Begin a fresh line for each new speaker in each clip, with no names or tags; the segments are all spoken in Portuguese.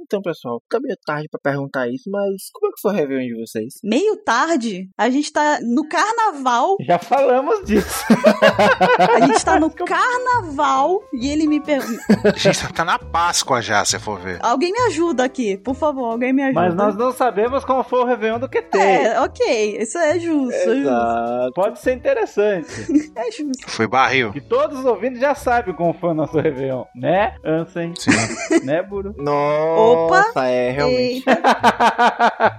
Então, pessoal, fica meio tarde pra perguntar isso, mas como é que foi o Réveillon de vocês?
Meio tarde? A gente tá no carnaval.
Já falamos disso.
A gente tá no carnaval e ele me pergunta.
A gente tá na Páscoa já, se for ver.
Alguém me ajuda aqui, por favor, alguém me ajuda.
Mas nós não sabemos como foi o Réveillon do QT.
É, ok, isso é justo. É justo.
Exato. Pode ser interessante.
É justo.
Foi barril.
Que todos os ouvintes já sabem como foi o nosso Réveillon. Né, Ansem?
Sim.
Né, Buru?
Nossa, é, realmente.
Eita,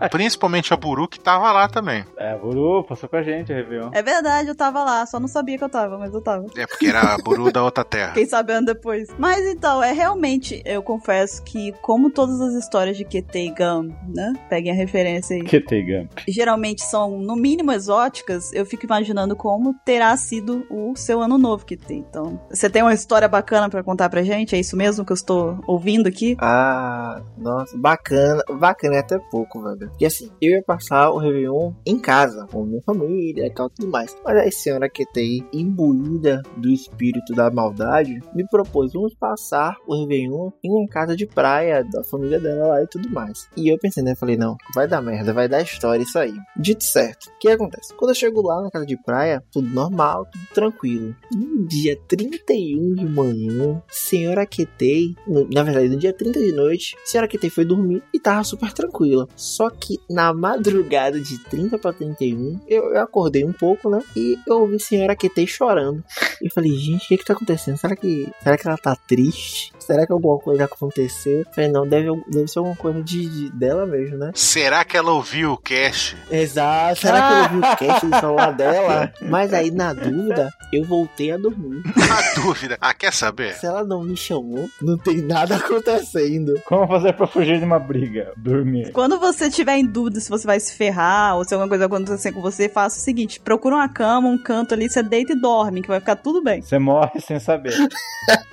Principalmente a Buru, que tava lá também.
É, Buru, passou com a gente o Réveillon.
É verdade, eu tava lá, só não sabia que eu tava, mas eu tava.
É, porque era a Buru da outra terra.
Fiquei sabendo depois. Mas então, é realmente, eu confesso que, como todas as histórias de QT e Gum, né? Peguem a referência aí.
QT Gump.
Geralmente são, no mínimo, exóticas. Eu fico imaginando como terá sido o seu ano novo que tem. Então, você tem uma história bacana pra contar pra gente? É isso mesmo que eu estou ouvindo aqui?
Ah, nossa, bacana. Bacana é até pouco, velho. Porque assim, eu ia passar o Réveillon em casa, com minha família e tal, tudo mais. Mas a senhora que tem imbuída do espírito da maldade, me propôs, vamos passar o Réveillon em uma casa de praia da família dela lá e tudo mais. E eu pensei, né? Falei, não, vai dar merda, vai dar história isso aí. Dito certo, o que acontece? Quando eu chego lá na casa de praia, tudo normal, tudo tranquilo. No dia 31 de manhã, senhora Ketei, no- na verdade, no dia 30 de noite, senhora Ketei foi dormir e tava super tranquila. Só que na madrugada de 30 para 31, eu, eu acordei um pouco, né? E eu ouvi senhora Ketei chorando. Eu falei, gente, o que que tá acontecendo? Será que, será que ela tá triste? Será que alguma coisa aconteceu? Eu falei, não, deve, deve ser alguma coisa de, de- dela mesmo, né?
Será que ela ouviu o cast?
Exato. Será que eu ouvi o cast do celular dela? Mas aí, na dúvida, eu voltei a dormir.
A dúvida. Ah, quer saber?
Se ela não me chamou, não tem nada acontecendo.
Como fazer pra fugir de uma briga? Dormir.
Quando você tiver em dúvida se você vai se ferrar ou se alguma coisa vai acontecer com você, faça o seguinte: procura uma cama, um canto ali, você deita e dorme, que vai ficar tudo bem.
Você morre sem saber.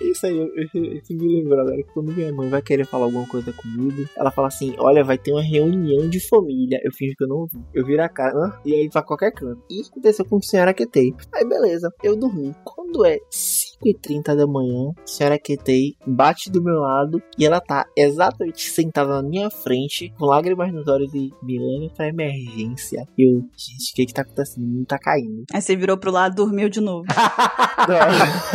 É Isso aí, eu, eu- isso me lembrou agora que quando minha mãe vai querer falar alguma coisa comigo, ela fala assim: Olha, vai ter uma reunião de família. Eu fingo que eu não ouvi. Eu viro a cara "Hã?" e aí pra qualquer canto. E isso aconteceu com a senhora Ketei. Aí beleza, eu dormi. Quando é 5h30 da manhã, a senhora Ketei bate do meu lado e ela tá exatamente sentada na minha frente, com lágrimas nos olhos e me olhando pra emergência. E eu, gente, o que que tá acontecendo? Não tá caindo. É.
Aí você virou pro lado, dormiu de novo.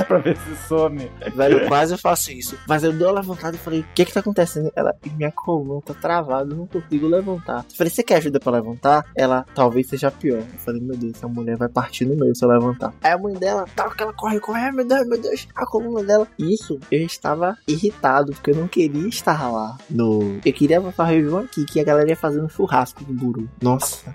pra ver se some.
Velho, eu quase faço isso. Mas eu dou uma levantada e falei, o que que tá acontecendo? Ela, minha coluna tá travada, eu não consigo levantar. Eu falei, você quer ajuda pra levantar? Ela, talvez seja pior. Eu falei, meu Deus, essa mulher vai partir no meio se eu levantar. Aí a mãe dela, tal, que ela corre, corre, ai, meu Deus, meu Deus, a coluna dela. Isso, eu estava irritado, porque eu não queria estar lá no... Eu queria passar review aqui, que a galera ia fazer um churrasco de buru. Nossa.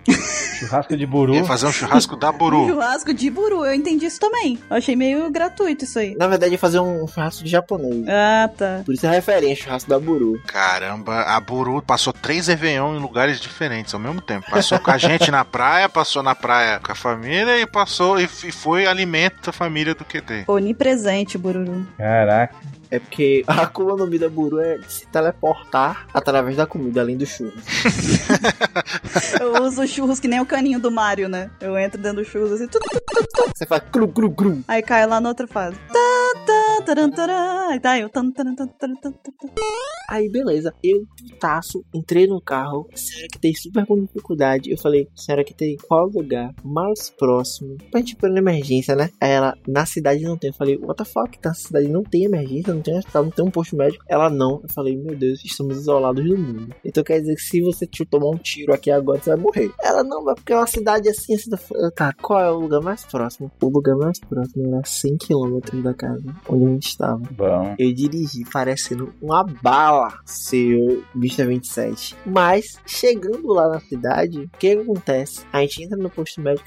Churrasco de buru.
Ia fazer um churrasco da Buru.
Churrasco de buru, eu entendi isso também. Eu achei meio gratuito isso aí.
Na verdade, ia fazer um churrasco de japonês.
Ah, tá.
Por isso é referência, churrasco da buru.
Caramba, a Buru passou três Réveillon em lugares diferentes ao mesmo tempo. Passou com a gente na praia, passou na praia com a família e passou e, e foi alimento a família do QT.
Onipresente, bururu.
Caraca.
É porque a Akuma no Mi da Buru é se teleportar através da comida, além do churro.
Eu uso churros que nem o caninho do Mario, né? Eu entro dentro do churros assim, tudo,
Você faz cru, cru, cru.
aí cai lá na outra fase. Tá, tá, taran, taran. Aí tá eu. Tan, taran, tan, taran, tan, tan, tan.
Aí, beleza. Eu, taço, entrei no carro. Será que tem super com dificuldade? Eu falei, será que tem qual lugar mais próximo pra gente ir pra emergência, né? Aí ela, na cidade não tem. Eu falei, what the fuck? Na cidade não tem emergência, não tem hospital, não tem um posto médico. Ela, não. Eu falei, meu Deus, estamos isolados do mundo. Então quer dizer que se você te tomar um tiro aqui agora, você vai morrer. Ela, não, mas porque é uma cidade assim, assim. Eu, tá, qual é o lugar mais próximo? O lugar mais próximo era 100km da casa onde a gente estava.
Bom.
Eu dirigi parecendo uma bala, seu Vista 27. Mas, chegando lá na cidade, o que que acontece? A gente entra no posto médico,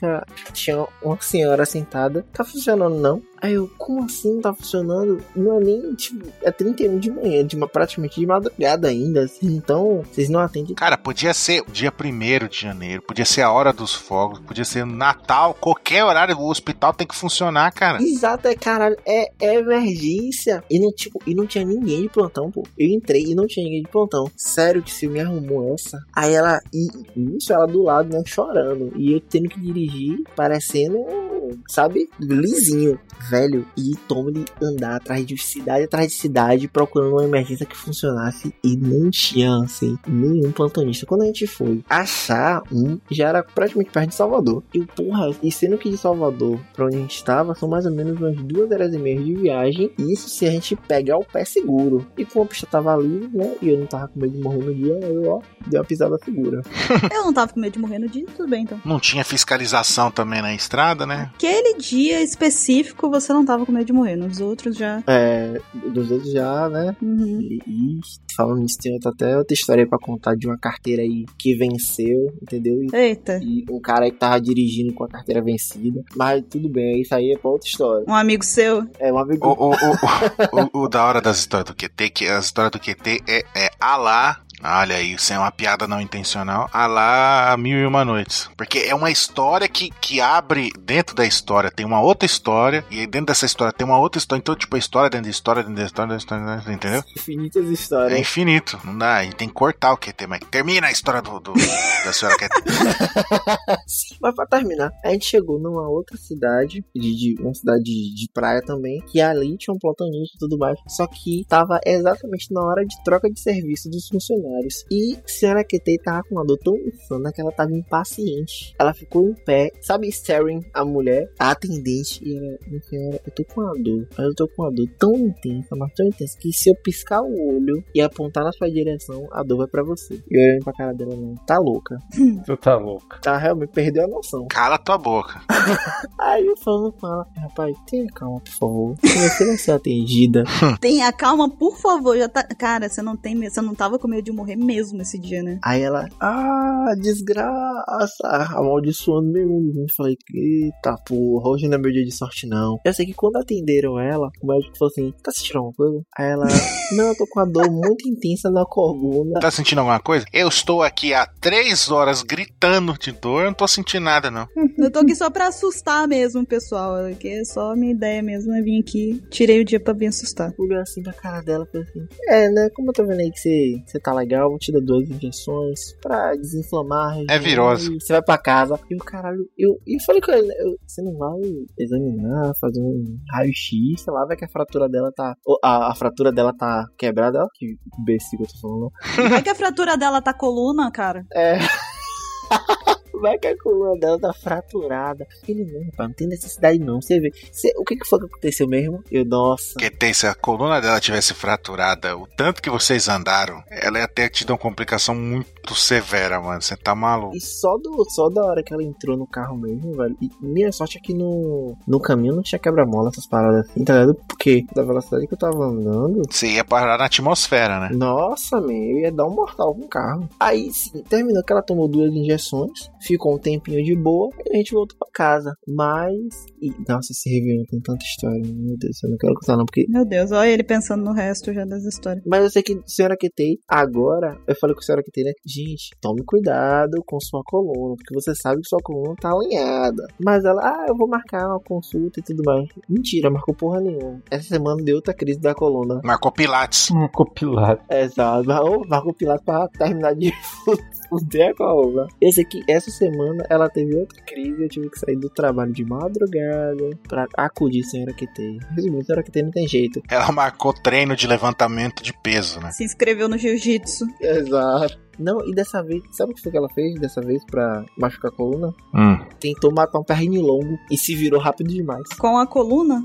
tinha uma senhora sentada. Tá funcionando, não? Aí eu, como assim não tá funcionando? Não é nem, tipo, é 31 de manhã, de uma, praticamente de madrugada ainda. assim, então, vocês não atendem.
Cara, podia ser o dia 1 de janeiro, podia ser a hora dos fogos, podia ser Natal, qualquer horário, o hospital tem que funcionar, cara.
Exato, é caralho, é, é emergência. E não, tipo, e não tinha ninguém de plantão, pô. Eu entrei e não tinha ninguém de plantão. Sério que se me arrumou essa? Aí ela, e e isso, ela do lado, né, chorando. E eu tendo que dirigir, parecendo um sabe? Lisinho, velho. E Tommy andar atrás de cidade atrás de cidade procurando uma emergência que funcionasse e não tinha, assim, nenhum plantonista. Quando a gente foi achar um, já era praticamente perto de Salvador. E porra, e sendo que de Salvador pra onde a gente estava são mais ou menos umas duas horas e meia de viagem. E isso se a gente pegar o pé seguro. E como a pista tava livre, né? E eu não tava com medo de morrer no dia, eu, ó, dei uma pisada segura.
Eu não tava com medo de morrer no dia, tudo bem então.
Não tinha fiscalização também na estrada, né?
Aquele dia específico você não tava com medo de morrer, nos outros já.
É, dos outros já, né?
Uhum.
E, e falando nisso, tem outra- até outra história aí pra contar de uma carteira aí que venceu, entendeu? E
Eita.
e um cara que tava dirigindo com a carteira vencida. Mas tudo bem, isso aí é pra outra história.
Um amigo seu?
É uma
O,
amigo.
o, o, o- o da hora das histórias do QT, que a história do QT é, é a lá. Olha aí, isso é uma piada não intencional. A lá Mil e Uma Noites. Porque é uma história que, que abre dentro da história, tem uma outra história, e aí dentro dessa história tem uma outra história. Então, tipo, a história dentro da história, dentro da história, dentro da história, dentro da história, entendeu?
Infinitas
É
histórias.
infinito, não dá. A gente tem que cortar o QT, mas termina a história do, do- da senhora QT.
Sim, mas pra terminar, a gente chegou numa outra cidade, de, de- uma cidade de, de praia também, que ali tinha um plantonista e tudo mais, só que tava exatamente na hora de troca de serviço dos funcionários. E a senhora Ketei tava com uma dor tão insana que ela tava impaciente. Ela ficou em pé, sabe, staring a mulher, a atendente, e ela, "Minha senhora, eu tô com uma dor, mas eu tô com uma dor tão intensa, mas tão intensa, que se eu piscar o olho e apontar na sua direção, a dor vai pra você. E eu olhando pra cara dela, não, tá louca.
Tu tá louco.
Tá realmente, perdeu a noção.
Cala tua boca.
Aí eu falando com ela, rapaz, tenha calma, por favor. Se você não ser atendida,
Tenha calma, por favor. Já tá... Cara, você não tem medo. Você não tava com medo de morrer mesmo esse dia, né?
Aí ela, ah, desgraça, amaldiçoando meu mundo. Eu Falei, eita porra, hoje não é meu dia de sorte não. Eu sei que quando atenderam ela, o médico falou assim, tá sentindo alguma coisa? Aí ela, não, eu tô com uma dor muito intensa na coluna.
Tá sentindo alguma coisa? Eu estou aqui há três horas gritando de dor, eu não tô sentindo nada, não.
Eu tô aqui só pra assustar mesmo, pessoal. Aqui é só a minha ideia mesmo. Eu vim aqui, tirei o dia pra vir assustar.
Olhou assim pra cara dela, falei assim, é, né, como eu tô vendo aí que você, você tá legal, vou te dar duas injeções pra desinflamar.
É virose.
e Você vai pra casa. E o caralho, eu, e eu falei com ele, né, eu- você não vai examinar, fazer um raio-x, sei lá, vai que a fratura dela tá, ou a, a fratura dela tá quebrada, ó, que imbecil que eu tô falando.
Vai que a fratura dela tá coluna, cara.
É... Vai que a coluna dela tá fraturada. Ele não, rapaz, não tem necessidade não. Você vê. Você- o que, que foi que aconteceu mesmo? Eu, nossa.
QT, se a coluna dela tivesse fraturada, o tanto que vocês andaram, ela ia ter tido uma complicação muito severa, mano. Você tá maluco.
E só, do, só da hora que ela entrou no carro mesmo, velho. E minha sorte é que no, no caminho não tinha quebra-mola, essas paradas assim, tá ligado? Porque da velocidade que eu tava andando.
Você ia parar na atmosfera, né?
Nossa, meu, eu ia dar um mortal com o carro. Aí sim, terminou que ela tomou duas injeções, ficou um tempinho de boa e a gente voltou pra casa. Mas. e- nossa, esse Réveillon tem tanta história, meu Deus, eu não quero contar não, porque
Meu Deus, olha ele pensando no resto já das histórias.
Mas eu sei que senhora que tem, agora, eu falei com a senhora que tem, né? Gente, tome cuidado com sua coluna, porque você sabe que sua coluna tá alinhada. Mas ela, ah, eu vou marcar uma consulta e tudo mais. Mentira, marcou porra nenhuma. Essa semana deu outra crise da coluna.
Marcou Pilates.
Um copilado.
Exato, ou marcou pilato pra terminar de fuder a coluna. Eu sei que essa semana ela teve outra crise, eu tive que sair do trabalho de madrugada pra acudir a senhora que tem. Resumindo, a senhora que tem não tem jeito.
Ela marcou treino de levantamento de peso, né?
Se inscreveu no jiu-jitsu.
Exato. Não, e dessa vez, sabe o que foi que ela fez dessa vez pra machucar a coluna?
Hum.
Tentou matar um pernilongo e se virou rápido demais.
Com a coluna?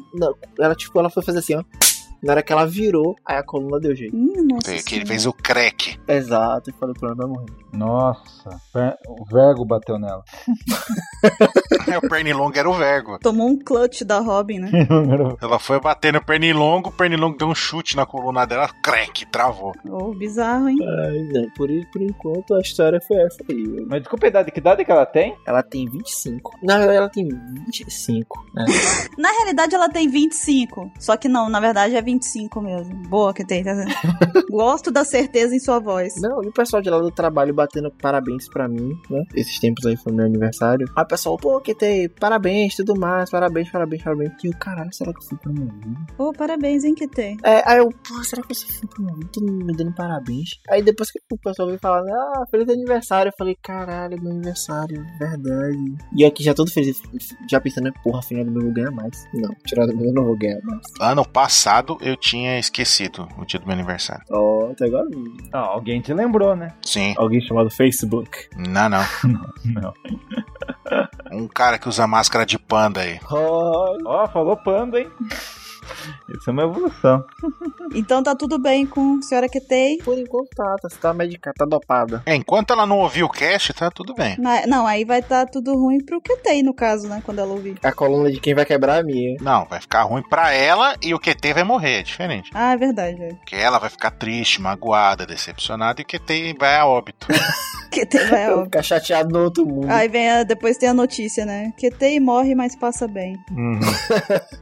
Ela, tipo, ela foi fazer assim, ó. Na hora que ela virou, aí a coluna deu jeito.
Hum, nossa.
Que ele
senhora.
fez um- o crack.
Exato, e falei pra ela, vai morrer.
Nossa, o vergo bateu nela.
o pernilongo era o vergo.
Tomou um clutch da Robin, né?
Ela foi bater no pernilongo, o pernilongo deu um chute na coluna dela, crack, travou.
Ô, bizarro, hein?
Ai, não. Por, i- por enquanto, a história foi essa aí. velho.
Mas desculpa a idade, que idade que ela tem?
Ela tem 25. Na verdade, ela tem 25, né?
Na realidade, ela tem 25. Só que não, na verdade é 25 mesmo. Boa que tem, tá vendo? Gosto da certeza em sua voz.
Não, e o pessoal de lá do trabalho batendo parabéns pra mim, né? Esses tempos aí foi meu aniversário. Aí o pessoal, pô, que Kitei, parabéns, tudo mais, parabéns, parabéns, parabéns. E eu, caralho, será que eu fui promovido?
Pô, parabéns, hein, que tem.
É, aí eu, pô, será que eu fui promovido? Todo mundo me dando parabéns. Aí depois que o pessoal veio falando, ah, feliz aniversário, eu falei, caralho, meu aniversário, verdade. E eu aqui já todo feliz, já pensando, né, porra, afinal do meu vou ganhar mais. Não, tirado do meu eu não vou ganhar mais.
Ano passado eu tinha esquecido o dia do meu aniversário.
Ó, tá até agora. não.
Ah, alguém te lembrou, né?
Sim.
Alguém chamado Facebook.
Não, não.
Não.
Um cara que usa máscara de panda aí.
Oh,
Ó, falou panda, hein? Isso é uma evolução.
Então tá tudo bem com a senhora que tem.
por enquanto tá, tá- você tá medicada, tá dopada.
É, enquanto ela não ouviu o cast, tá tudo bem.
Na- Não, aí vai tá tudo ruim pro que tem, no caso, né? Quando ela ouvir.
A coluna de quem vai quebrar é a minha.
Não, vai ficar ruim pra ela e o QT vai morrer, é diferente.
Ah, é verdade. é.
Porque ela vai ficar triste, magoada, decepcionada e o QT vai a óbito.
Que tem vai
Eu vou
ó.
ficar chateado no outro mundo.
Aí vem a, depois tem a notícia, né? Que tem morre, mas passa bem.
Uhum.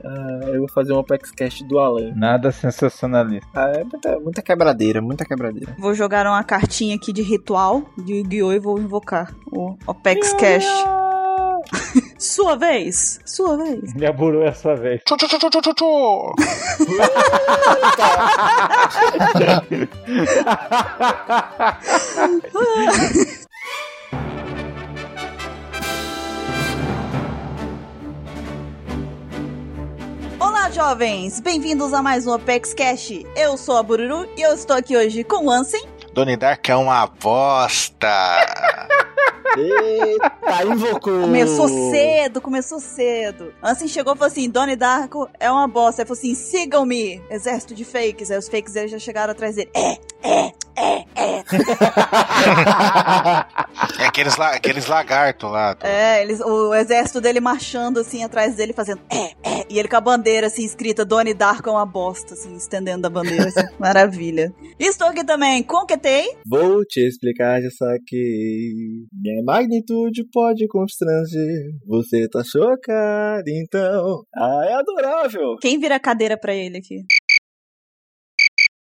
Ah, eu vou fazer um Apex Cast do além.
Nada sensacionalista.
Ah, é muita, muita quebradeira, muita quebradeira.
Vou jogar uma cartinha aqui de ritual de Yu-Gi-Oh! e vou invocar o Opex Cash. Sua vez! Sua vez!
Me aburou essa vez.
Tchu, tchu, tchu, tchu, tchu, tchu, tchu.
Olá, jovens! Bem-vindos a mais um Opex Cash. Eu sou a Bururu e eu estou aqui hoje com o Ansem.
Donnie Dark é uma bosta.
Eita, invocou!
Começou
Hum.
cedo, começou cedo. Ansem chegou e falou assim: Donnie Darko é uma bosta. Ele falou assim: sigam-me, exército de fakes. Aí os fakes eles já chegaram atrás dele. É, é, é, é.
É aqueles, la aqueles lagartos lá. do-
É, eles, o exército dele marchando assim atrás dele, fazendo é, é. E ele com a bandeira assim escrita Donnie Darko é uma bosta, assim, estendendo a bandeira. assim. Maravilha. Estou aqui também com Ketei.
Vou te explicar, já saquei. Minha magnitude pode constranger. Você tá chocado, então. Ah, é adorável!
Quem vira a cadeira pra ele aqui?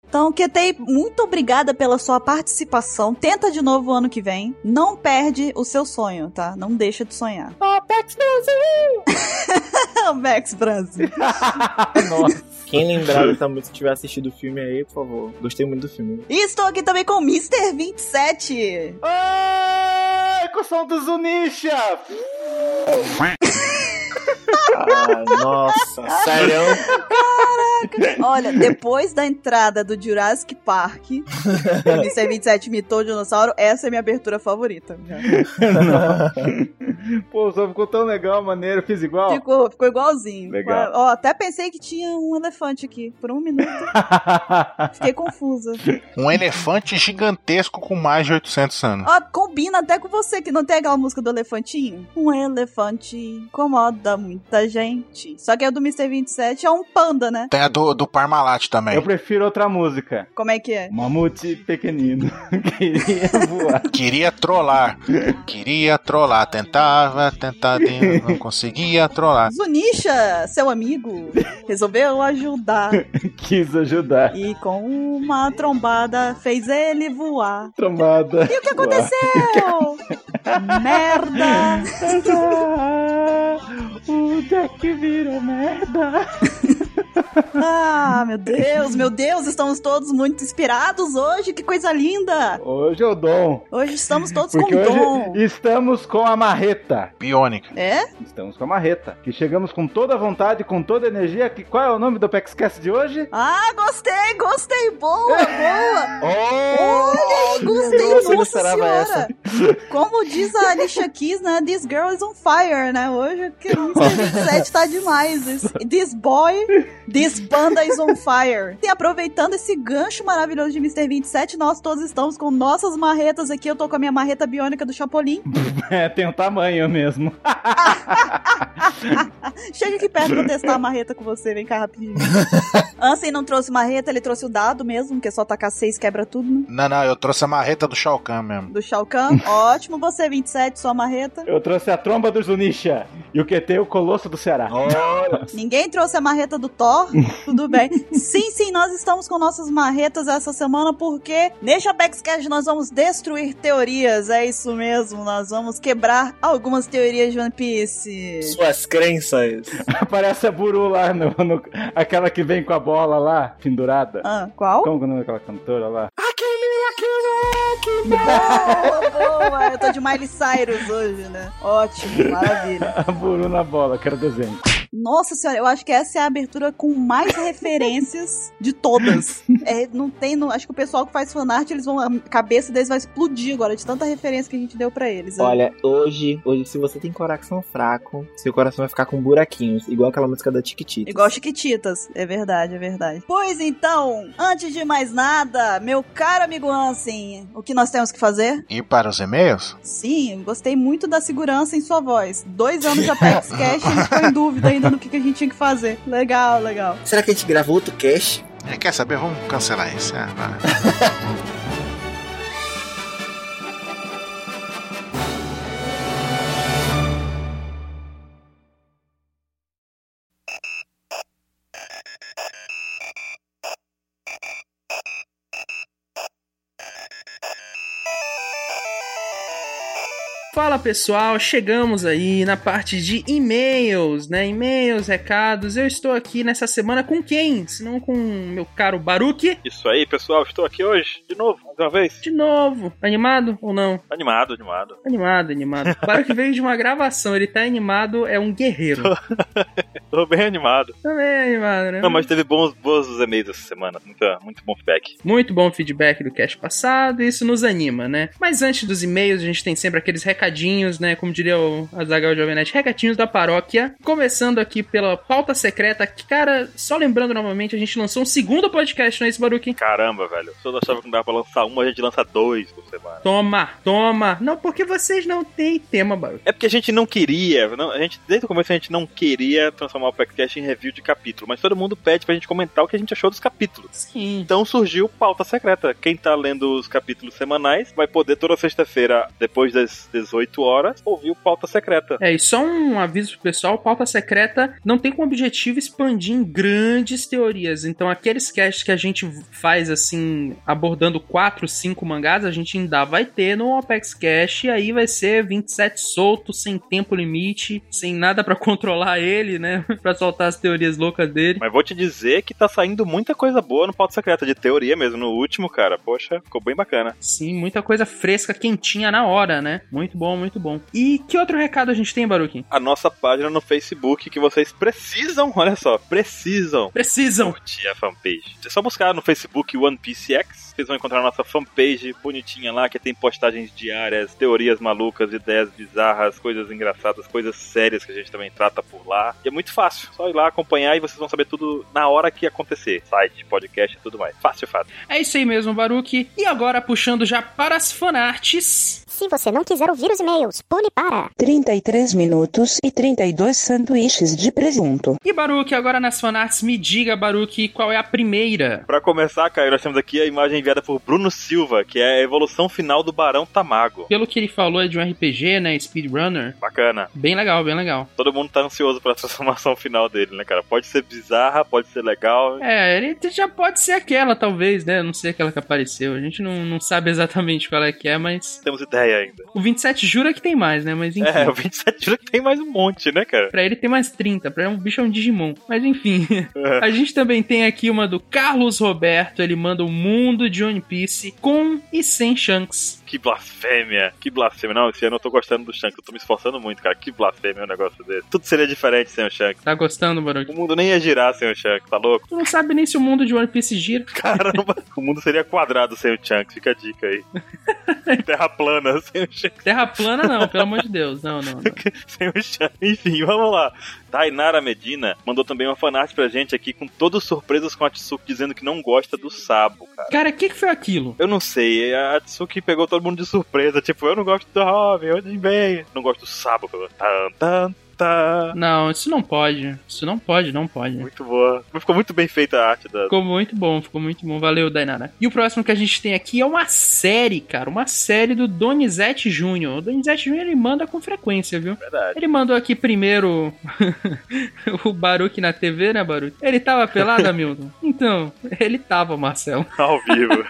Então, Ketei, muito obrigada pela sua participação. Tenta de novo o ano que vem. Não perde o seu sonho, tá? Não deixa de sonhar. Max Brasil.
Nossa.
Quem lembrar dessa música, tiver assistido o filme aí, por favor. Gostei muito do filme.
E estou aqui também com o Mr. 27.
Ai, com o som do Zunisha!
Ah, nossa, sério?
Olha, depois da entrada do Jurassic Park, o Mr. 27 imitou o dinossauro, essa é minha abertura favorita.
Pô, o som ficou tão legal, maneiro, fiz igual.
Ficou, ficou igualzinho.
Legal.
Ó, até pensei que tinha um elefante aqui, por um minuto. Fiquei confusa.
Um elefante gigantesco com mais de 800 anos.
Ó, combina até com você, que não tem aquela música do elefantinho? Um elefante incomoda muita gente. Só que a do Mr. 27 é um panda, né?
Tem a do, do Parmalat
Eu
também.
prefiro outra música.
Como é que é?
Mamute pequenino. Queria voar.
Queria trollar. Queria trollar. Tentava, tentava, e não conseguia trollar.
Zunisha, seu amigo, resolveu ajudar.
Quis ajudar.
E com uma trombada fez ele voar.
Trombada.
E o que aconteceu? Merda!
o deck virou merda.
Ah, meu Deus, meu Deus, estamos todos muito inspirados hoje, que coisa linda!
Hoje eu dou.
Hoje estamos todos
Porque
com
hoje
dom.
estamos com a marreta.
Biônica.
É?
Estamos com a marreta. Que chegamos com toda a vontade, com toda a energia. Que, qual é o nome do PEXCast de hoje?
Ah, gostei, gostei, boa, boa!
Oh!
Gostei,
Nossa, eu não
nossa
esperava
senhora! Como diz a Alicia Keys, né? This girl is on fire, né? Hoje que o 27 tá demais. This, this boy, this banda is on fire. E aproveitando esse gancho maravilhoso de Mr. 27, nós todos estamos com nossas marretas aqui. Eu tô com a minha marreta biônica do Chapolin.
É, tem um tamanho mesmo.
Chega aqui perto pra eu testar a marreta com você, vem cá rapidinho. Ansem não trouxe marreta, ele trouxe o dado mesmo, que é só tacar seis quebra tudo, né?
Não, não, eu trouxe a marreta do Shao Kahn mesmo.
Do Shao Kahn. Ótimo, você 27, sua marreta.
Eu trouxe a tromba do Zunisha. E o QT, o colosso do Ceará.
Olha,
Ninguém trouxe a marreta do Thor. ó, tudo bem. Sim, sim, nós estamos com nossas marretas essa semana porque neste Apexcast nós vamos destruir teorias. É isso mesmo, nós vamos quebrar algumas teorias de One Piece.
Suas crenças.
Aparece a Buru lá, no, no- aquela que vem com a bola lá, pendurada.
Ah, qual?
Como que é o nome daquela cantora lá?
Boa, boa! Eu tô de Miley Cyrus hoje, né? Ótimo, maravilha.
A Buru na bola, quero desenho.
Nossa senhora, eu acho que essa é a abertura com mais referências de todas. É, não tem, não- acho que o pessoal que faz fanart, eles vão, a cabeça deles vai explodir agora de tanta referência que a gente deu pra eles. né?
Olha, hoje, hoje, se você tem coração fraco, seu coração vai ficar com buraquinhos, igual aquela música da Tiquitita.
Igual Chiquititas. É verdade, é verdade. Pois então, antes de mais nada, meu caro amigo Ansem, o que nós temos que fazer?
E para os e-mails?
Sim, gostei muito da segurança em sua voz. Dois anos de Apex Cash, a gente ficou em dúvida ainda no que, que a gente tinha que fazer. Legal, legal.
Será que a gente gravou outro cast?
É, quer saber? Vamos cancelar isso. É, vai.
Fala pessoal, chegamos aí na parte de e-mails, né? E-mails, recados. Eu estou aqui nessa semana com quem? Se não com meu caro Baruque.
Isso aí, pessoal. Estou aqui hoje, de novo, mais uma vez.
De novo. Animado ou não?
Animado, animado.
Animado, animado. Baruque veio de uma gravação, ele tá animado, é um guerreiro.
Tô bem animado.
Também é animado, né?
Não, mas teve bons, bons e-mails essa semana. Muita, muito bom feedback.
Muito bom feedback do cast passado, e isso nos anima, né? Mas antes dos e-mails, a gente tem sempre aqueles recadinhos, né? Como diria o Azagal Jovem Nerd, recadinhos da paróquia. Começando aqui pela pauta secreta, que, cara, só lembrando novamente, a gente lançou um segundo podcast, não é isso, Baruque?
Caramba, velho. Se eu achava que não dava pra lançar um, a gente lança dois por semana.
Toma, toma. Não, porque vocês não têm tema, Baruque.
É porque a gente não queria, não- a gente, desde o começo a gente não queria transformar o podcast em review de capítulo, mas todo mundo pede pra gente comentar o que a gente achou dos capítulos.
Sim.
Então surgiu pauta secreta. Quem tá lendo os capítulos semanais vai poder toda sexta-feira, depois das 18 horas, ouvir o pauta secreta.
É, e só um aviso pro pessoal, pauta secreta não tem como objetivo expandir em grandes teorias. Então, aqueles casts que a gente faz assim, abordando quatro, cinco mangás, a gente ainda vai ter no Apex Cash, e aí vai ser 27 solto, sem tempo limite, sem nada pra controlar ele, né? Pra soltar as teorias loucas dele.
Mas vou te dizer que tá saindo muita coisa boa no Pauta Secreta, de teoria mesmo. No último, cara, poxa, ficou bem bacana.
Sim, muita coisa fresca, quentinha na hora, né? Muito bom, muito bom. E que outro recado a gente tem, Baruki?
A nossa página no Facebook que vocês precisam, olha só, precisam
Precisam!
curtir a fanpage. É só buscar no Facebook One Piece X, vocês vão encontrar a nossa fanpage bonitinha lá, que tem postagens diárias, teorias malucas, ideias bizarras, coisas engraçadas, coisas sérias que a gente também trata por lá. E é muito fácil, só ir lá acompanhar e vocês vão saber tudo na hora que acontecer. Site, podcast e tudo mais. Fácil, fácil.
É isso aí mesmo, Baruque. E agora, puxando já para as fanarts.
Se você não quiser ouvir os e-mails, pule para.
33 minutos e 32 sanduíches de presunto.
E Baruque, agora nas fanarts, me diga, Baruque, qual é a primeira?
Pra começar, Caio, nós temos aqui a imagem enviada por Bruno Silva, que é a evolução final do Barão Tamago.
Pelo que ele falou, é de um RPG, né? Speedrunner.
Bacana.
Bem legal, bem legal.
Todo mundo tá ansioso pela transformação final dele, né, cara? Pode ser bizarra, pode ser legal.
É, ele já pode ser aquela, talvez, né? Não sei aquela que apareceu. A gente não, não sabe exatamente qual é que é, mas.
Temos ideia ainda.
O 27 jura que tem mais, né? Mas enfim.
É, o 27 jura que tem mais um monte, né, cara?
Pra ele tem mais 30, pra ele, o bicho é um Digimon. Mas enfim. a gente também tem aqui uma do Carlos Roberto. Ele manda o mundo de One Piece com e sem Shanks.
Que blasfêmia, que blasfêmia. Não, esse ano eu tô gostando do Shanks, eu tô me esforçando muito, cara. Que blasfêmia o negócio dele. Tudo seria diferente sem o Shanks.
Tá gostando, Baruque?
O mundo nem ia girar sem o Shanks, tá louco?
Tu não sabe nem se o mundo de One Piece gira.
Caramba, o mundo seria quadrado sem o Shanks, fica a dica aí. Terra plana sem o Shanks.
Terra plana não, pelo amor de Deus. Não, não, não.
Sem o chá. Enfim, vamos lá. Tainara Medina mandou também uma fanart pra gente aqui com todas surpresas com a Tsuki dizendo que não gosta do sabo, cara.
Cara, o que, que foi aquilo?
Eu não sei, é a Tsuki pegou todo mundo de surpresa, tipo, eu não gosto do Robin, eu nem bem. Não gosto do sabo. pelo- Tan, tan, tá.
Não, isso não pode. Isso não pode, não pode.
Muito boa. Ficou muito bem feita a arte da.
Ficou muito bom, ficou muito bom. Valeu, Dainara. E o próximo que a gente tem aqui é uma série, cara. Uma série do Donizete Júnior. O Donizete Júnior, ele manda com frequência, viu?
Verdade.
Ele mandou aqui primeiro o Baruque na TV, né, Baruque? Ele tava pelado, Hamilton? Então, ele tava, Marcelo.
Ao vivo.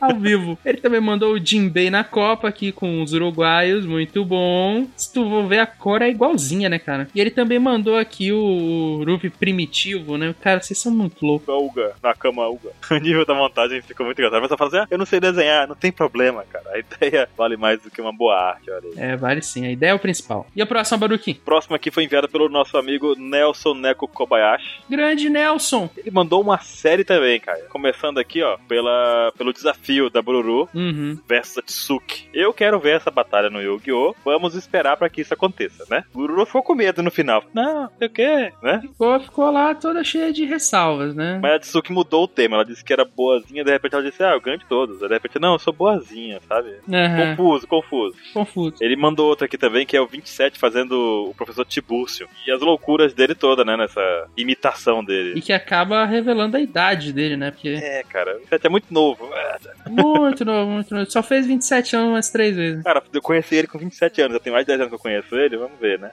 Ao vivo. Ele também mandou o Jinbei na Copa aqui com os uruguaios. Muito bom. Se tu for ver, a cor é igualzinha, né, cara? E ele também mandou aqui o Rupi Primitivo, né? Cara, vocês são muito loucos.
Com a Uga, na cama Uga. O nível da montagem ficou muito engraçado. A pessoa fala assim: ah, eu não sei desenhar, não tem problema, cara. A ideia vale mais do que uma boa arte, olha aí.
É, vale sim. A ideia é o principal. E a próxima, Baruque?
Próximo aqui foi enviado pelo nosso amigo Nelson Neko Kobayashi.
Grande Nelson.
Ele mandou uma série também, cara. Começando aqui, ó, pela, pelo desafio da Bururu
Uhum.
versus a Tsuki. Eu quero ver essa batalha no Yu-Gi-Oh! Vamos esperar pra que isso aconteça, né? Bururu ficou com medo no final. Não, sei o quê, né?
Ficou, ficou lá toda cheia de ressalvas, né?
Mas a Tsuki mudou o tema. Ela disse que era boazinha, de repente ela disse, ah, eu ganho de todos. De repente, não, eu sou boazinha, sabe?
Aham,
Confuso, confuso.
Confuso.
Ele mandou outro aqui também, que é o 27 fazendo o professor Tibúrcio. E as loucuras dele toda, né? Nessa imitação dele.
E que acaba revelando a idade dele, né? Porque
É, cara, o 27 é muito novo. É,
muito novo, muito novo. Só fez 27 anos umas três vezes.
Cara, eu conheci ele com 27 anos, já tem mais de 10 anos que eu conheço ele, vamos ver, né?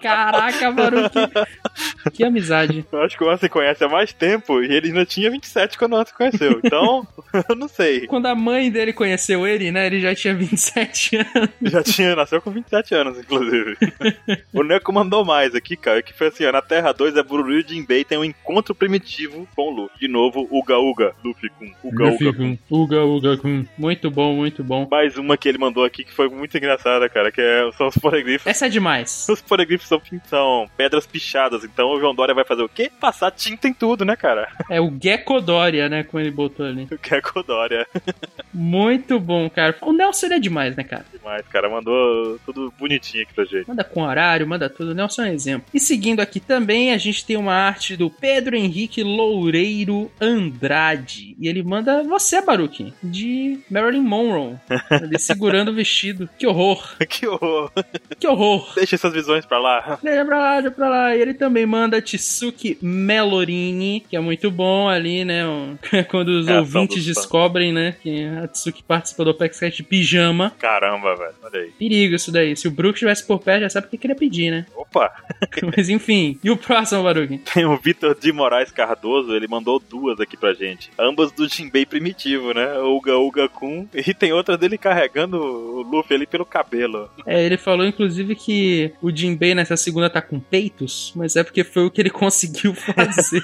Caraca, Baruque. Que amizade.
Eu acho que o Ansem conhece há mais tempo e ele ainda tinha 27 quando o Ansem conheceu. Então, eu não sei.
Quando a mãe dele conheceu ele, né? Ele já tinha 27 anos.
Já tinha, nasceu com 27 anos, inclusive. o Neko mandou mais aqui, cara, que foi assim, ó, na Terra 2 é Bururu e Jinbei tem um encontro primitivo com o Luffy. De novo, Uga Uga, Luffy com Uga Uga
Uhum. Uga, uga, cum. Muito bom, muito bom.
Mais uma que ele mandou aqui que foi muito engraçada, cara, que é, são os poregrifos.
Essa é demais.
Os poregrifos são, são pedras pichadas, então o João Dória vai fazer o quê? Passar tinta em tudo, né, cara?
É o Gekodoria, né? Como ele botou ali.
O que é com o Dória?
Muito bom, cara. O Nelson ele é demais, né, cara?
Demais, cara, mandou tudo bonitinho aqui pra gente.
Manda com horário, manda tudo. O Nelson é um exemplo. E seguindo aqui também, a gente tem uma arte do Pedro Henrique Loureiro Andrade. E ele manda você, Baruque, de Marilyn Monroe. Ele segurando o vestido. Que horror,
Que horror.
que horror.
Deixa essas visões pra lá.
Deixa pra lá, deixa pra lá. E ele também manda Tsuki Melorini, que é muito bom ali, né? o- Quando os
É a ação
ouvintes
dos fãs.
descobrem, né? Que a Tsuki participa do Apex Cash de pijama.
Caramba, velho. Olha aí.
Perigo isso daí. Se o Brook estivesse por perto, já sabe o que queria pedir, né?
Opa,
Mas enfim. E o próximo, Baruque?
tem o Vitor de Moraes Cardoso, ele mandou duas aqui pra gente. Ambas do Jinbei primitivo, né? Uga Uga Kun. E tem outra dele carregando o Luffy ali pelo cabelo.
É, ele falou, inclusive, que o Jinbei nessa segunda tá com peitos, mas é porque foi o que ele conseguiu fazer.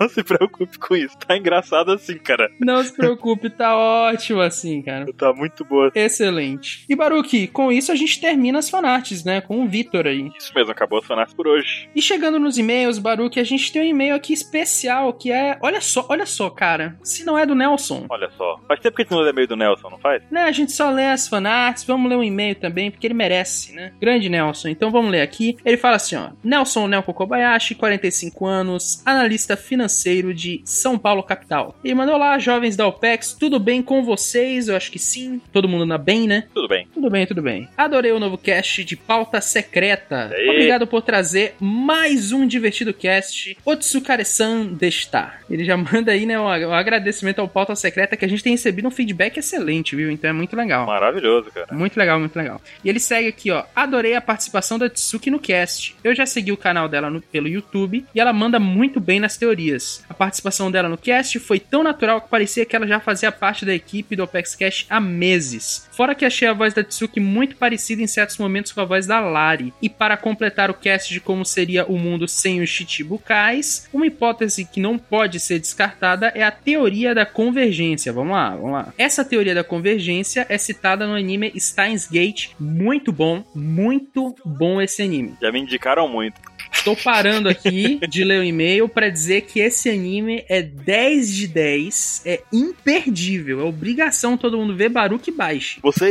Não se preocupe com isso. Tá engraçado assim, cara.
Não se preocupe, tá ótimo assim, cara.
Tá muito boa.
Excelente. E Baruque, com isso a gente termina as fanarts, né? Com o Vitor aí.
Isso mesmo, acabou as fanarts por hoje.
E chegando nos e-mails, Baruque, a gente tem um e-mail aqui especial que é. Olha só, olha só, cara. Se não é do Nelson,
Olha só. Faz tempo que a gente não lê meio do Nelson, não faz?
né? A gente só lê as fanarts, vamos ler um e-mail também, porque ele merece, né? Grande Nelson. Então vamos ler aqui. Ele fala assim, ó. Nelson Nelco Kobayashi, 45 anos, analista financeiro de São Paulo capital. Ele mandou lá, jovens da OPEX, tudo bem com vocês? Eu acho que sim. Todo mundo na bem, né?
Tudo bem.
Tudo bem, tudo bem. Adorei o novo cast de pauta secreta.
Aí.
Obrigado por trazer mais um divertido cast. Otsukare-san desta. Ele já manda aí, né, um ag- um agradecimento ao pauta secreta que a gente tem recebido um feedback excelente, viu? Então é muito legal.
Maravilhoso, cara.
Muito legal, muito legal. E ele segue aqui, ó. Adorei a participação da Tsuki no cast. Eu já segui o canal dela no- pelo YouTube e ela manda muito bem nas teorias. A participação dela no cast foi tão natural que parecia que ela já fazia parte da equipe do Apex Cash há meses. Fora que achei a voz da Tsuki muito parecida em certos momentos com a voz da Lari. E para completar o cast de como seria o mundo sem os Chichibukais, uma hipótese que não pode ser descartada é a teoria da convergência. Vamos lá, vamos lá. Essa teoria da convergência é citada no anime Steins Gate. Muito bom, muito bom esse anime.
Já me indicaram muito.
Estou parando aqui de ler o e-mail para dizer que esse anime é 10 de 10, é imperdível, é obrigação todo mundo ver Baruque Baixe.
Você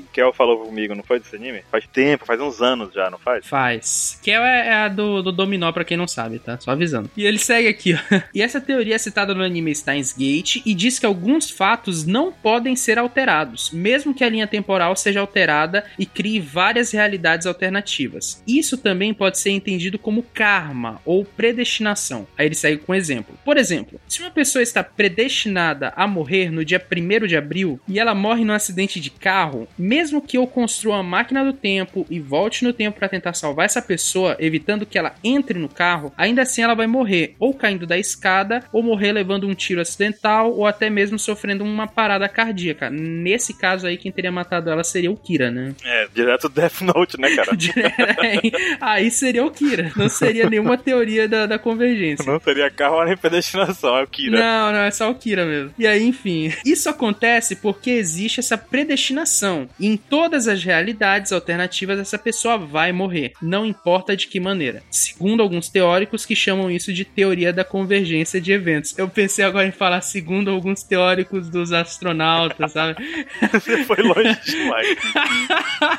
e Kel falou comigo, não foi desse anime? Faz tempo, faz uns anos já, não faz?
Faz. Que é é a do, do Dominó, pra quem não sabe, tá? Só avisando. E ele segue aqui, ó. E essa teoria é citada no anime Steins Gate e diz que alguns fatos não podem ser alterados, mesmo que a linha temporal seja alterada e crie várias realidades alternativas. Isso também pode ser entendido como karma ou predestinação. Aí ele segue com um exemplo. Por exemplo, se uma pessoa está predestinada a morrer no dia 1 de abril e ela morre num acidente de carro, mesmo que eu construa a máquina do tempo e volte no tempo para tentar salvar essa pessoa, evitando que ela entre no carro, ainda assim ela vai morrer ou caindo da escada, ou morrer levando um tiro acidental, ou até mesmo sofrendo uma parada cardíaca. Nesse caso aí, quem teria matado ela seria o Kira, né?
É, direto Death Note, né, cara?
aí seria o Kira. Não seria nenhuma teoria da, da convergência.
Não seria carro nem predestinação, é o Kira.
Não, não, é só o Kira mesmo. E aí, enfim, isso acontece porque existe essa predestinação. E em todas as realidades alternativas, essa pessoa vai morrer, não importa de que maneira. Segundo alguns teóricos que chamam isso de teoria da convergência de eventos. Eu pensei agora em falar segundo alguns teóricos dos astronautas, sabe?
Você foi longe demais.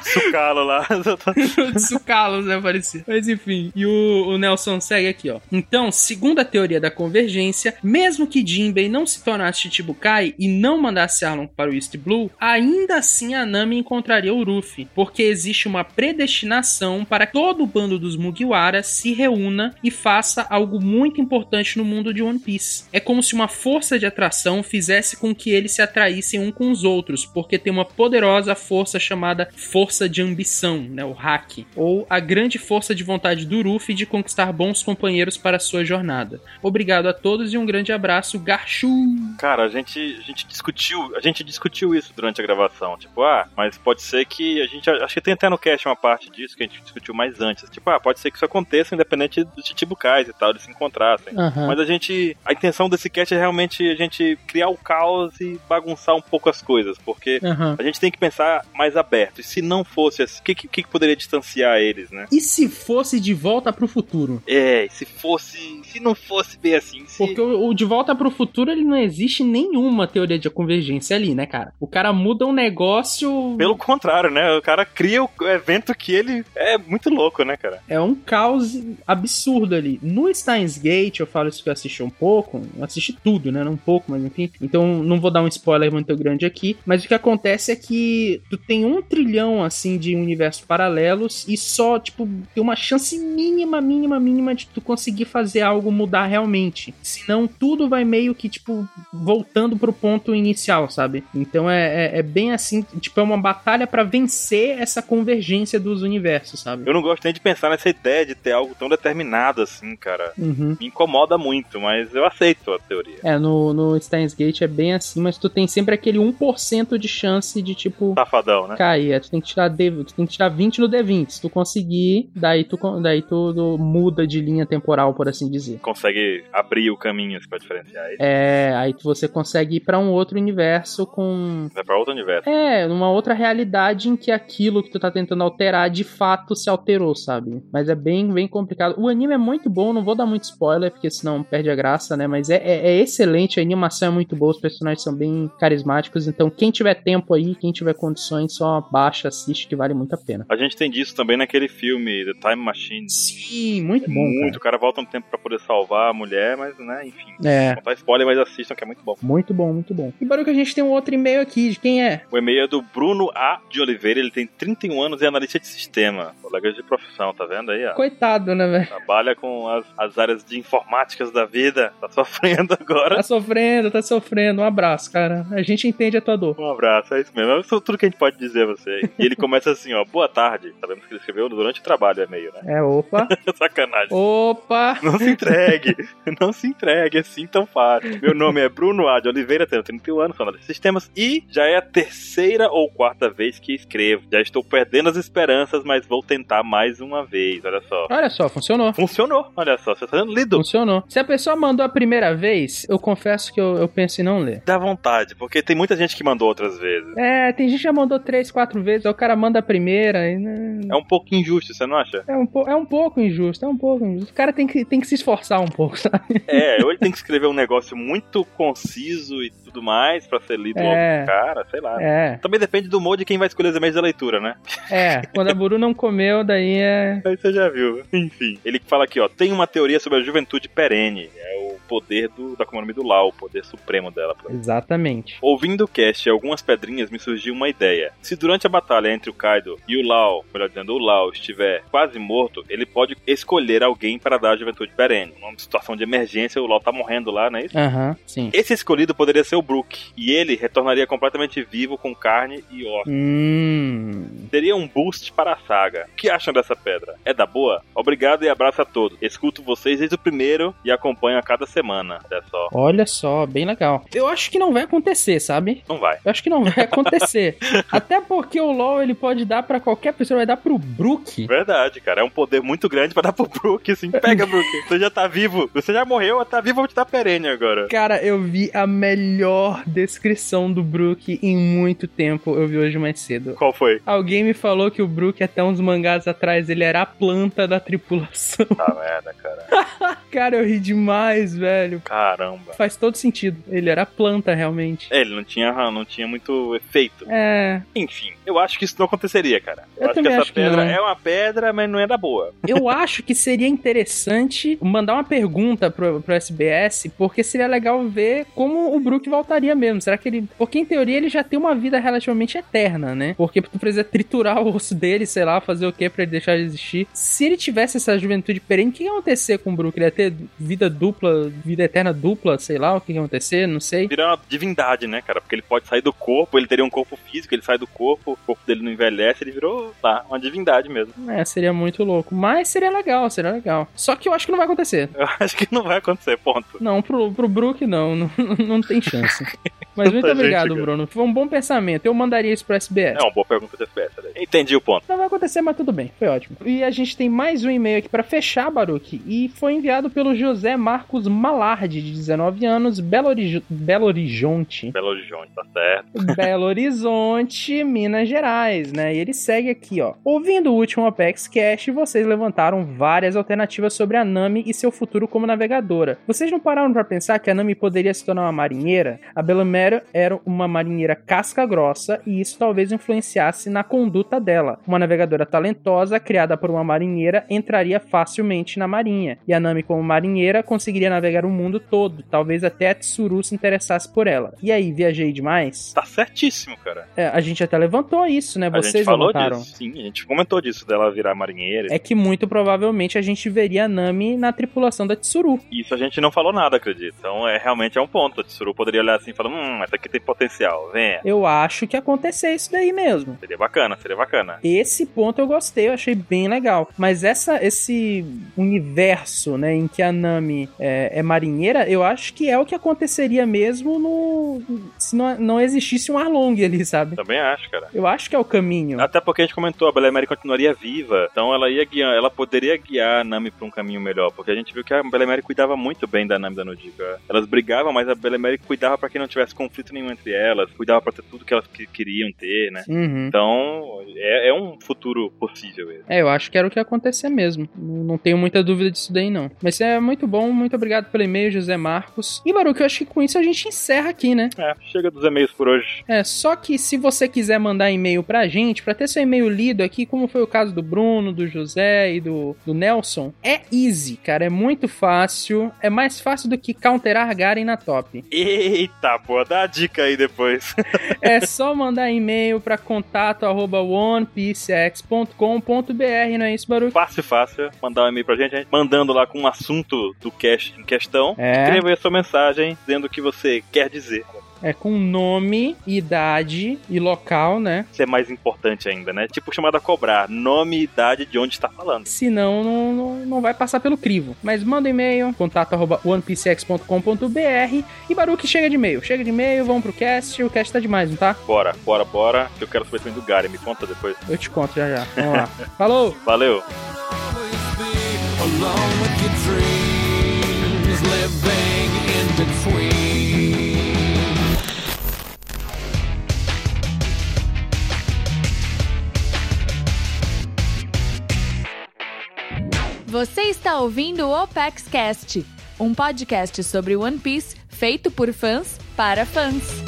Sucalo lá.
Isso Carlos, né, parecia. Mas enfim, e o, o Nelson segue aqui, ó. Então, segundo a teoria da convergência, mesmo que Jinbei não se tornasse Chichibukai e não mandasse Arlong para o East Blue, ainda assim a Nami encontraria o Ruffy, porque existe uma predestinação para que todo o bando dos Mugiwara se reúna e faça algo muito importante no mundo de One Piece. É como se uma força de atração fizesse com que eles se atraíssem um com os outros, porque tem uma poderosa força chamada força de ambição, né, o hack, ou a grande força de vontade do Ruffy de conquistar bons companheiros para sua jornada. Obrigado a todos e um grande abraço, Garchu!
Cara, a gente, a gente discutiu, a gente discutiu isso durante a gravação. Tipo, ah, mas pode ser que a gente. Acho que tem até no cast uma parte disso que a gente discutiu mais antes. Tipo, ah, pode ser que isso aconteça independente dos Chichibucais e tal, eles se encontrassem.
Aham.
Mas a gente. A intenção desse cast é realmente a gente criar o caos e bagunçar um pouco as coisas. Porque
Aham.
a gente tem que pensar mais aberto. E se não fosse assim, o que, que, que poderia distanciar eles, né?
E se fosse de volta pro futuro?
É, e se fosse. Se não fosse bem assim, se.
Porque o, o De Volta pro Futuro, ele não existe nenhuma teoria de convergência ali, né, cara? O cara muda um negócio.
Pelo contrário, né? O cara cria o evento que ele é muito louco, né, cara?
É um caos absurdo ali. No Steins Gate, eu falo isso que eu assisti um pouco, eu assisti tudo, né? Não um pouco, mas enfim. Então não vou dar um spoiler muito grande aqui. Mas o que acontece é que tu tem um trilhão, assim, de universos paralelos e só, tipo, tem uma chance mínima, mínima, mínima de tu conseguir fazer algo mudar realmente. Senão tudo vai meio que, tipo, voltando pro ponto inicial, sabe? Então é, é- é bem assim, tipo, é uma batalha pra vencer essa convergência dos universos, sabe?
Eu não gosto nem de pensar nessa ideia de ter algo tão determinado assim, cara.
Uhum.
Me incomoda muito, mas eu aceito a teoria.
É, no, no Steins Gate é bem assim, mas tu tem sempre aquele 1% de chance de, tipo,
Safadão, né?
cair. É, tu, tem que tirar D, tu tem que tirar 20 no D20. Se tu conseguir, daí tu, con- daí tu tu muda de linha temporal, por assim dizer.
Consegue abrir o caminho assim, pra diferenciar ele.
É, aí tu- você consegue ir pra um outro universo com.
Vai pra outro universo.
É, numa outra realidade em que aquilo que tu tá tentando alterar de fato se alterou, sabe? Mas é bem, bem complicado. O anime é muito bom, não vou dar muito spoiler, porque senão perde a graça, né? Mas é, é- é excelente, a animação é muito boa, os personagens são bem carismáticos. Então, quem tiver tempo aí, quem tiver condições, só baixa, assiste, que vale muito a pena.
A gente tem disso também naquele filme, The Time Machine.
Sim, muito bom.
Muito, o cara volta um tempo pra poder salvar a mulher, mas, né, enfim.
É.
Não tá spoiler, mas assistam que é muito bom.
Muito bom, muito bom. E barulho que a gente tem um outro e-mail aqui, de quem é?
O e-mail é do Bruno A. de Oliveira, ele tem 31 anos e é analista de sistema. Colega de profissão, tá vendo aí, ó?
Coitado, né, velho?
Trabalha com as, as áreas de informáticas da vida, tá sofrendo agora.
Tá sofrendo, tá sofrendo. Um abraço, cara. A gente entende a tua dor.
Um abraço, é isso mesmo. Isso é tudo que a gente pode dizer a você. E ele começa assim, ó, boa tarde. Sabemos que ele escreveu durante o trabalho, é meio, né?
É, opa.
Sacanagem.
Opa!
Não se entregue, não se entregue assim tão fácil. Meu nome é Bruno A. de Oliveira, tenho 31 anos, sou analista de sistemas e já é a terceira ou quarta vez que escrevo. Já estou perdendo as esperanças, mas vou tentar mais uma vez, olha só.
Olha só, funcionou.
Funcionou, olha só, você tá sendo lido.
Funcionou. Se a pessoa mandou a primeira vez, eu confesso que eu, eu penso em não ler.
Dá vontade, porque tem muita gente que mandou outras vezes.
É, tem gente que já mandou três, quatro vezes, aí o cara manda a primeira. E, né,
É um pouco injusto, você não acha?
é, um, po- é um um pouco injusto, é um pouco injusto. O cara tem que, tem que se esforçar um pouco, sabe?
É, ou ele tem que escrever um negócio muito conciso e tudo mais pra ser lido logo
É.
de cara, sei lá.
É,
Também depende do humor de quem vai escolher os e-mails da leitura, né?
é. Quando a Buru não comeu, daí é.
Aí você já viu. Enfim, ele fala aqui, ó, tem uma teoria sobre a juventude perene. É o poder do, da Komanami do Lau, o poder supremo dela.
Exatamente.
Ouvindo o cast e algumas pedrinhas, me surgiu uma ideia. Se durante a batalha entre o Kaido e o Lau, melhor dizendo, o Lau estiver quase morto, ele pode escolher alguém para dar a juventude perene. Numa situação de emergência, o Lau tá morrendo lá, não é isso?
Aham, sim.
Esse escolhido poderia ser o Brook, e ele retornaria completamente vivo com carne e ossos.
Hum.
Seria um boost para a saga. O que acham dessa pedra? É da boa? Obrigado e abraço a todos. Escuto vocês desde o primeiro e acompanho a cada semana. Olha só.
Olha só, bem legal. Eu acho que não vai acontecer, sabe?
Não vai.
Eu acho que não vai acontecer. Até porque o LoL ele pode dar pra qualquer pessoa, ele vai dar pro Brook.
Verdade, cara. É um poder muito grande pra dar pro Brook, assim. Pega, Brook. Você já tá vivo. Você já morreu, tá vivo, eu vou te dar perene agora.
Cara, eu vi a melhor descrição do Brook em muito tempo. Eu vi hoje mais cedo.
Qual foi?
Alguém me falou que o Brook, até uns mangás atrás, ele era a planta da tripulação.
Tá merda, cara.
Cara, eu ri demais, velho.
Caramba.
Faz todo sentido. Ele era a planta, realmente.
É, Ele não tinha, não tinha muito efeito.
É,
Enfim, eu acho que isso não aconteceria, cara.
Eu
acho que
também
essa
acho que
pedra
não.
é uma pedra, mas não é da boa.
eu acho que seria interessante mandar uma pergunta pro, pro SBS, porque seria legal ver como o Brook voltaria mesmo. Será que ele. Porque em teoria ele já tem uma vida relativamente eterna, né? Porque tu precisa triturar o osso dele, sei lá, fazer o que pra ele deixar de existir. Se ele tivesse essa juventude perene, o que ia acontecer com o Brook? Ele ia ter vida dupla, vida eterna dupla, sei lá, o que ia acontecer, não sei.
Virar uma divindade, né, cara? Porque ele pode sair do corpo, ele teria um corpo físico, ele sai do corpo, o corpo dele não envelhece, ele virou, tá, uma divindade mesmo.
É, seria muito louco. Mas seria legal, seria legal. Só que eu acho que não vai acontecer.
Eu acho que não vai acontecer, ponto.
Não, pro, pro Brook não, não, não tem chance. Mas muito
Tá, gente,
obrigado,
cara.
Bruno. Foi um bom pensamento. Eu mandaria isso pro SBS.
É uma boa pergunta do FPS, né? Entendi o ponto.
Não vai acontecer, mas tudo bem. Foi ótimo. E a gente tem mais um e-mail aqui pra fechar, Baruque. E foi enviado pelo José Marcos Malardi, de 19 anos, Belo, Horiz- Belo Horizonte.
Belo Horizonte, tá certo.
Belo Horizonte, Minas Gerais, né? E ele segue aqui, ó. Ouvindo o último Apex Cash, vocês levantaram várias alternativas sobre a Nami e seu futuro como navegadora. Vocês não pararam pra pensar que a Nami poderia se tornar uma marinheira? A Belomero era uma marinheira casca grossa e isso talvez influenciasse na conduta dela. Uma navegadora talentosa, criada por uma marinheira, entraria facilmente na marinha. E a Nami, como marinheira, conseguiria navegar o mundo todo. Talvez até a Tsuru se interessasse por ela. E aí, viajei demais?
Tá certíssimo, cara.
É, a gente até levantou isso, né?
a
Vocês
gente falou
levantaram.
disso. Sim, a gente comentou disso, dela virar marinheira.
É que muito provavelmente a gente veria a Nami na tripulação da Tsuru.
Isso a gente não falou nada, acredito. Então, é realmente é um ponto. A Tsuru poderia olhar assim e falar, hum, essa aqui tem potencial, venha.
Eu acho que acontecer isso daí mesmo.
Seria bacana, seria bacana.
Esse ponto eu gostei, eu achei bem legal. Mas essa, esse universo, né, em que a Nami é, é marinheira, eu acho que é o que aconteceria mesmo no se não, não existisse um Arlong ali, sabe?
Também acho, cara.
Eu acho que é o caminho.
Até porque a gente comentou, a Bela Mary continuaria viva, então ela ia guiar, ela poderia guiar a Nami pra um caminho melhor, porque a gente viu que a Bela Mary cuidava muito bem da Nami e da Nodica. Elas brigavam, mas a Bela Mary cuidava pra que não tivesse conflito nenhum entre elas, cuidava pra ter tudo que elas que- queriam ter, né?
Uhum.
Então, é, é um futuro possível mesmo.
É, eu acho que era o que ia acontecer mesmo. Não não tenho muita dúvida disso daí, não. Mas é muito bom, muito obrigado pelo e-mail, José Marcos. E, Baruque, eu acho que com isso a gente encerra aqui, né?
É, chega dos e-mails por hoje.
É, só que se você quiser mandar e-mail pra gente, pra ter seu e-mail lido aqui, como foi o caso do Bruno, do José e do, do Nelson, é easy, cara. É muito fácil. É mais fácil do que counterar Garen na top.
Eita, boa, dá a dica aí depois.
É só mandar e-mail pra contato arroba onepiecex.com.br, não é isso, Baruque?
fácil, fácil, mandar um e-mail pra gente, a gente mandando lá com um assunto do cast em questão.
É.
Escreva aí a sua mensagem dizendo o que você quer dizer.
É com nome, idade e local, né?
Isso é mais importante ainda, né? Tipo chamada cobrar, nome e idade de onde está falando.
Senão, não, não, não vai passar pelo crivo. Mas manda um e-mail, contato arroba onepcx.com.br e Baruque chega de e-mail. Chega de e-mail, vamos pro cast. O cast tá demais, não tá?
Bora, bora, bora, que eu quero saber também do Gary, me conta depois.
Eu te conto já já. Vamos lá. Falou!
Valeu!
está ouvindo o OpexCast, um podcast sobre One Piece feito por fãs para fãs.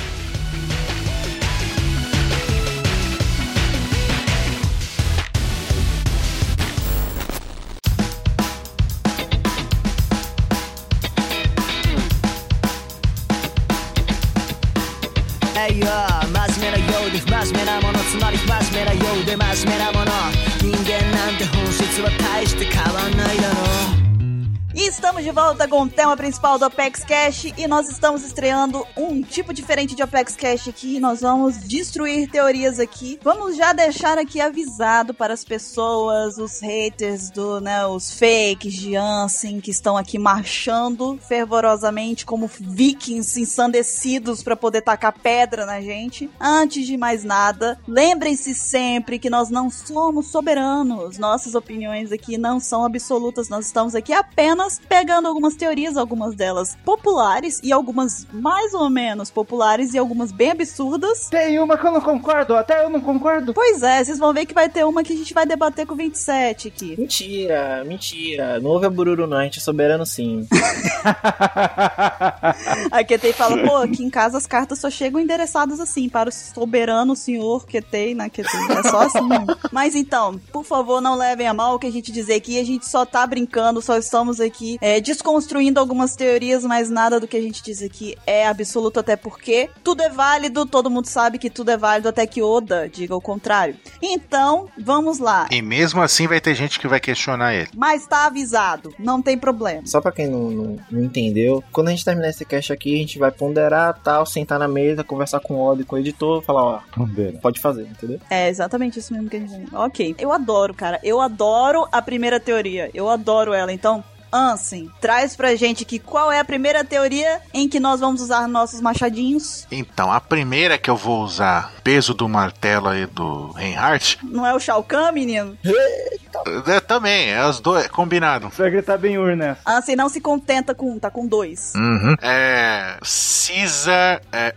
E estamos de volta com o tema principal do Apex Cash e nós estamos estreando um tipo diferente de Apex Cash aqui. Nós vamos destruir teorias aqui. Vamos já deixar aqui avisado para as pessoas, os haters do, né, os fakes de Ansem que estão aqui marchando fervorosamente como vikings ensandecidos para poder tacar pedra na gente. Antes de mais nada, lembrem-se sempre que nós não somos soberanos. Nossas opiniões aqui não são absolutas. Nós estamos aqui apenas pegando algumas teorias, algumas delas populares e algumas mais ou menos populares e algumas bem absurdas.
Tem uma que eu não concordo, até eu não concordo.
Pois é, vocês vão ver que vai ter uma que a gente vai debater com o 27 aqui.
Mentira, mentira. Não houve a Bururu, não. A gente é soberano sim.
Aí Ketei fala, pô, aqui em casa as cartas só chegam endereçadas assim, para o soberano senhor Ketei, né, Ketei? É só assim. mesmo. Mas então, por favor, não levem a mal o que a gente dizer aqui, a gente só tá brincando, só estamos aqui é, desconstruindo algumas teorias, mas nada do que a gente diz aqui é absoluto, até porque tudo é válido, todo mundo sabe que tudo é válido, até que Oda diga o contrário. Então, vamos lá.
E mesmo assim vai ter gente que vai questionar ele.
Mas tá avisado, não tem problema.
Só pra quem não, não- não entendeu, quando a gente terminar esse cast aqui, a gente vai ponderar, tal, sentar na mesa, conversar com o Odd, com o editor, falar, ó, pode fazer, entendeu?
É exatamente isso mesmo que a gente. Ok. Eu adoro, cara. Eu adoro a primeira teoria. Eu adoro ela. Então, Ansem, traz pra gente que qual é a primeira teoria em que nós vamos usar nossos machadinhos.
Então, a primeira que eu vou usar, peso do martelo aí do Reinhardt,
Não é o Shao Kahn, menino?
é, também, é os dois, é combinado.
Você vai gritar bem urna.
Ansem não se contenta com um, tá com dois.
Uhum. É. Caesar é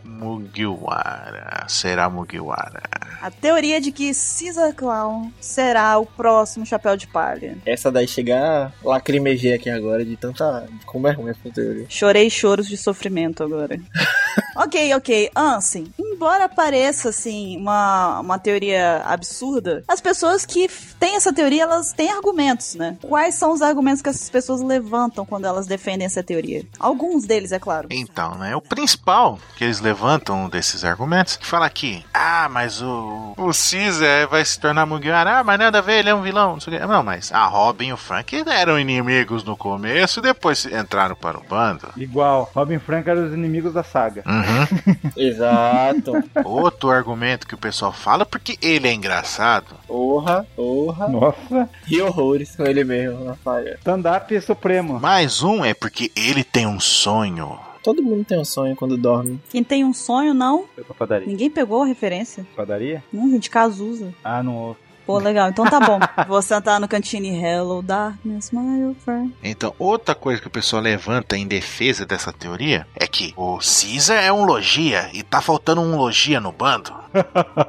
Mugiwara. Será Mugiwara.
A teoria de que Caesar Clown será o próximo chapéu de palha.
Essa daí chegar, lacrimejei aqui agora de tanta... Como é ruim essa teoria.
Chorei choros de sofrimento agora. ok, ok. Ansem, embora pareça, assim, uma, uma teoria absurda, as pessoas que f- têm essa teoria, elas têm argumentos, né? Quais são os argumentos que essas pessoas levantam quando elas defendem essa teoria? Alguns deles, é claro.
Então, né? O principal que eles levantam desses argumentos que fala aqui: Ah, mas o. O Caesar vai se tornar Mugiwara. Ah, mas nada a ver, ele é um vilão. Não, sei o quê. não mas a Robin e o Frank eram inimigos no começo e depois entraram para o bando.
Igual, Robin Frank era os inimigos da saga.
Uhum.
Exato.
Outro argumento que o pessoal fala, porque ele é engraçado.
Orra, orra.
Nossa,
E horrores com ele mesmo, Rafael.
stand-up supremo.
Mais um é porque ele tem um sonho.
Todo mundo tem um sonho quando dorme.
Quem tem um sonho, não.
Foi pra padaria.
Ninguém pegou a referência.
Padaria?
Não, gente, Cazuza.
Ah, não houve.
Pô, legal. Então tá bom. Vou sentar no cantinho e Hello, darkness, my old friend.
Então, outra coisa que o pessoal levanta em defesa dessa teoria é que o Caesar é um logia e tá faltando um logia no bando,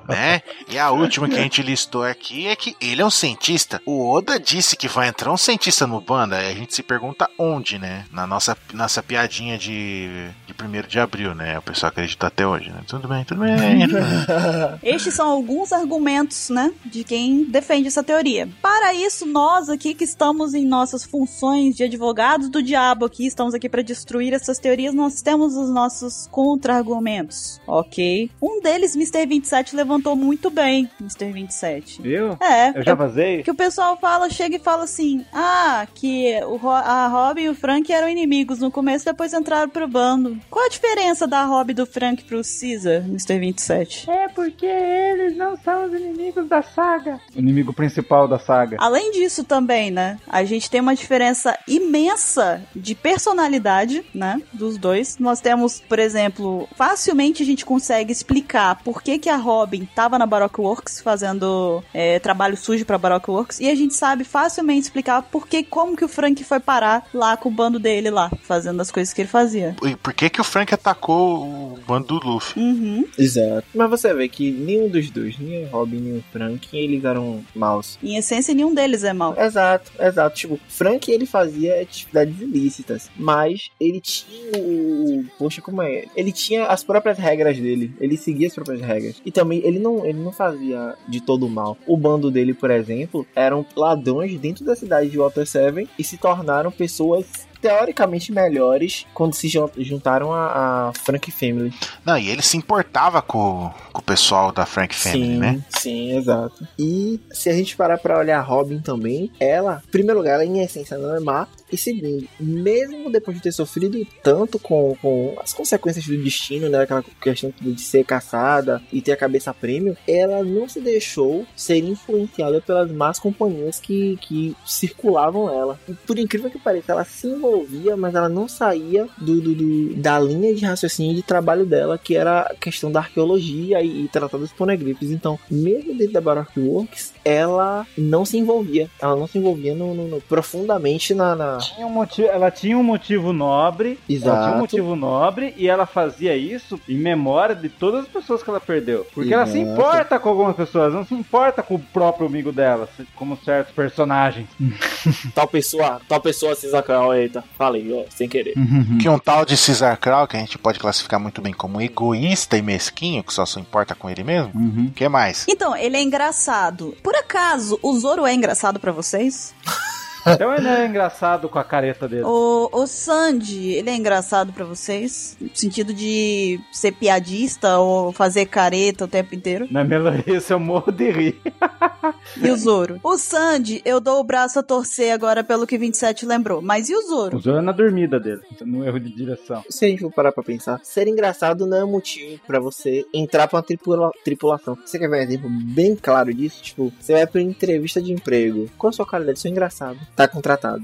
né? E a última que a gente listou aqui é que ele é um cientista. O Oda disse que vai entrar um cientista no bando, aí a gente se pergunta onde, né? Na nossa, nossa piadinha de, de 1 de abril, né? O pessoal acredita até hoje, né? Tudo bem, tudo bem. tudo bem.
Estes são alguns argumentos, né, de quem defende essa teoria. Para isso, nós aqui que estamos em nossas funções de advogados do diabo aqui, estamos aqui para destruir essas teorias, nós temos os nossos contra-argumentos, ok? Um deles, Mr. 27, levantou muito bem, Mr. 27.
Viu?
É,
Eu já vazei?
que o pessoal fala, chega e fala assim: Ah, que o Ro- a Robin e o Frank eram inimigos no começo, depois entraram pro bando. Qual a diferença da Robin e do Frank pro Caesar, Mr. 27?
É porque eles não são os inimigos da saga. O inimigo principal da saga.
Além disso também, né? A gente tem uma diferença imensa de personalidade, né? Dos dois. Nós temos, por exemplo, facilmente a gente consegue explicar por que, que que a Robin tava na Baroque Works fazendo é, trabalho sujo pra Baroque Works e a gente sabe facilmente explicar por que, como que o Frank foi parar lá com o bando dele lá, fazendo as coisas que ele fazia.
E por que que o Frank atacou o bando do Luffy?
Uhum.
Exato. Mas você vê que nenhum dos dois, nem o Robin nem o Frank, eles eram maus.
Em essência, nenhum deles é mau.
Exato, exato. Tipo, Frank ele fazia atividades ilícitas, mas ele tinha o. Poxa, como é? Ele tinha as próprias regras dele. Ele seguia as próprias regras. E também ele não, ele não fazia de todo mal. O bando dele, por exemplo, eram ladrões dentro da cidade de Water Seven e se tornaram pessoas teoricamente melhores quando se jun- juntaram a, a Frank Family.
Não, e ele se importava com, com o pessoal da Frank Family,
sim,
né?
Sim, exato. E se a gente parar pra olhar a Robin também, ela, em primeiro lugar, ela em essência não é má. E segundo, mesmo depois de ter sofrido tanto com, com as consequências do destino, né? Aquela questão tudo de ser caçada e ter a cabeça a prêmio, ela não se deixou ser influenciada pelas más companhias que, que circulavam ela. E por incrível que pareça, ela se envolvia, mas ela não saía do, do- do- da linha de raciocínio e de trabalho dela, que era a questão da arqueologia e, e tratar dos ponegripes. Então, mesmo dentro da Baroque Works, ela não se envolvia. Ela não se envolvia no, no- no- profundamente na. na-
Tinha um motivo, ela tinha um motivo nobre. Ela tinha
Exato.
um motivo nobre e ela fazia isso em memória de todas as pessoas que ela perdeu. Porque ela se
Exato.
importa com algumas pessoas, não se importa com o próprio amigo dela, se- como certos personagens.
Tal pessoa, tal pessoa se sacar, eita, falei, ó, sem querer.
Que um tal de Cesar Crow, que a gente pode classificar muito bem como egoísta e mesquinho, que só se importa com ele mesmo. O que mais?
Então, ele é engraçado. Por acaso, o Zoro é engraçado pra vocês?
Então ele é engraçado com a careta dele.
O, o Sandy, ele é engraçado pra vocês? No sentido de ser piadista ou fazer careta o tempo inteiro?
Na melodia, é eu morro de rir.
E o Zoro? O Sandy, eu dou o braço a torcer agora pelo que 27 lembrou. Mas e o Zoro?
Usou na dormida dele, no erro de direção.
Se a gente for parar pra pensar, ser engraçado não é motivo pra você entrar pra uma tripula- tripulação. Você quer ver um exemplo bem claro disso? Tipo, você vai pra uma entrevista de emprego. Qual a sua qualidade? Sou engraçado. Tá contratado.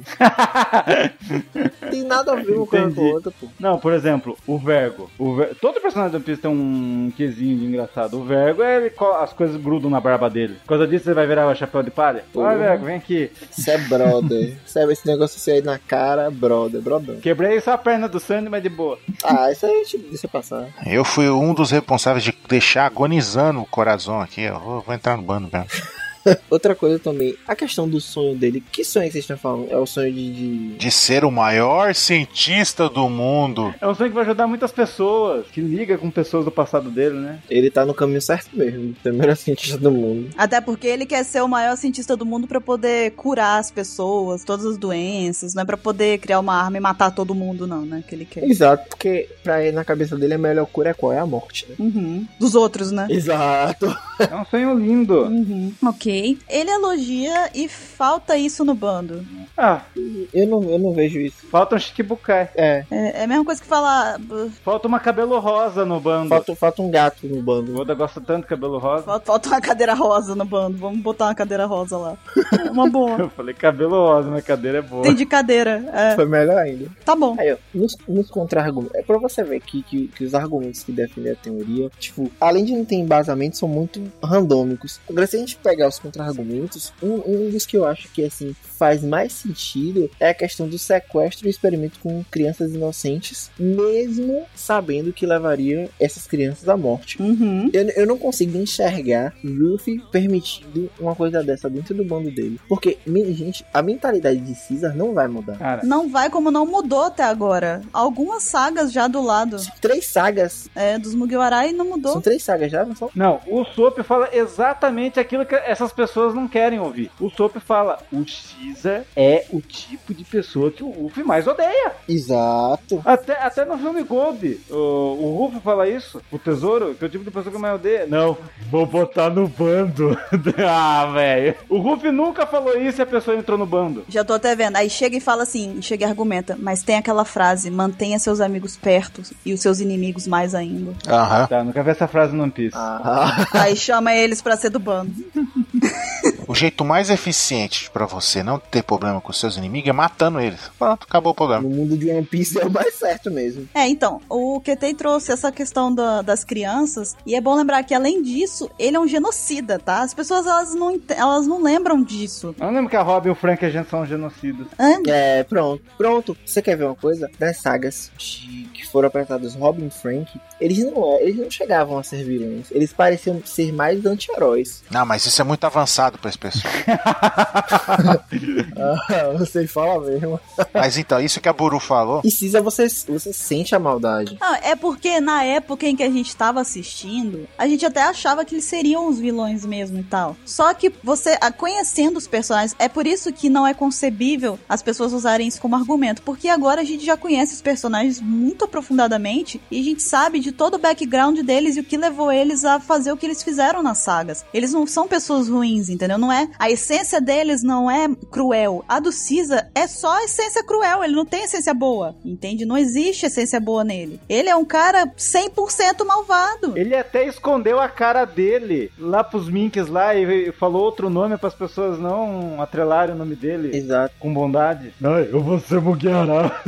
Não tem nada a ver uma coisa com
Entendi.
a outra, pô.
Não, por exemplo, o Vergo. O Ver- Todo personagem do One Piece tem um quesinho de engraçado. O Vergo, ele co- as coisas grudam na barba dele. Por causa disso, ele vai virar o chapéu de palha. Ó,
Porra.
Vergo, vem aqui.
Isso é brother. Sabe esse negócio assim aí na cara, brother, brodão.
Quebrei só a perna do Sandy, mas de boa.
Ah, isso aí a gente deixa passar.
Eu fui um dos responsáveis de deixar agonizando o coração aqui. Eu vou, vou entrar no bando mesmo.
Outra coisa também, a questão do sonho dele. Que sonho que vocês estão falando? É o sonho de. de...
De ser o maior cientista do mundo.
É um sonho que vai ajudar muitas pessoas. Que liga com pessoas do passado dele, né?
Ele tá no caminho certo mesmo. Primeiro cientista do mundo.
Até porque ele quer ser o maior cientista do mundo pra poder curar as pessoas, todas as doenças, não é pra poder criar uma arma e matar todo mundo, não, né? Que ele quer.
Exato, porque pra ele, na cabeça dele, a melhor cura é qual? É a morte, né?
Uhum. Dos outros, né?
Exato.
É um sonho lindo.
Uhum. Ok. Ele elogia e falta isso no bando.
Ah,
Eu não, eu não vejo isso.
falta um Shikibukai.
É,
É, é a mesma coisa que falar. "Bu,
Falta uma cabelo rosa no bando.
falta, falta um gato no
O
bando.
Oda gosta tanto de cabelo rosa.
Falta, falta uma cadeira rosa no bando. Vamos botar uma cadeira rosa lá. É uma boa.
Eu falei cabelo rosa, minha cadeira é boa.
Tem de cadeira. É,
Foi melhor ainda.
tá bom.
Aí, ó, nos, nos contra-argumentos. É pra você ver que, que, que os argumentos que defendem a teoria, tipo, além de não ter embasamento, são muito randômicos. Agora, se a gente pegar os contra-argumentos, um, um dos que eu acho que, assim, faz mais sentido é a questão do sequestro e experimento com crianças inocentes, mesmo sabendo que levaria essas crianças à morte.
Uhum.
Eu, eu não consigo enxergar Luffy permitindo uma coisa dessa dentro do bando dele. Porque, mi- gente, a mentalidade de Caesar não vai mudar.
Cara,
Não vai como não mudou até agora. Algumas sagas já do lado
São três sagas.
é, dos Mugiwara e não
São
mudou.
três sagas já, não são?
Não, o Soap fala exatamente aquilo que essas pessoas não querem ouvir. O Soap fala: o Caesar é o tipo de pessoa que o Ruffy mais odeia.
Exato.
Até, até no filme Gold, o, o Ruffy fala isso. O tesouro, que é o tipo de pessoa que mais odeia. Não, vou botar no bando. ah, velho. O Ruffy nunca falou isso e a pessoa entrou no bando.
Já tô até vendo. Aí chega e fala assim, chega e argumenta. Mas tem aquela frase, mantenha seus amigos perto e os seus inimigos mais ainda.
Aham.
Tá, nunca vi essa frase no One Piece.
Ah,
Aí chama eles pra ser do bando.
O jeito mais eficiente pra você não ter problema com seus inimigos é matando eles. Pronto, acabou o problema.
No mundo de One Piece é o mais certo mesmo.
É, então, o QT trouxe essa questão da- das crianças, e é bom lembrar que, além disso, ele é um genocida, tá? As pessoas, elas não, ent- elas não lembram disso.
Eu não lembro que a Robin e o Frank e a gente são um genocidas.
Hã?
É, pronto. Pronto. Você quer ver uma coisa? Das sagas de- que foram apresentadas Robin e Frank, eles não, é, eles não chegavam a ser vilões. Eles pareciam ser mais anti-heróis.
Não, mas isso é muito avançado pra esse pessoal.
Ah, você fala mesmo.
mas então, isso que a Buru falou.
E Cisa, você, você sente a maldade.
Não, é porque na época em que a gente tava assistindo, a gente até achava que eles seriam os vilões mesmo e tal. Só que você, a- conhecendo os personagens, é por isso que não é concebível as pessoas usarem isso como argumento. Porque agora a gente já conhece os personagens muito aprofundadamente e a gente sabe de todo o background deles e o que levou eles a fazer o que eles fizeram nas sagas. Eles não são pessoas ruins, entendeu? Não é. A essência deles não é cruel. A do Cisa é só a essência cruel. Ele não tem essência boa, entende? Não existe essência boa nele. Ele é um cara 100% malvado.
Ele até escondeu a cara dele lá pros minks lá e falou outro nome pras pessoas não atrelarem o nome dele
Exato.
com bondade. Não, eu vou ser Mugiará.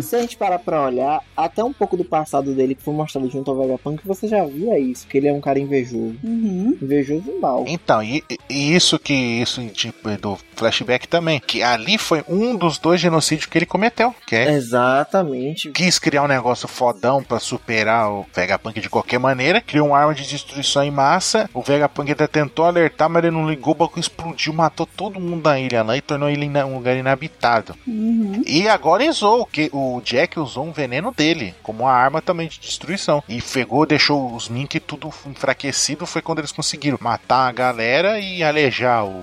Se a gente parar pra olhar, até um pouco do passado dele que foi mostrado junto ao Vegapunk, você já via isso, que ele é um cara invejoso.
Uhum.
Invejoso e mal.
Então, e, e isso que isso tipo, do flashback também, que ali foi um dos dois genocídios que ele cometeu, que é
Exatamente.
quis criar um negócio fodão pra superar o Vegapunk de qualquer maneira, criou uma arma de destruição em massa, o Vegapunk até tentou alertar, mas ele não ligou, o bagulho explodiu, matou todo mundo da ilha lá e tornou ele ina- um lugar inabitável.
Uhum.
E agora ele usou, que o Jack usou um veneno dele, como uma arma também de destruição. E pegou, deixou os Mink tudo enfraquecido, foi quando eles conseguiram matar a galera e alejar o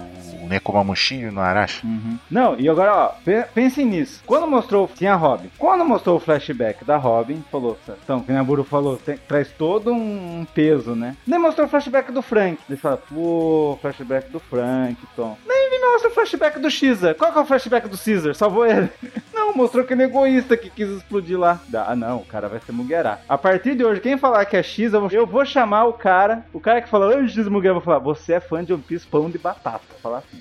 Nekomamushi no Arashi.
Uhum. Não, e agora, ó, pe- pensem nisso. Quando mostrou, tinha a Robin. Quando mostrou o flashback da Robin, falou, então, que nem a Buru falou, tem- traz todo um peso, né? Nem mostrou o flashback do Frank. Eles falam, pô, flashback do Frank, Tom. Nem me mostra o flashback do Caesar. Qual que é o flashback do Caesar? Salvou ele. Não, mostrou que ele é egoísta que quis explodir lá. Dá- Ah, não, o cara vai ser Muguerá. A partir de hoje, quem falar que é X, eu vou, eu vou chamar o cara. O cara que falou, "Ai, X Muguerá, eu vou falar, você é fã de One Piece, pão de batata. Vou Falar assim.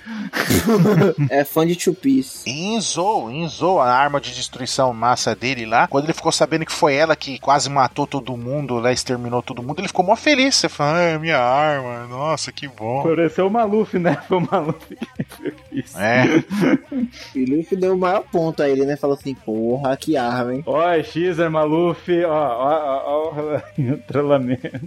É fã de Two Piece.
E Inzou, Inzou, a arma de destruição massa dele lá. Quando ele ficou sabendo que foi ela que quase matou todo mundo, lá exterminou todo mundo, ele ficou mó feliz. Você fala, ah, minha arma, nossa, que bom.
Floresceu o Maluf, né? Foi o Maluf que fez.
É,
E Luffy deu o maior ponto a ele, né? Falou assim, porra, que arma, hein?
Ó, é Xer, Maluf, ó, ó, ó, ó, entrelamento.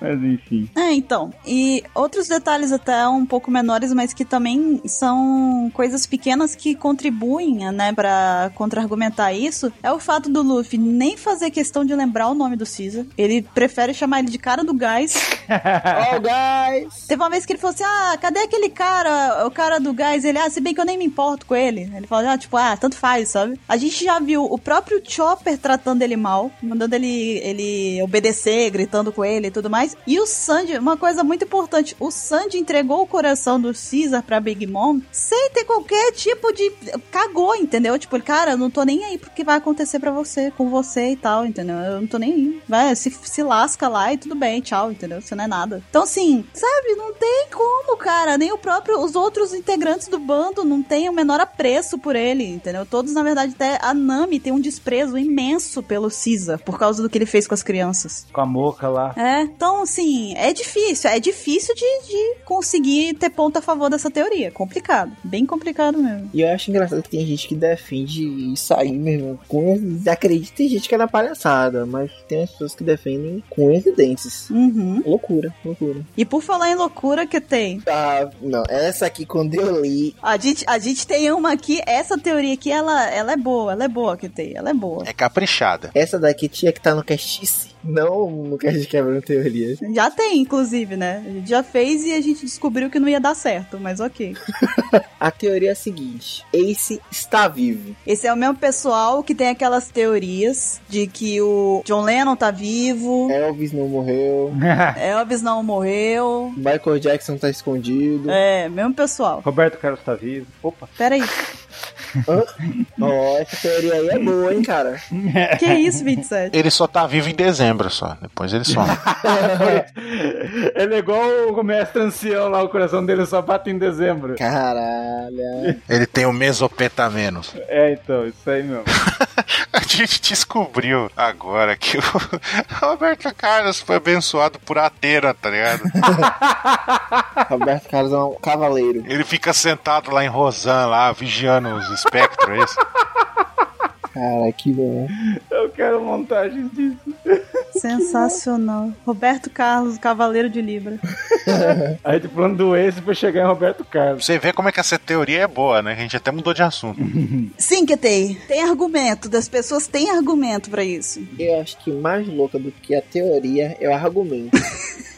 Mas enfim.
É, então. E outros detalhes até um pouco menores, mas que também são coisas pequenas que contribuem, né, pra contra-argumentar isso, é o fato do Luffy nem fazer questão de lembrar o nome do Caesar. Ele prefere chamar ele de cara do gás.
Oh, guys!
Teve uma vez que ele falou assim, ah, cadê aquele cara, o cara do gás? Ele, ah, se bem que eu nem me importo com ele. Ele falou, ah, tipo, ah, tanto faz, sabe? A gente já viu o próprio Chopper tratando ele mal, mandando ele, ele obedecer, gritando com ele e tudo mais. E o Sandy, uma coisa muito importante, o Sandy entregou o coração do Caesar pra Big Mom sem ter qualquer tipo de... Cagou, entendeu? Tipo, ele, cara, eu não tô nem aí pro que vai acontecer pra você, com você e tal, entendeu? Eu não tô nem aí. Vai, se, se lasca lá e tudo bem, tchau, entendeu? Você não é nada. Então, assim, sabe? Não tem como, cara. Nem o próprio... Os outros integrantes do bando não têm o menor apreço por ele, entendeu? Todos, na verdade, até a Nami tem um desprezo imenso pelo Caesar por causa do que ele fez com as crianças.
Com a moca lá.
É, então assim, é difícil, é difícil de, de conseguir ter ponto a favor dessa teoria. Complicado, bem complicado mesmo.
E eu acho engraçado que tem gente que defende isso aí, meu irmão. Com... Acredita em gente que é da palhaçada, mas tem as pessoas que defendem com evidências.
Uhum.
Loucura, loucura.
E por falar em loucura que tem.
Ah, não, essa aqui quando eu li.
A gente, a gente tem uma aqui, essa teoria aqui, ela, ela é boa, ela é boa que tem, ela é boa.
é caprichada.
Essa daqui tinha que estar no castice, não no cast de quebrando teorias.
Já tem, inclusive, né? A gente já fez e a gente descobriu que não ia dar certo, mas ok.
A teoria é a seguinte: Ace está vivo.
Esse é o mesmo pessoal que tem aquelas teorias de que o John Lennon tá vivo,
Elvis não morreu.
Elvis não morreu.
Michael Jackson tá escondido.
É, mesmo pessoal.
Roberto Carlos tá vivo. Opa.
Peraí.
Ó, essa teoria aí é boa, hein, cara?
Que isso, 27?
Ele só tá vivo em dezembro só. Depois ele some.
Ele é igual o mestre ancião lá, o coração dele só bate em dezembro.
Caralho.
ele tem o mesopetamento.
É, então, isso aí mesmo.
A gente descobriu agora que o Roberto Carlos foi abençoado por Atena, tá ligado?
Roberto Carlos é um cavaleiro.
Ele fica sentado lá em Rosan, lá, vigiando os espectros, é isso?
Cara, que bom.
Eu quero montagens disso.
Sensacional. Roberto Carlos, Cavaleiro de Libra.
A gente plano do esse pra chegar em Roberto Carlos.
Você vê como é que essa teoria é boa, né? A gente até mudou de assunto.
Sim, que tem. Tem argumento. Das pessoas têm argumento pra isso.
Eu acho que mais louca do que a teoria é o argumento.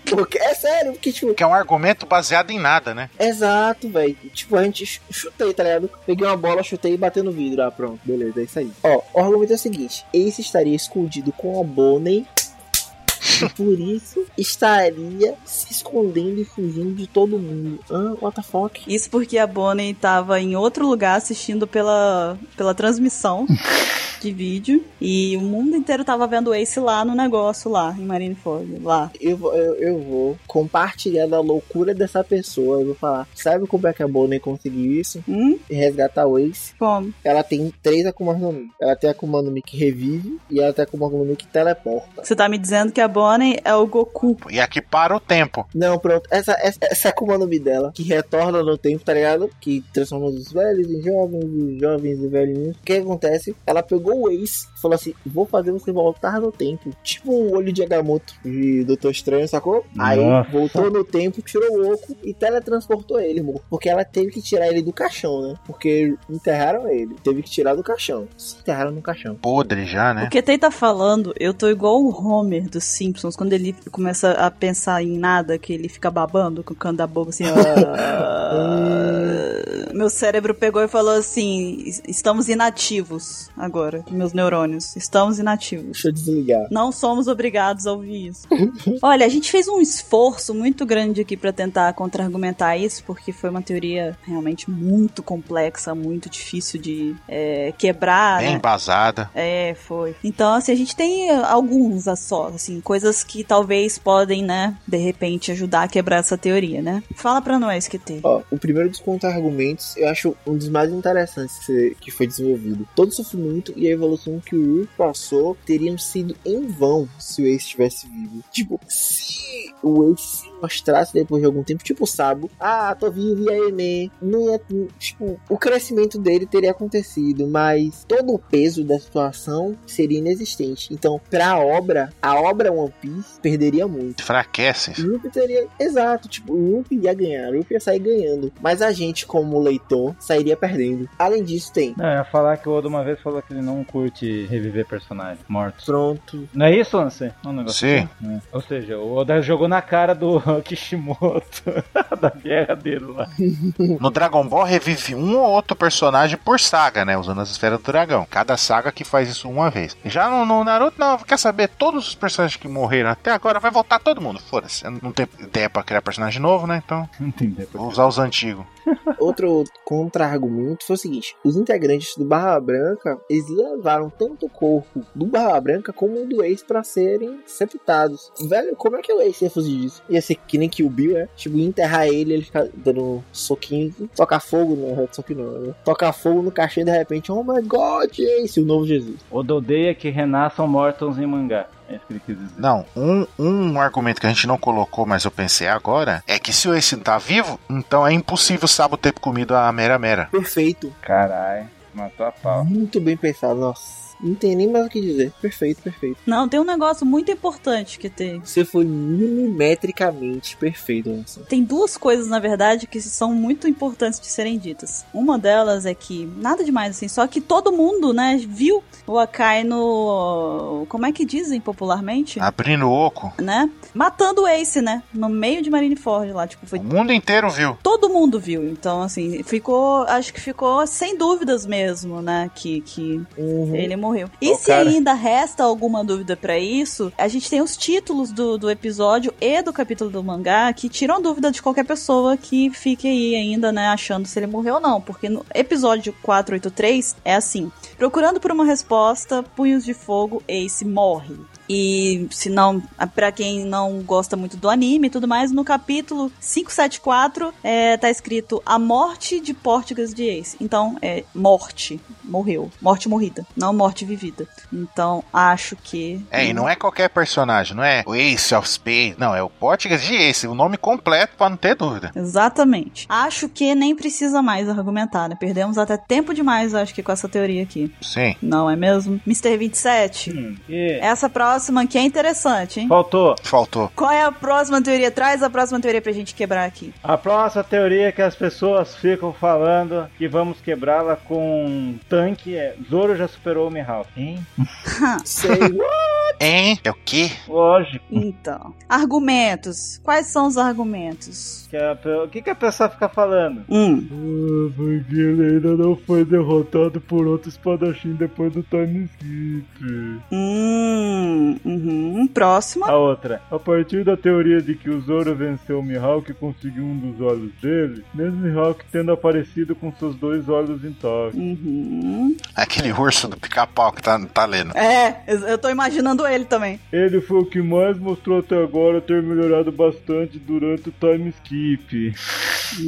Porque, é sério, porque, tipo,
Que é um argumento baseado em nada, né?
Exato, velho. Tipo, a gente ch- chutei, tá ligado? Peguei uma bola, chutei e bateu no vidro. Ah, pronto, beleza, é isso aí. Ó, o argumento é o seguinte: Ace estaria escondido com a Bonnie. e por isso estaria se escondendo e fugindo de todo mundo. Ah, what the fuck?
Isso porque a Bonnie tava em outro lugar assistindo pela, pela transmissão de vídeo. E o mundo inteiro tava vendo o Ace lá no negócio, lá em Marineford. Lá.
Eu, vou- eu, eu vou compartilhar da loucura dessa pessoa. Eu vou falar: sabe como é que a Bonnie conseguiu isso?
Hum?
E resgatar o Ace?
Como?
Ela tem três Akumas no Mi. Ela tem a Akuma no Mi que revive e ela tem a Akuma no Mi que teleporta.
Você tá me dizendo que a Bonnie é o Goku.
E aqui para o tempo.
Não, pronto. Essa, essa, essa é Akuma no Mi dela, que retorna no tempo, tá ligado? Que transforma os velhos em jovens, os jovens em velhinhos. O que acontece? Ela pegou o Ace e falou assim: vou fazer você voltar no tempo. Tipo o olho de Agamotto de Doutor Estranho, sacou? Aí
Nossa.
voltou no tempo, tirou o oco e teletransportou ele, amor. Porque ela teve que tirar ele do caixão, né? Porque enterraram ele. Teve que tirar do caixão. Se enterraram no caixão.
Podre já,
O
né?
que Tei tá falando, eu tô igual o Homer dos Simpsons, quando ele começa a pensar em nada, que ele fica babando com o canto da boca assim. ah. Meu cérebro pegou e falou assim: "Es- estamos inativos agora, meus neurônios. Estamos inativos.
Deixa eu desligar.
Não somos obrigados a ouvir isso. Olha, a gente fez um esforço muito grande aqui pra tentar contra-argumentar isso, porque foi uma teoria realmente muito complexa, muito difícil de eh, quebrar.
Bem
né?
embasada.
É, foi. Então, assim, a gente tem eh, alguns a só, assim, coisas que talvez podem, né, de repente ajudar a quebrar essa teoria, né? Fala pra nós, QT.
Ó, o primeiro dos contra-argumentos eu acho um dos mais interessantes que se- que foi desenvolvido. Todo o sofrimento e a evolução que o Rui passou teriam sido em vão se o Ace estivesse vivo. Tipo, se o Ace se mostrasse depois de algum tempo, tipo o Sabo, ah, tô vivo e aí, né? Não ia, tipo, o crescimento dele teria acontecido, mas todo o peso da situação seria inexistente. Então, pra obra, a obra One Piece perderia muito.
Enfraquece.
Rupi teria. Exato, tipo, o Rupi ia ganhar, o Rupi ia sair ganhando. Mas a gente, como leitor, sairia perdendo. Além disso, tem.
Não, eu ia falar que o Oda uma vez falou que ele não curte reviver personagens mortos.
Pronto.
Não é isso, Ansem? Não é um negócio
Sim.
assim? É. Ou seja, o Oda jogou na cara do Kishimoto, da guerra dele lá.
No Dragon Ball revive um ou outro personagem por saga, né? Usando as esferas do dragão. Cada saga que faz isso uma vez. Já no, no Naruto, não, quer saber? Todos os personagens que morreram até agora vai voltar todo mundo. Foda-se. Não tem ideia pra criar personagem novo, né? Então,
Não entendi.
vou usar os antigos.
Outro contra-argumento foi o seguinte: os integrantes do Barra Branca eles levaram tanto o corpo do Barra Branca como o do Ace pra serem sepultados. Velho, como é que o Ace ia fugir disso? Ia ser que nem que o Bill, é? Tipo, enterrar ele, ele ficar dando soquinho, tocar fogo, né? Soquinho não, né? Tocar fogo no cachê e de repente, oh my god, Ace, o novo Jesus.
Oda odeia que renasçam mortos em mangá. É isso que ele quis dizer.
Não, um, um argumento que a gente não colocou, mas eu pensei agora, é que se o Ace tá vivo, então é impossível o Sabo ter comido a Mera Mera.
Perfeito.
Caralho, matou a pau.
Muito bem pensado, nossa. Não tem nem mais o que dizer. Perfeito, perfeito.
Não, tem um negócio muito importante, QT.
Você foi milimetricamente perfeito, Anderson.
Tem duas coisas, na verdade, que são muito importantes de serem ditas. Uma delas é que, nada demais, assim, só que todo mundo, né, viu o Akai no. Como é que dizem popularmente?
Abrindo o oco,
Né? Matando o Ace, né? No meio de Marineford lá. Tipo, foi
o mundo inteiro viu.
todo mundo viu. Então, assim, ficou. Acho que ficou sem dúvidas mesmo, né? Que, que
Uhum.
ele morreu. E
Ô,
se
cara.
ainda resta alguma dúvida pra isso, a gente tem os títulos do, do episódio e do capítulo do mangá que tiram dúvida de qualquer pessoa que fique aí ainda, né, achando se ele morreu ou não. Porque no episódio 483 é assim: procurando por uma resposta, punhos de fogo, Ace morre. E se não, pra quem não gosta muito do anime e tudo mais, no capítulo 574 é, tá escrito A Morte de Portugas de Ace. Então é morte, morreu. Morte morrida, não morte vivida. Então acho que.
É, e não é qualquer personagem, não é o Ace of Spades, não, é o Português de Ace, o nome completo pra não ter dúvida.
Exatamente. Acho que nem precisa mais argumentar, né? Perdemos até tempo demais, acho que, com essa teoria aqui.
Sim.
Não é mesmo? Mr. 27,
E-
essa próxima aqui é interessante, hein?
Faltou.
Faltou.
Qual é a próxima teoria? Traz a próxima teoria pra gente quebrar aqui.
A próxima teoria que as pessoas ficam falando que vamos quebrá-la com um tanque é Zoro já superou o Mihawk. Hein?
Sei.
Hein? É o quê?
Lógico.
Então, argumentos. Quais são os argumentos?
Que a pe- o que, que a pessoa fica falando?
Hum.
porque ele ainda não foi derrotado por outro espadachim depois do Time Skip.
Hum. Uhum. Próxima.
A outra. A partir da teoria de que o Zoro venceu o Mihawk e conseguiu um dos olhos dele, mesmo Mihawk tendo aparecido com seus dois olhos intactos.
Uhum.
Aquele urso do pica-pau que tá, tá lendo.
É, eu eu tô imaginando ele também.
Ele foi o que mais mostrou até agora ter melhorado bastante durante o time skip.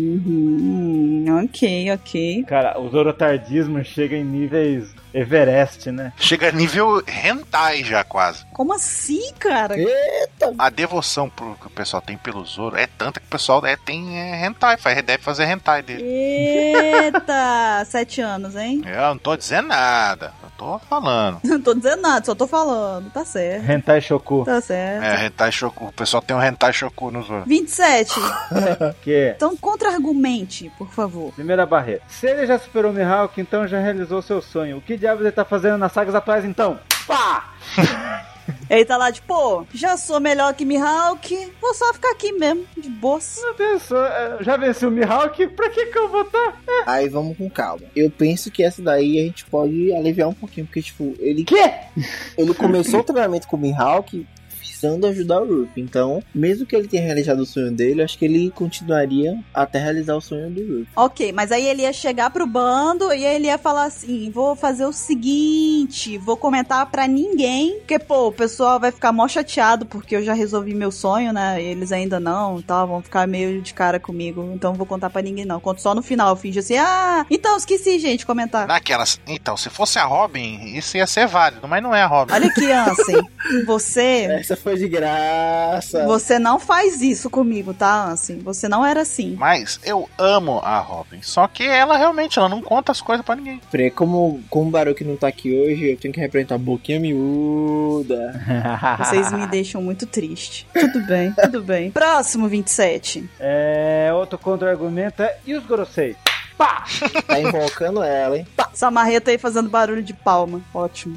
Uhum. Ok, ok.
Cara, o Zorotardismo chega em níveis Everest, né?
Chega a nível hentai já quase.
Como assim, cara?
A devoção pro, que o pessoal tem pelo Zoro é tanta que o pessoal é, tem é, hentai, faz, deve fazer hentai dele.
Eita! Sete anos, hein?
Eu não tô dizendo nada, eu tô falando.
Não tô dizendo nada, só tô falando. Tá certo,
Hentai Shoku.
tá certo.
É, hentai choku. O pessoal tem um hentai choku no Zoro.
27.
Que é
Então, contra-argumente, por favor.
Primeira barreira. Se ele já superou o Mihawk, então já realizou seu sonho. O que diabos ele tá fazendo nas sagas atuais então? Pá!
Ele tá lá de, pô, já sou melhor que Mihawk, vou só ficar aqui mesmo, de boas.
Meu Deus, eu já venci o Mihawk, pra que que eu vou tá?
Aí vamos com calma. Eu penso que essa daí a gente pode aliviar um pouquinho, porque, tipo, ele. Ele começou o treinamento com o Mihawk visando ajudar o Ruff. Então, mesmo que ele tenha realizado o sonho dele, acho que ele continuaria até realizar o sonho do Ruff.
Ok, mas aí ele ia chegar pro bando e aí ele ia falar assim: vou fazer o seguinte, vou comentar pra ninguém, porque, pô, o pessoal vai ficar mó chateado porque eu já resolvi meu sonho, né? E eles ainda não, tá? Vão ficar meio de cara comigo, então não vou contar pra ninguém não. Conto só no final, finge assim: ah, então esqueci, gente, comentar.
Naquelas. Então, se fosse a Robin, isso ia ser válido, mas não é a Robin.
Olha aqui, Ansem, você.
Essa foi de graça.
Você não faz isso comigo, tá, Ansem? Você não era assim.
Mas eu amo a Robin. Só que ela realmente ela não conta as coisas pra ninguém.
Pre, como, como o Baruque não tá aqui hoje, eu tenho que representar a boquinha miúda.
Vocês me deixam muito triste. Tudo bem, tudo bem. Próximo 27.
É, outro contra-argumento é, e os Gorosei? Pá!
Tá invocando ela, hein?
Pá, Essa marreta aí fazendo barulho de palma. Ótimo.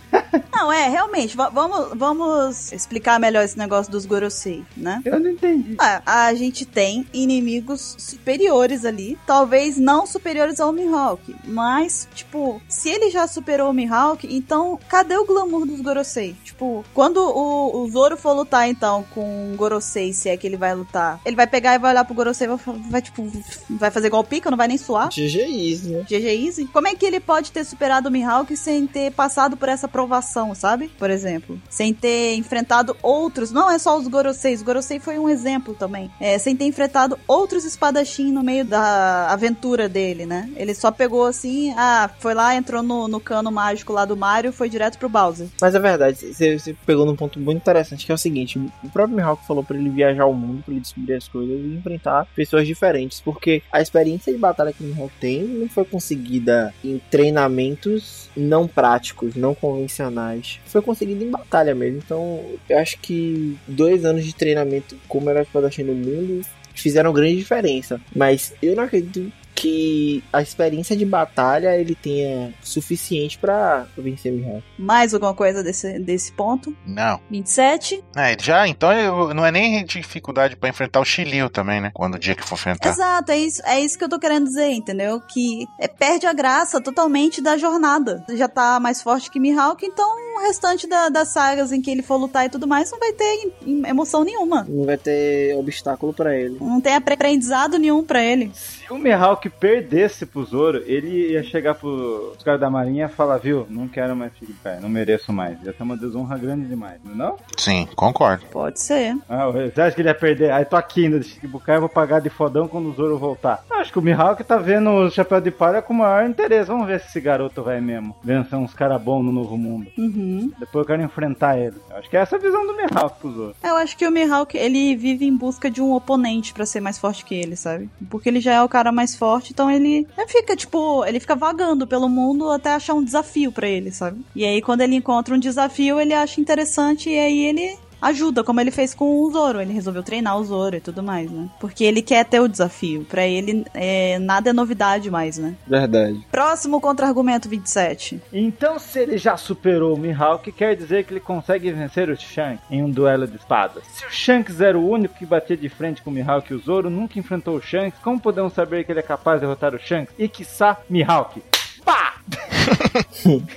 Não, é, realmente, va- vamos, vamos explicar melhor esse negócio dos Gorosei, né?
Eu não entendi.
Ah, a gente tem inimigos superiores ali. Talvez não superiores ao Mihawk. Mas, tipo, se ele já superou o Mihawk, então cadê o glamour dos Gorosei? Tipo, quando o, o Zoro for lutar, então, com o Gorosei, se é que ele vai lutar, ele vai pegar e vai olhar pro Gorosei e vai, fa- vai, tipo, vai fazer igual o Pika, não vai nem suar?
GG isso, né?
GG Easy? Como é que ele pode ter superado o Mihawk sem ter passado por essa provação, sabe? Por exemplo. Sem ter enfrentado outros. Não é só os Gorosei. Os Gorosei foi um exemplo também. É, sem ter enfrentado outros espadachins no meio da aventura dele, né? Ele só pegou assim. Ah, foi lá, entrou no, no cano mágico lá do Mario foi direto pro Bowser.
Mas é verdade, você você pegou num ponto muito interessante, que é o seguinte, o próprio Mihawk falou pra ele viajar o mundo, pra ele descobrir as coisas e enfrentar pessoas diferentes, porque a experiência de batalha que o Mihawk tem não foi conseguida em treinamentos não práticos, não convencionais. Foi conseguida em batalha mesmo, então eu acho que dois anos de treinamento com o melhor espadachim do mundo fizeram grande diferença, mas eu não acredito que a experiência de batalha ele tenha suficiente pra vencer Mihawk.
Mais alguma coisa desse, desse ponto?
Não.
27.
É, já, então, eu- não é nem dificuldade pra enfrentar o Xilio também, né? Quando o dia que for enfrentar.
Exato, é isso, é isso que eu tô querendo dizer, entendeu? Que é, perde a graça totalmente da jornada. Já tá mais forte que Mihawk, então o restante da- das sagas em que ele for lutar e tudo mais não vai ter em- em- emoção nenhuma.
Não vai ter obstáculo pra ele.
Não tem apre- aprendizado nenhum pra ele.
Se o Mihawk perdesse pro Zoro, ele ia chegar pros caras da marinha e falar, viu, não quero mais ficar, não mereço mais. Já tá uma desonra grande demais, não é não?
Sim, concordo.
Pode ser.
Ah, você acha que ele ia perder? Aí tô aqui ainda de Shikibukai, eu vou pagar de fodão quando o Zoro voltar. Eu acho que o Mihawk tá vendo o Chapéu de Palha com o maior interesse. Vamos ver se esse garoto vai mesmo. Vencer uns caras bons no novo mundo.
Uhum.
Depois eu quero enfrentar ele. Eu acho que é essa a visão do Mihawk pro Zoro.
Eu acho que o Mihawk, ele vive em busca de um oponente pra ser mais forte que ele, sabe? Porque ele já é o cara mais forte, então ele ele fica, tipo, ele fica vagando pelo mundo até achar um desafio pra ele, sabe? E aí, quando ele encontra um desafio, ele acha interessante e aí ele ajuda, como ele fez com o Zoro. Ele resolveu treinar o Zoro e tudo mais, né? Porque ele quer ter o desafio. Pra ele, é, nada é novidade mais, né?
Verdade.
Próximo contra-argumento 27.
Então, se ele já superou o Mihawk, quer dizer que ele consegue vencer o Shanks em um duelo de espadas. Se o Shanks era o único que batia de frente com o Mihawk e o Zoro, nunca enfrentou o Shanks, como podemos saber que ele é capaz de derrotar o Shanks? E, quiçá, Mihawk. Pá!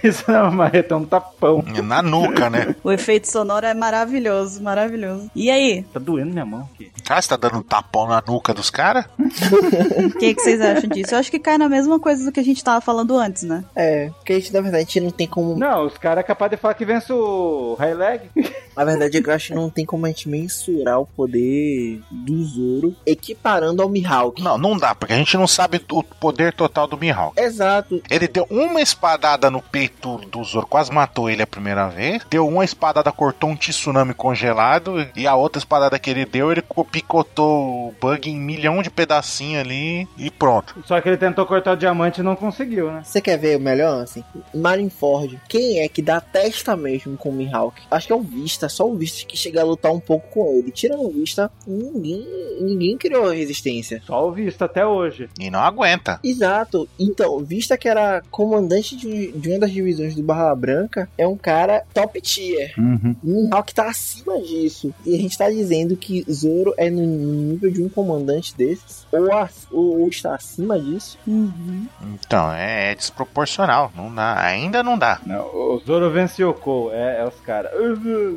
Isso não é uma marreta, é um tapão.
Na nuca, né?
O efeito sonoro é maravilhoso, maravilhoso. E aí,
Tá doendo minha mão aqui.
Cara, você tá dando um tapão na nuca dos caras?
o que, que vocês acham disso? Eu acho que cai na mesma coisa do que a gente tava falando antes, né?
É, porque a gente, na verdade, a gente não tem como.
Não, os caras é capaz de falar que vence o High Leg.
Na verdade, é que eu acho que não tem como a gente mensurar o poder do Zoro equiparando ao Mihawk.
Não, não dá, porque a gente não sabe o poder total do Mihawk.
Exato.
Ele deu uma espadada no peito do Zoro, quase matou ele a primeira vez. Deu uma espadada, cortou um tsunami congelado. E a outra espadada que ele deu, ele co- picotou o bug em milhão de pedacinho ali e pronto.
Só que ele tentou cortar o diamante e não conseguiu, né?
Você quer ver o melhor, assim? Marineford, quem é que dá testa mesmo com o Mihawk? Acho que é o Vista, só o Vista que chega a lutar um pouco com ele. Tirando o Vista, ninguém, ninguém criou resistência.
Só o visto até hoje.
E não aguenta.
Exato. Então, Vista que era comandante de, de uma das divisões do Barra Branca, é um cara top tier.
Uhum.
Mihawk tá acima disso. E a gente tá dizendo que Zoro é no nível de um comandante desses, ou, a- ou- ou está acima disso.
Uhum.
Então, é, é desproporcional. Não dá. Ainda não dá.
Não, o Zoro vence o Yoko, é, é os caras.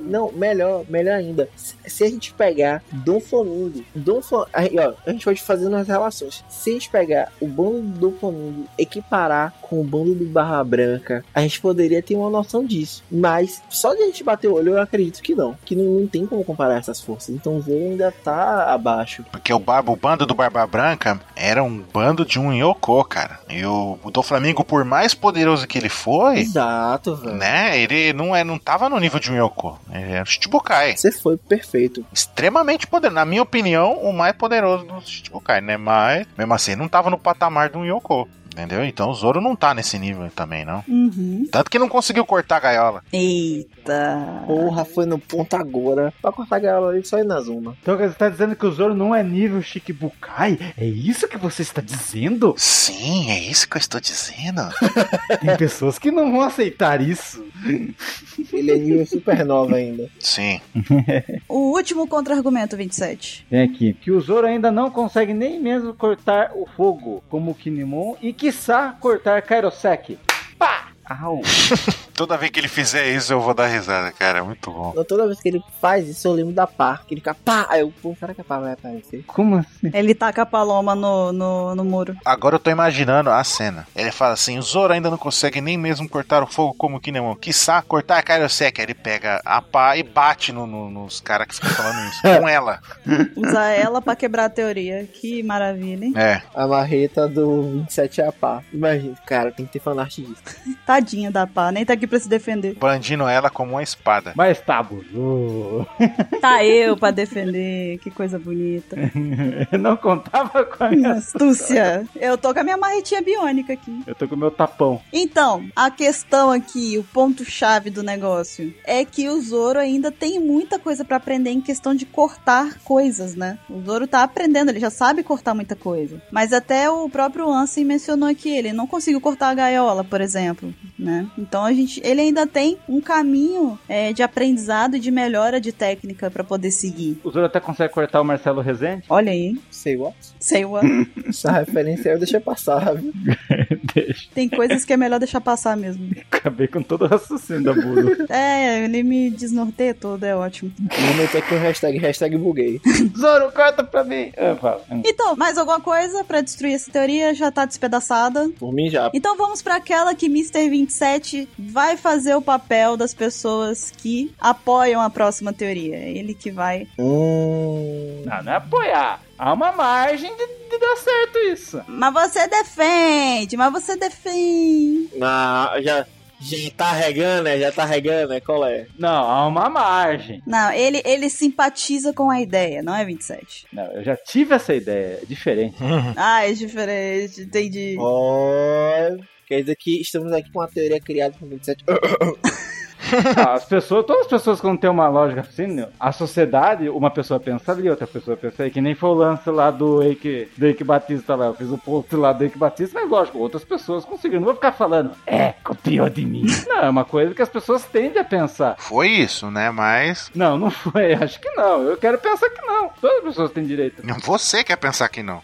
Não, melhor, melhor ainda. Se, se a gente pegar Dom Flamingo, Dom Flamingo, aí, ó, a gente pode fazer nas relações. Se a gente pegar o bando do Dom Flamingo, equiparar com o bando do Barra Branca, a gente poderia ter uma noção disso. Mas só de a gente bater o olho, eu acredito que não. Que não, não tem como comparar essas forças. Então o Zoro ainda tá abaixo.
Porque o, barba, o bando do Barba Branca era um bando de um Yoko, cara. E o, o do Flamengo, por mais poderoso que ele foi,
Exato, velho.
É. né? Ele não, é, não tava no nível de um Yoko. Ele era um Shichibukai.
Você foi perfeito.
Extremamente poderoso. Na minha opinião, o mais poderoso do Shichibukai, né? Mas, mesmo assim, não tava no patamar de um Yoko. Entendeu? Então o Zoro não tá nesse nível também, não.
Uhum.
Tanto que não conseguiu cortar a gaiola.
Eita.
Porra, foi no ponto agora. Pra cortar a gaiola ali, só ir na Zuma.
Então quer dizer, você tá dizendo que o Zoro não é nível Shikibukai? É isso que você está dizendo?
Sim, é isso que eu estou dizendo.
Tem pessoas que não vão aceitar isso.
Ele é nível supernova ainda.
Sim.
O último contra-argumento 27.
Vem aqui. Que o Zoro ainda não consegue nem mesmo cortar o fogo, como o Kinemon, e quiçá cortar Kairosek. Pá! Au!
Toda vez que ele fizer isso, eu vou dar risada, cara. É muito bom.
Então, toda vez que ele faz isso, eu lembro da pá. Que ele fica pá. Aí eu, pô, será que a pá vai aparecer?
Como assim?
Ele taca a paloma no, no, no muro.
Agora eu tô imaginando a cena. Ele fala assim: o Zoro ainda não consegue nem mesmo cortar o fogo como o Kinemon. Quiçá cortar a Kairosek. Aí ele pega a pá e bate no- no- nos caras que ficam falando isso. Com ela.
Usa ela pra quebrar a teoria. Que maravilha, hein?
É.
A marreta do 27 é a pá. Imagina, cara, tem que ter fanart disso.
Tá Tadinha da pá, nem tá aqui pra se defender.
Brandindo ela como uma espada.
Mas tá, Buzu.
Tá eu pra defender, que coisa bonita.
Eu não contava com a minha.
Astúcia. Eu tô com a minha marretinha biônica aqui.
Eu tô com o meu tapão.
Então, a questão aqui, o ponto-chave do negócio, é que o Zoro ainda tem muita coisa pra aprender em questão de cortar coisas, né? O Zoro tá aprendendo, ele já sabe cortar muita coisa. Mas até o próprio Ansem mencionou que ele não conseguiu cortar a gaiola, por exemplo, né? Então a gente, ele ainda tem um caminho é, de aprendizado e de melhora de técnica pra poder seguir.
O Zoro até consegue cortar o Marcelo Rezende?
Olha aí, hein?
Sei what?
sei lá.
Essa referência eu deixei passar, viu?
Deixa.
Tem coisas que é melhor deixar passar mesmo.
Acabei com todo o raciocínio da Buzu.
É, ele me desnorteia todo, é ótimo.
Vou meter aqui o hashtag, hashtag buguei.
Zoro, corta pra mim. Ah, fala.
Então, mais alguma coisa pra destruir essa teoria? Já tá despedaçada.
Por mim já.
Então vamos pra aquela que Mr. 27 vai fazer o papel das pessoas que apoiam a próxima teoria. É Ele que vai.
Hum...
Não, não é apoiar. Há uma margem de, de dar certo isso.
Mas você defende, mas você defende.
Ah, já, já tá regando, né? Já tá regando, né? Qual é?
Não, há uma margem.
Não, ele, ele simpatiza com a ideia, não é 27.
Não, eu já tive essa ideia. É diferente.
Ah, é diferente, entendi.
Ó, Quer dizer que estamos aqui com uma teoria criada por 27.
Ah, As pessoas, todas as pessoas que não têm uma lógica assim, a sociedade, uma pessoa pensa ali, outra pessoa pensa aí, que nem foi o lance lá do Eike, do Eike Batista lá. Eu fiz o post lá do Eike Batista, mas lógico, outras pessoas conseguiram. Não vou ficar falando, é, copiou de mim. Não, é uma coisa que as pessoas tendem a pensar.
Foi isso, né? Mas.
Não, não foi, acho que não. Eu quero pensar que não. Todas as pessoas têm direito.
Você quer pensar que não.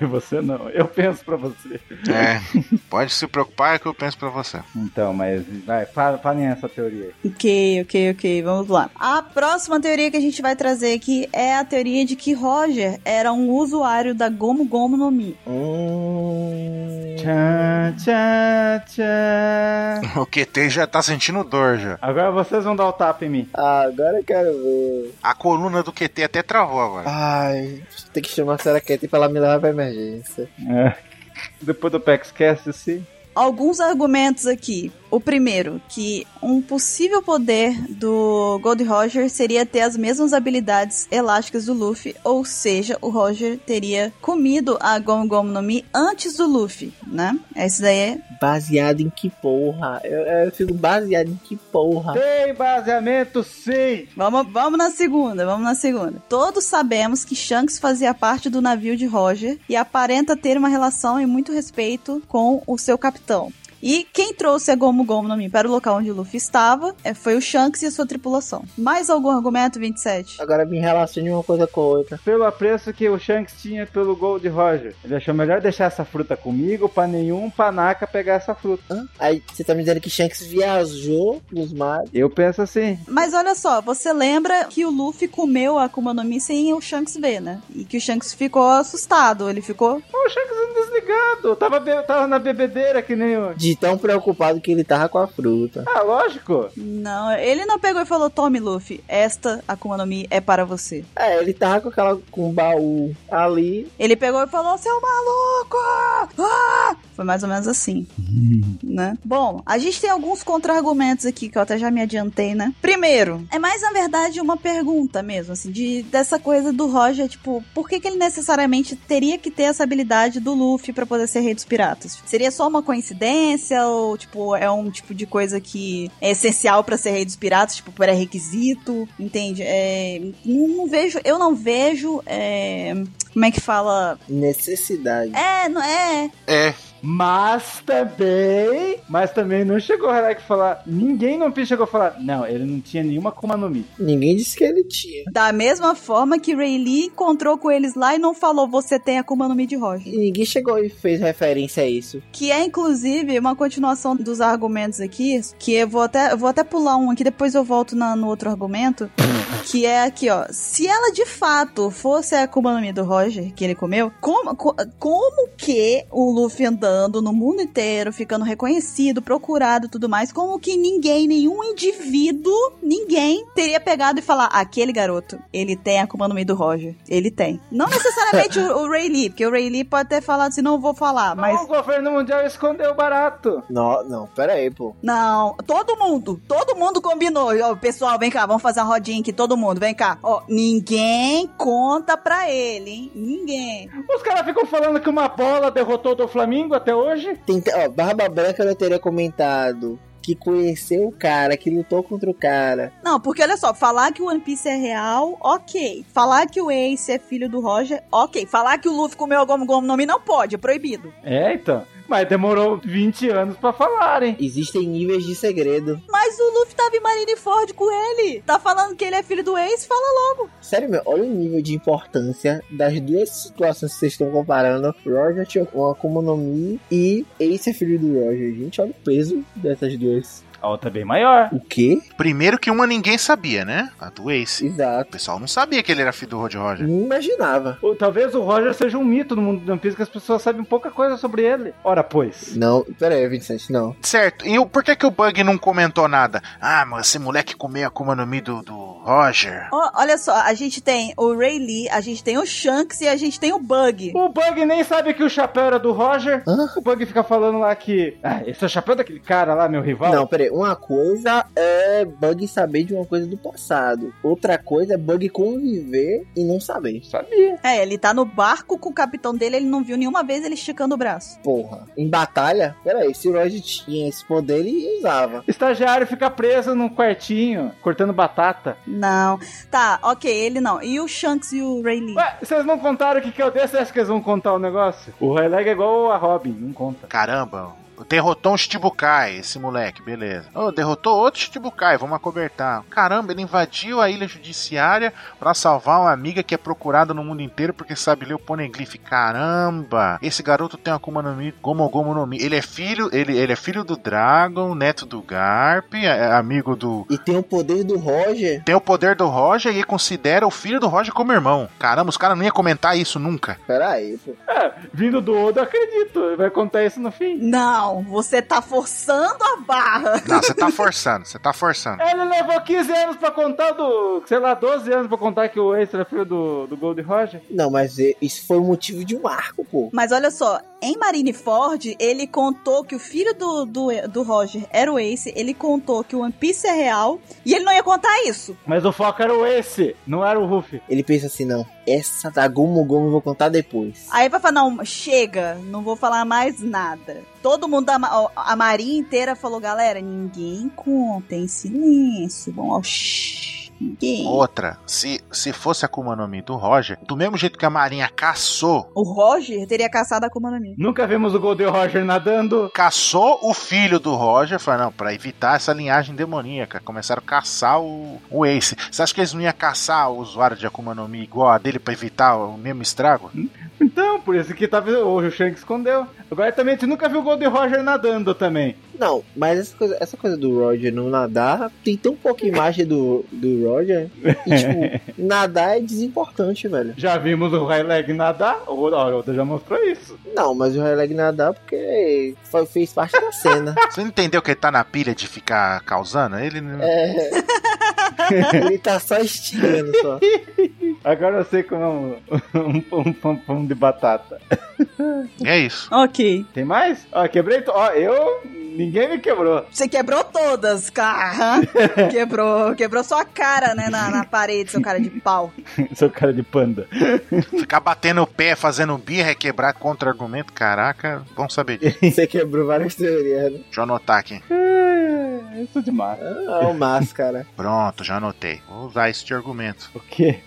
e você não. Eu penso pra você.
É. Pode se preocupar que eu penso pra você.
Então, mas vai, fa- falem essa teoria aí.
Ok, ok, ok, vamos lá. A próxima teoria que a gente vai trazer aqui é a teoria de que Roger era um usuário da Gomu Gomu no Mi.
Hum...
Tchan, tchan, tchan.
O QT já tá sentindo dor já.
Agora vocês vão dar o tapa em mim.
Ah, agora eu quero ver.
A coluna do QT até travou agora.
Ai, tem que chamar a senhora Ketty pra ela me levar pra emergência.
É. Depois do assim. PEXCast, sim.
alguns argumentos aqui. O primeiro, que um possível poder do Gold Roger seria ter as mesmas habilidades elásticas do Luffy, ou seja, o Roger teria comido a Gomu Gomu no Mi antes do Luffy, né? Esse daí é...
Baseado em que porra? Eu, eu fico baseado em que porra?
Tem baseamento, sim.
Vamos, vamos na segunda, vamos na segunda. Todos sabemos que Shanks fazia parte do navio de Roger e aparenta ter uma relação e muito respeito com o seu capitão. E quem trouxe a Gomu Gomu no Mi para o local onde o Luffy estava eh, foi o Shanks e a sua tripulação. Mais algum argumento, 27?
Agora me relacione uma coisa com a outra.
Pelo apreço que o Shanks tinha pelo gol de Roger. Ele achou melhor deixar essa fruta comigo pra nenhum panaca pegar essa fruta.
Aí você tá me dizendo que Shanks viajou nos mares.
Eu penso assim.
Mas olha só, você lembra que o Luffy comeu a Akuma no Mi sem o Shanks ver, né? E que o Shanks ficou assustado, ele ficou...
Pô, o Shanks é um desligado. Tava, be- tava na bebedeira que nem o...
De tão preocupado que ele tava com a fruta.
Ah, lógico.
Não, ele não pegou e falou, tome Luffy, esta Akuma no Mi é para você.
É, ele tava com aquela com o baú ali.
Ele pegou e falou, seu maluco! Ah! Foi mais ou menos assim, né? Bom, a gente tem alguns contra-argumentos aqui, que eu até já me adiantei, né? Primeiro, é mais, na verdade, uma pergunta mesmo, assim, de, dessa coisa do Roger, tipo, por que, que ele necessariamente teria que ter essa habilidade do Luffy pra poder ser rei dos piratas? Seria só uma coincidência ou, tipo, é um tipo de coisa que é essencial pra ser rei dos piratas, tipo, pré-requisito, entende? É, não, não vejo, eu não vejo, é, como é que fala?
Necessidade.
É, não é,
É.
Mas também... Mas também não chegou o Haraki falar... Ninguém no Pi chegou a falar... Não, ele não tinha nenhuma Kuma no Mi.
Ninguém disse que ele tinha.
Da mesma forma que Ray Lee encontrou com eles lá e não falou você tem a Akuma no Mi de Roger.
E ninguém chegou e fez referência a isso.
Que é, inclusive, uma continuação dos argumentos aqui, que eu vou até, eu vou até pular um aqui, depois eu volto na- no outro argumento, que é aqui, ó. Se ela, de fato, fosse a Akuma no Mi do Roger, que ele comeu, como, co- como que o Luffy andando rodando no mundo inteiro, ficando reconhecido, procurado e tudo mais, como que ninguém, nenhum indivíduo, ninguém teria pegado e falar: aquele garoto, ele tem a Akuma no Mi do Roger. Ele tem. Não necessariamente o, o Ray Lee, porque o Ray Lee pode ter falado assim: não vou falar, mas.
O governo mundial escondeu barato.
Não, não, pera aí, pô.
Não, todo mundo, todo mundo combinou. Ó, pessoal, vem cá, vamos fazer uma rodinha aqui, todo mundo, vem cá. Ó, ninguém conta pra ele, hein? Ninguém.
Os caras ficam falando que uma bola derrotou o Flamengo até hoje.
Tem, ó, Barba Branca não teria comentado que conheceu o cara, que lutou contra o cara.
Não, porque olha só, falar que o One Piece é real, ok. Falar que o Ace é filho do Roger, ok. Falar que o Luffy comeu a Gomu Gomu no Mi não pode, é proibido.
É, então. Mas demorou 20 anos pra falarem.
Existem níveis de segredo.
Mas o Luffy tava em Marineford com ele. Tá falando que ele é filho do Ace, fala logo.
Sério, meu, olha o nível de importância das duas situações que vocês estão comparando. Roger tinha uma Akuma no Mi e Ace é filho do Roger. Gente, olha o peso dessas duas.
A outra é bem maior.
O quê?
Primeiro que uma ninguém sabia, né? A do Ace. O
Exato.
pessoal não sabia que ele era filho do Roger Roger.
Não imaginava.
Ou Talvez o Roger seja um mito no mundo do One Piece que as pessoas sabem pouca coisa sobre ele. Ora, pois.
Não, pera aí, Vincent, não.
Certo, e o, por que, que o Bug não comentou nada? Ah, mas esse moleque comeu a Akuma no Mi do, do Roger.
Ó, olha só, a gente tem o Ray Lee, a gente tem o Shanks e a gente tem o Bug.
O Bug nem sabe que o chapéu era do Roger.
Hã?
O Bug fica falando lá que. Ah, esse é o chapéu daquele cara lá, meu rival.
Não, peraí. Uma coisa é bug saber de uma coisa do passado. Outra coisa é bug conviver e não saber.
Sabia.
É, ele tá no barco com o capitão dele, ele não viu nenhuma vez ele esticando o braço.
Porra. Em batalha, peraí, se o Roger tinha esse poder, ele usava.
Estagiário fica preso num quartinho, cortando batata.
Não. Tá, ok, ele não. E o Shanks e o Ray Lee?
Ué, vocês não contaram o que, que eu dei? Vocês acham que eles vão contar o negócio? O Rei Leg é igual a Robin, não conta.
Caramba, derrotou um Shichibukai, esse moleque, beleza. Oh, derrotou outro Shichibukai, vamos acobertar. Caramba, ele invadiu a ilha judiciária pra salvar uma amiga que é procurada no mundo inteiro porque sabe ler o poneglyph. Caramba, esse garoto tem uma Akuma no Mi, Gomu Gomu no Mi. Ele é filho, ele, ele é filho do Dragon, neto do Garp, é- é amigo do...
E tem o poder do Roger.
Tem o poder do Roger e considera o filho do Roger como irmão. Caramba, os caras não iam comentar isso nunca.
Peraí, pô.
Vindo do Oda, acredito. Ele vai contar isso no fim.
Não, você tá forçando a barra.
Não, você tá forçando, você tá forçando.
Ele levou 15 anos pra contar do. sei lá, 12 anos pra contar que o Ace era filho do, do Gold Roger.
Não, mas e- isso foi o motivo de um arco, pô.
Mas olha só, em Marineford, ele contou que o filho do, do, do Roger era o Ace, ele contou que o One Piece é real, e ele não ia contar isso.
Mas o foco era o Ace, não era o Ruffy.
Ele pensa assim, não, essa da Gomu Gomu eu vou contar depois.
Aí vai falar, não, chega, não vou falar mais nada. Todo mundo, da ma- ó, a marinha inteira falou, galera, ninguém conta, em silêncio, bom, ó, shh, ninguém.
Outra, se, se fosse a Akuma no Mi do Roger, do mesmo jeito que a Marinha caçou,
O Roger teria caçado a Akuma no Mi.
Nunca vimos o Gold Roger nadando.
caçou o filho do Roger, falaram, não, pra evitar essa linhagem demoníaca, começaram a caçar o, o Ace. Você acha que eles não iam caçar o usuário de Akuma no Mi igual a dele pra evitar o mesmo estrago?
Então, por isso que tava, o Shanks escondeu. Agora também, a gente nunca viu o Gold Roger nadando também.
Não, mas essa coisa, essa coisa do Roger não nadar, tem tão pouca imagem do, do Roger. E, tipo, nadar é desimportante, velho.
Já vimos o Rei Leg nadar, o Oda o Oda já mostrou isso.
Não, mas o Releg nadar porque foi- fez parte da cena.
Você não entendeu que ele tá na pilha de ficar causando? Ele não...
É. Ele tá só estirando só.
Agora eu sei como é um, um, pão- um pão- pão de batata.
é isso.
Ok.
Tem mais? Ó, quebrei. to- Ó, eu. Ninguém me quebrou.
Você quebrou todas, cara. quebrou, quebrou sua cara, né, na, na parede, seu cara de pau.
Sou cara de panda.
Ficar batendo o pé, fazendo birra, é quebrar contra-argumento, caraca, bom saber disso.
Você quebrou várias teorias, né?
Deixa eu anotar aqui.
É, isso é demais.
Ah, o máscara.
Pronto, já anotei. Vou usar isso de argumento.
O quê?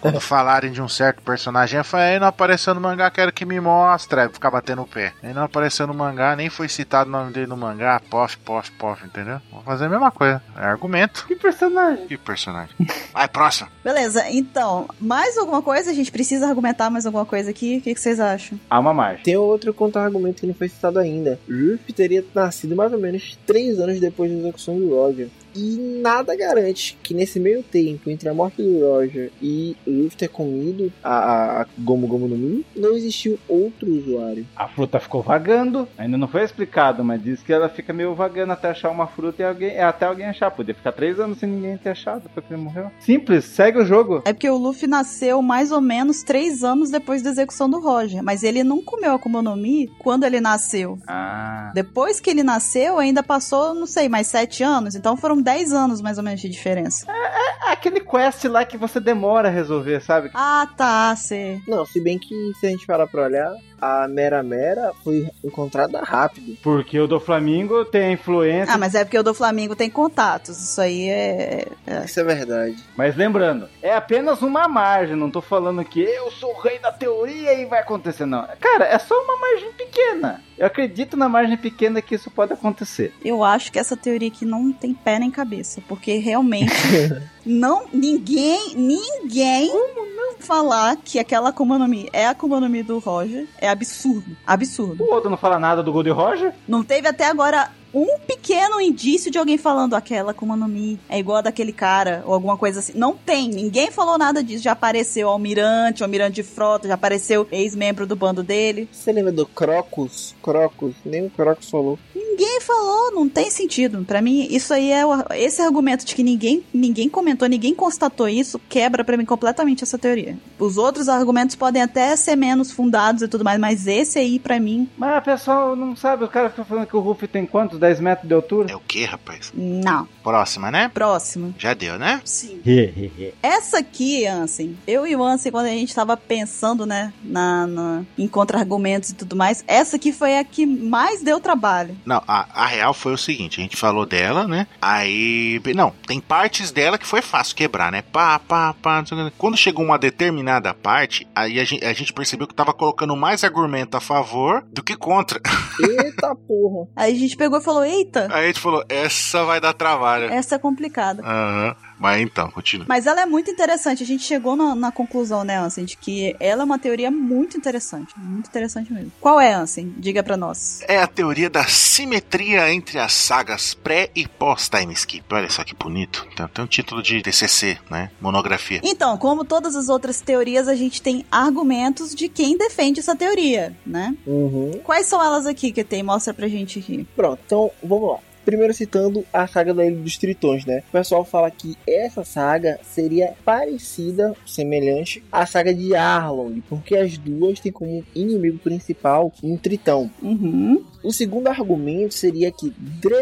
Quando falarem de um certo personagem, eu falei, ele não apareceu no mangá, quero que me mostre. Aí Ficar batendo o pé. Ele não apareceu no mangá, nem foi citado o nome dele no mangá. Pof, pof, pof, entendeu? Vou fazer a mesma coisa. É argumento.
Que personagem?
Que personagem. Vai, próximo.
Beleza, então, mais alguma coisa? A gente precisa argumentar mais alguma coisa aqui? O que, que vocês acham?
Há uma margem.
Tem outro contra-argumento que não foi citado ainda. Ruff teria nascido mais ou menos três anos depois da execução do Roger. E nada garante que nesse meio tempo, entre a morte do Roger e o Luffy ter comido a, a, a Gomu Gomu no Mi, não existiu outro usuário.
A fruta ficou vagando, ainda não foi explicado, mas diz que ela fica meio vagando até achar uma fruta e alguém, é, até alguém achar. Podia ficar três anos sem ninguém ter achado, depois que ele morreu. Simples, segue o jogo.
É porque o Luffy nasceu mais ou menos três anos depois da execução do Roger. Mas ele não comeu a Kuma no Mi quando ele nasceu.
Ah.
Depois que ele nasceu, ainda passou, não sei, mais sete anos. Então foram dez anos mais ou menos de diferença.
É aquele quest lá que você demora a resolver, sabe?
Ah, tá, sei.
Não, se bem que se a gente parar pra olhar, a Mera Mera foi encontrada rápido.
Porque o do Flamingo tem a influência.
Ah, mas é porque o do Flamengo tem contatos. Isso aí é. é-
Isso é verdade.
Mas lembrando, é apenas uma margem. Não tô falando que eu sou o rei da teoria e vai acontecer, não. Cara, é só uma margem pequena. Eu acredito na margem pequena que isso pode acontecer.
Eu acho que essa teoria aqui não tem pé nem cabeça, porque realmente não ninguém, ninguém falar que aquela Akuma no Mi é a Akuma no Mi do Roger é absurdo, absurdo.
O Oda não fala nada do Gold Roger?
Não teve até agora um pequeno indício de alguém falando aquela Akuma no Mi é igual a daquele cara ou alguma coisa assim. Não tem, ninguém falou nada disso. Já apareceu o almirante, o almirante de frota, já apareceu ex-membro do bando dele.
Você lembra do Crocus? Crocus, nem o Crocus falou.
Ninguém falou, não tem sentido. Pra mim, isso aí é o- esse argumento de que ninguém, ninguém comentou, ninguém constatou isso, quebra pra mim completamente essa teoria. Os outros argumentos podem até ser menos fundados e tudo mais, mas esse aí pra mim,
Mas o pessoal não sabe. O cara fica falando que o Ruff tem quantos? 10 metros de altura?
É o que, rapaz?
não.
Próxima, né?
Próximo.
Já deu, né?
Sim. Essa aqui, Ansem, eu e o Ansem, quando a gente tava pensando, né, na, na- em contra-argumentos e tudo mais, essa aqui foi a que mais deu trabalho.
Não, a, a real foi o seguinte, a gente falou dela, né? Aí. Não, tem partes dela que foi fácil quebrar, né? Pá, pá, pá. não sei o que. Quando chegou uma determinada parte, aí a gente, a gente percebeu que tava colocando mais argumento a favor do que contra.
Eita porra.
Aí a gente pegou e falou: eita,
Aí a gente falou, essa vai dar trabalho.
essa é complicada.
Aham. Mas então, continua.
Mas ela é muito interessante. A gente chegou na, na conclusão, né, Ansem, de que ela é uma teoria muito interessante. Muito interessante mesmo. Qual é, Ansem? Diga pra nós.
É a teoria da simetria entre as sagas pré e pós time skip. Olha só que bonito. Tem até um título de TCC, né? Monografia.
Então, como todas as outras teorias, a gente tem argumentos de quem defende essa teoria, né?
Uhum.
Quais são elas aqui que tem? Mostra pra gente aqui.
Pronto, então vamos lá. Primeiro citando a saga da Ilha dos Tritões, né? O pessoal fala que essa saga seria parecida, semelhante à saga de Arlong, porque as duas têm como inimigo principal um tritão.
Uhum.
O segundo argumento seria que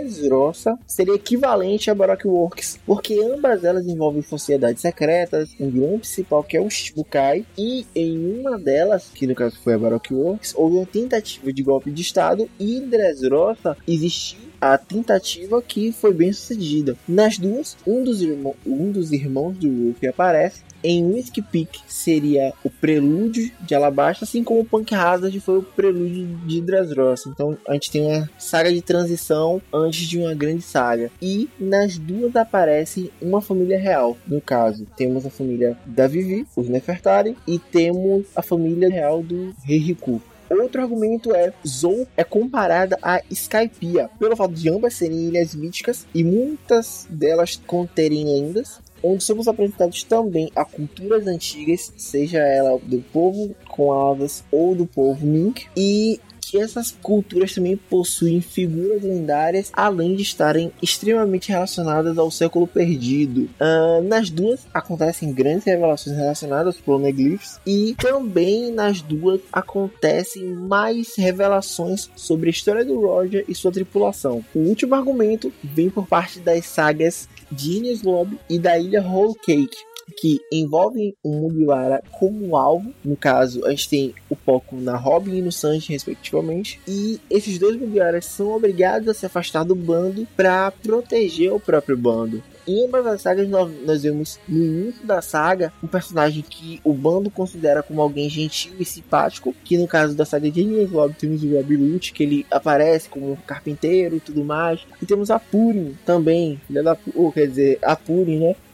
Dressrosa seria equivalente a Baroque Works, porque ambas elas envolvem sociedades secretas, um vilão principal que é o Shibukai, e em uma delas, que no caso foi a Baroque Works, houve uma tentativa de golpe de estado, e em Dressrosa existiu a tentativa que foi bem sucedida. Nas duas, um dos, irmão- um dos irmãos do Luffy aparece, em Whiskey Peak seria o prelúdio de Alabasta, assim como Punk Hazard foi o prelúdio de Dressrosa. Então a gente tem uma saga de transição antes de uma grande saga. E nas duas aparece uma família real. No caso, temos a família da Vivi, os Nefertari, e temos a família real do Rei Riku. Outro argumento é Zou é comparada a Skypiea, pelo fato de ambas serem ilhas míticas e muitas delas conterem lendas, onde somos apresentados também a culturas antigas, seja ela do povo com asas ou do povo mink, e que essas culturas também possuem figuras lendárias, além de estarem extremamente relacionadas ao século perdido. Ah, nas duas acontecem grandes revelações relacionadas aos Poneglyphs e também nas duas acontecem mais revelações sobre a história do Roger e sua tripulação. O último argumento vem por parte das sagas de Ines Lobby e da Ilha Whole Cake que envolvem o Mugiwara como um alvo. No caso, a gente tem o foco na Robin e no Sanji, respectivamente. E esses dois Mugiwaras são obrigados a se afastar do bando para proteger o próprio bando. Em ambas as sagas, nós, nós vemos no início da saga um personagem que o bando considera como alguém gentil e simpático. Que no caso da saga de Enies Lobby, temos o Rob Lute, que ele aparece como um carpinteiro e tudo mais. E temos a Purim também, filha da Pu- ou quer dizer, a Purim, né? que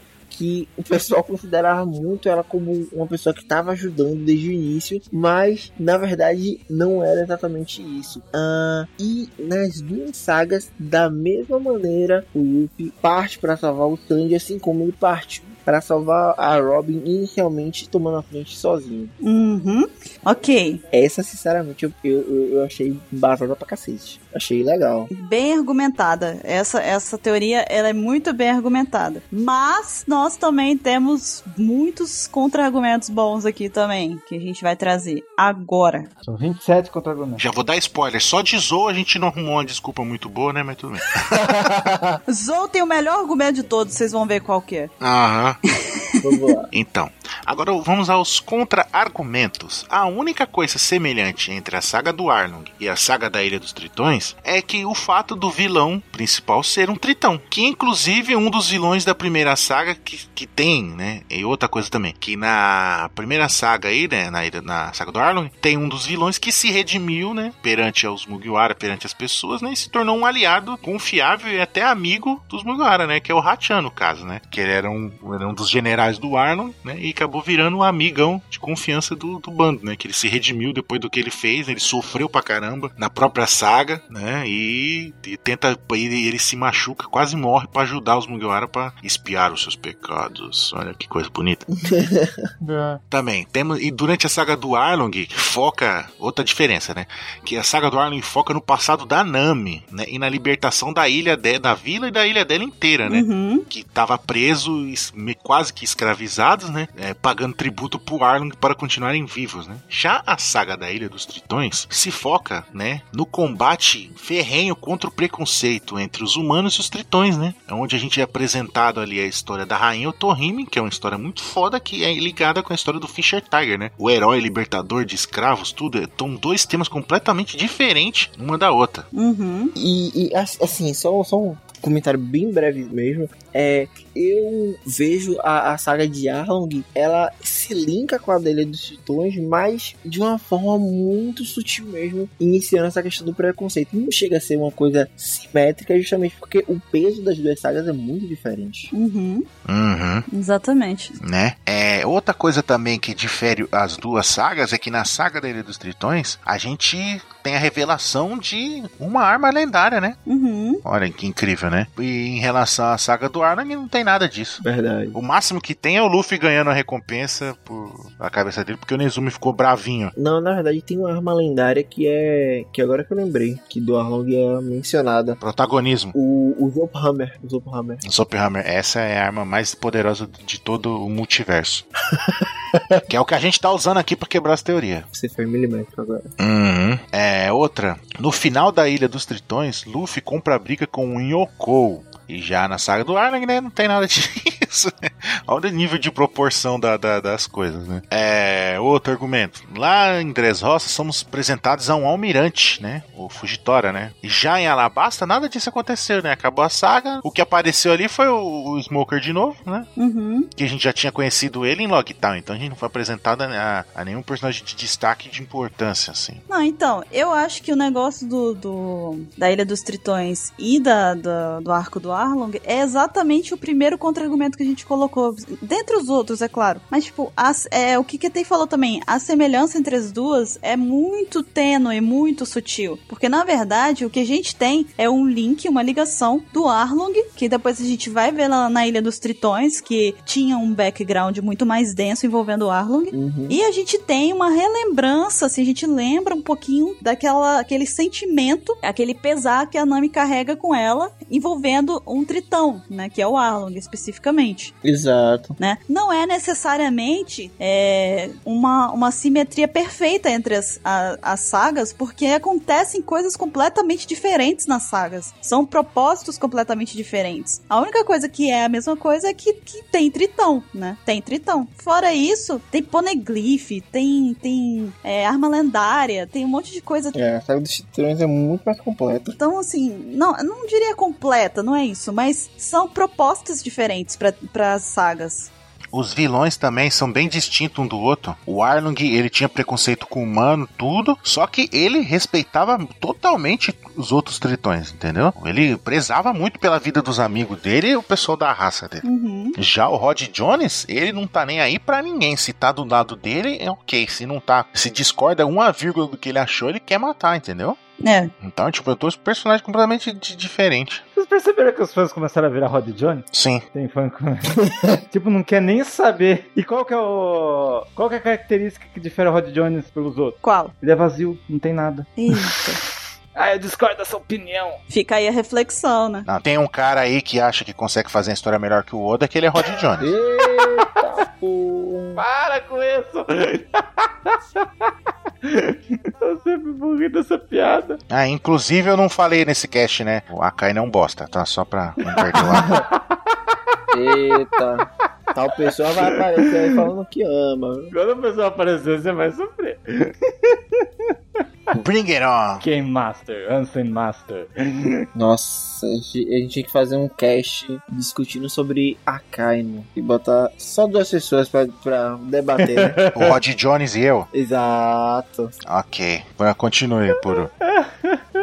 que o pessoal considerava muito ela como uma pessoa que estava ajudando desde o início, mas na verdade não era exatamente isso. Ah, e nas duas sagas, da mesma maneira, o Luffy parte para salvar o Sanji, assim como ele partiu para salvar a Robin inicialmente tomando a frente sozinho.
Uhum. Ok.
Essa, sinceramente, eu, eu, eu achei basada pra cacete. Achei legal.
bem argumentada. Essa, essa teoria ela é muito bem argumentada. Mas nós também temos muitos contra-argumentos bons aqui também, que a gente vai trazer agora.
São 27 contra argumentos.
Já vou dar spoiler. Só de Zou a gente não arrumou uma desculpa muito boa, né? Mas tudo bem.
Zou tem o melhor argumento de todos, vocês vão ver qual que é.
Aham.
Vamos lá.
Então, agora vamos aos contra-argumentos. A única coisa semelhante entre a saga do Arlong e a saga da Ilha dos Tritões é que o fato do vilão principal ser um tritão, que inclusive é um dos vilões da primeira saga que, que tem, né? E outra coisa também, que na primeira saga aí, né, na, ilha- na saga do Arlong, tem um dos vilões que se redimiu, né, perante os Mugiwara, perante as pessoas, né, e se tornou um aliado confiável e até amigo dos Mugiwara, né, que é o Hachan, no caso, né, que ele era um, era um dos generais do Arlong, né, e acabou virando um amigão de confiança do, do bando, né, que ele se redimiu depois do que ele fez, né, ele sofreu pra caramba na própria saga, né, e, e tenta, ele, ele se machuca, quase morre pra ajudar os Mugiwara pra espiar os seus pecados, olha que coisa bonita. Também. Temos, e durante a saga do Arlong, que foca. Outra diferença, né? Que a saga do Arlong foca no passado da Nami, né? E na libertação da ilha de, da vila e da ilha dela inteira, né?
Uhum.
Que tava preso, es- me- quase que escravizados, né? É, pagando tributo pro Arlong para continuarem vivos, né? Já a saga da Ilha dos Tritões se foca, né? No combate ferrenho contra o preconceito entre os humanos e os tritões, né? É onde a gente é apresentado ali a história da Rainha Otohime, que é uma história muito foda, que é ligada com a história do Fischer Tiger, né? O herói libertador de escravos, tudo. é- São dois temas completamente diferentes uma da outra.
Uhum.
E, e, as- assim, só, só um comentário bem breve mesmo. É, eu vejo a, a saga de Arlong, ela se linka com a dele dos Titões, mas de uma forma muito sutil mesmo, iniciando essa questão do preconceito. Não chega a ser uma coisa simétrica, justamente porque o peso das duas sagas é muito diferente.
Uhum.
Uhum.
Exatamente.
né? É, outra coisa também que difere as duas sagas é que na saga da Ilha dos Tritões, a gente tem a revelação de uma arma lendária, né?
Uhum.
Olha que incrível, né? E em relação à saga do Arlong, não tem nada disso.
Verdade.
O máximo que tem é o Luffy ganhando a recompensa por a cabeça dele, porque o Nezumi ficou bravinho.
Não, na verdade tem uma arma lendária que é. que agora que eu lembrei, que do Arlong é mencionada.
Protagonismo.
O, o Zophammer. O Zophammer.
Hammer, essa é a arma mais poderosa de todo o multiverso. que é o que a gente tá usando aqui pra quebrar as teorias.
Você foi milimétrico agora.
Uhum. É, outra. No final da Ilha dos Tritões, Luffy compra a briga com o Yonkou. E já na saga do Arlong, né, não tem nada disso. Olha o nível de proporção da- da- das coisas, né? É, outro argumento. Lá em Dressrosa, somos apresentados a um almirante, né? O Fugitora, né? E já em Alabasta, nada disso aconteceu, né? Acabou a saga. O que apareceu ali foi o- o Smoker de novo, né?
Uhum.
que a gente já tinha conhecido ele em Logtown, então a gente não foi apresentado a, a nenhum personagem de destaque de importância, assim.
Não, então, eu acho que o negócio do, do- da Ilha dos Tritões e da, da- do Arco do Arlong é exatamente o primeiro contra-argumento que a gente colocou. Dentre os outros, é claro. Mas, tipo, as- é, o que Ketei falou também, a semelhança entre as duas é muito tênue, muito sutil. Porque, na verdade, o que a gente tem é um link, uma ligação do Arlong, que depois a gente vai ver lá na Ilha dos Tritões, que tinha um background muito mais denso envolvendo o Arlong.
Uhum.
E a gente tem uma relembrança, assim, a gente lembra um pouquinho daquela aquele sentimento, aquele pesar que a Nami carrega com ela, envolvendo um tritão, né? Que é o Arlong, especificamente,
Exato.
né? Não é necessariamente é, uma, uma simetria perfeita entre as, a- as sagas, porque acontecem coisas completamente diferentes nas sagas. São propósitos completamente diferentes. A única coisa que é a mesma coisa é que, que tem tritão, né? Tem tritão. Fora isso, tem poneglyph, tem, tem é, arma lendária, tem um monte de coisa.
É, a saga dos titãs é muito mais completa.
Então, assim, não, eu não diria completa, não é isso, mas são propostas diferentes para as sagas.
Os vilões também são bem distintos um do outro. O Arlong, ele tinha preconceito com o humano, tudo, só que ele respeitava totalmente os outros tritões, entendeu? Ele prezava muito pela vida dos amigos dele e o pessoal da raça dele.
Uhum.
Já o Rod Jones, ele não tá nem aí pra ninguém. Se tá do lado dele, é ok. Se não tá, se discorda uma vírgula do que ele achou, ele quer matar, entendeu?
É.
Então, tipo, eu tô os personagens completamente di- diferente.
Vocês perceberam que os fãs começaram a virar Rod Johnny?
Sim.
Tem fã com... tipo, não quer nem saber. E qual que é o... Qual que é a característica que difere o Rod Jones pelos outros?
Qual?
Ele é vazio, não tem nada.
Eita.
Ah, eu discordo dessa opinião.
Fica aí a reflexão, né?
Não, tem um cara aí que acha que consegue fazer a história melhor que o Oda, que ele é Rod Jones.
Eita,
Tipo,
pô. Para com isso. eu sempre morri dessa piada.
Ah, inclusive eu não falei nesse cast, né? O Akai não bosta, tá? Só pra não perder lá.
Eita. Tal pessoa vai aparecer aí falando que ama. viu?
Quando a pessoa aparecer, você vai sofrer.
Bring it on!
Game Master, Ansem Master.
Nossa, a gente, a gente tinha que fazer um cast discutindo sobre Akainu e botar só duas pessoas pra, pra debater. né?
O Rod Jones e eu?
Exato.
Ok. Agora Continue, Puro.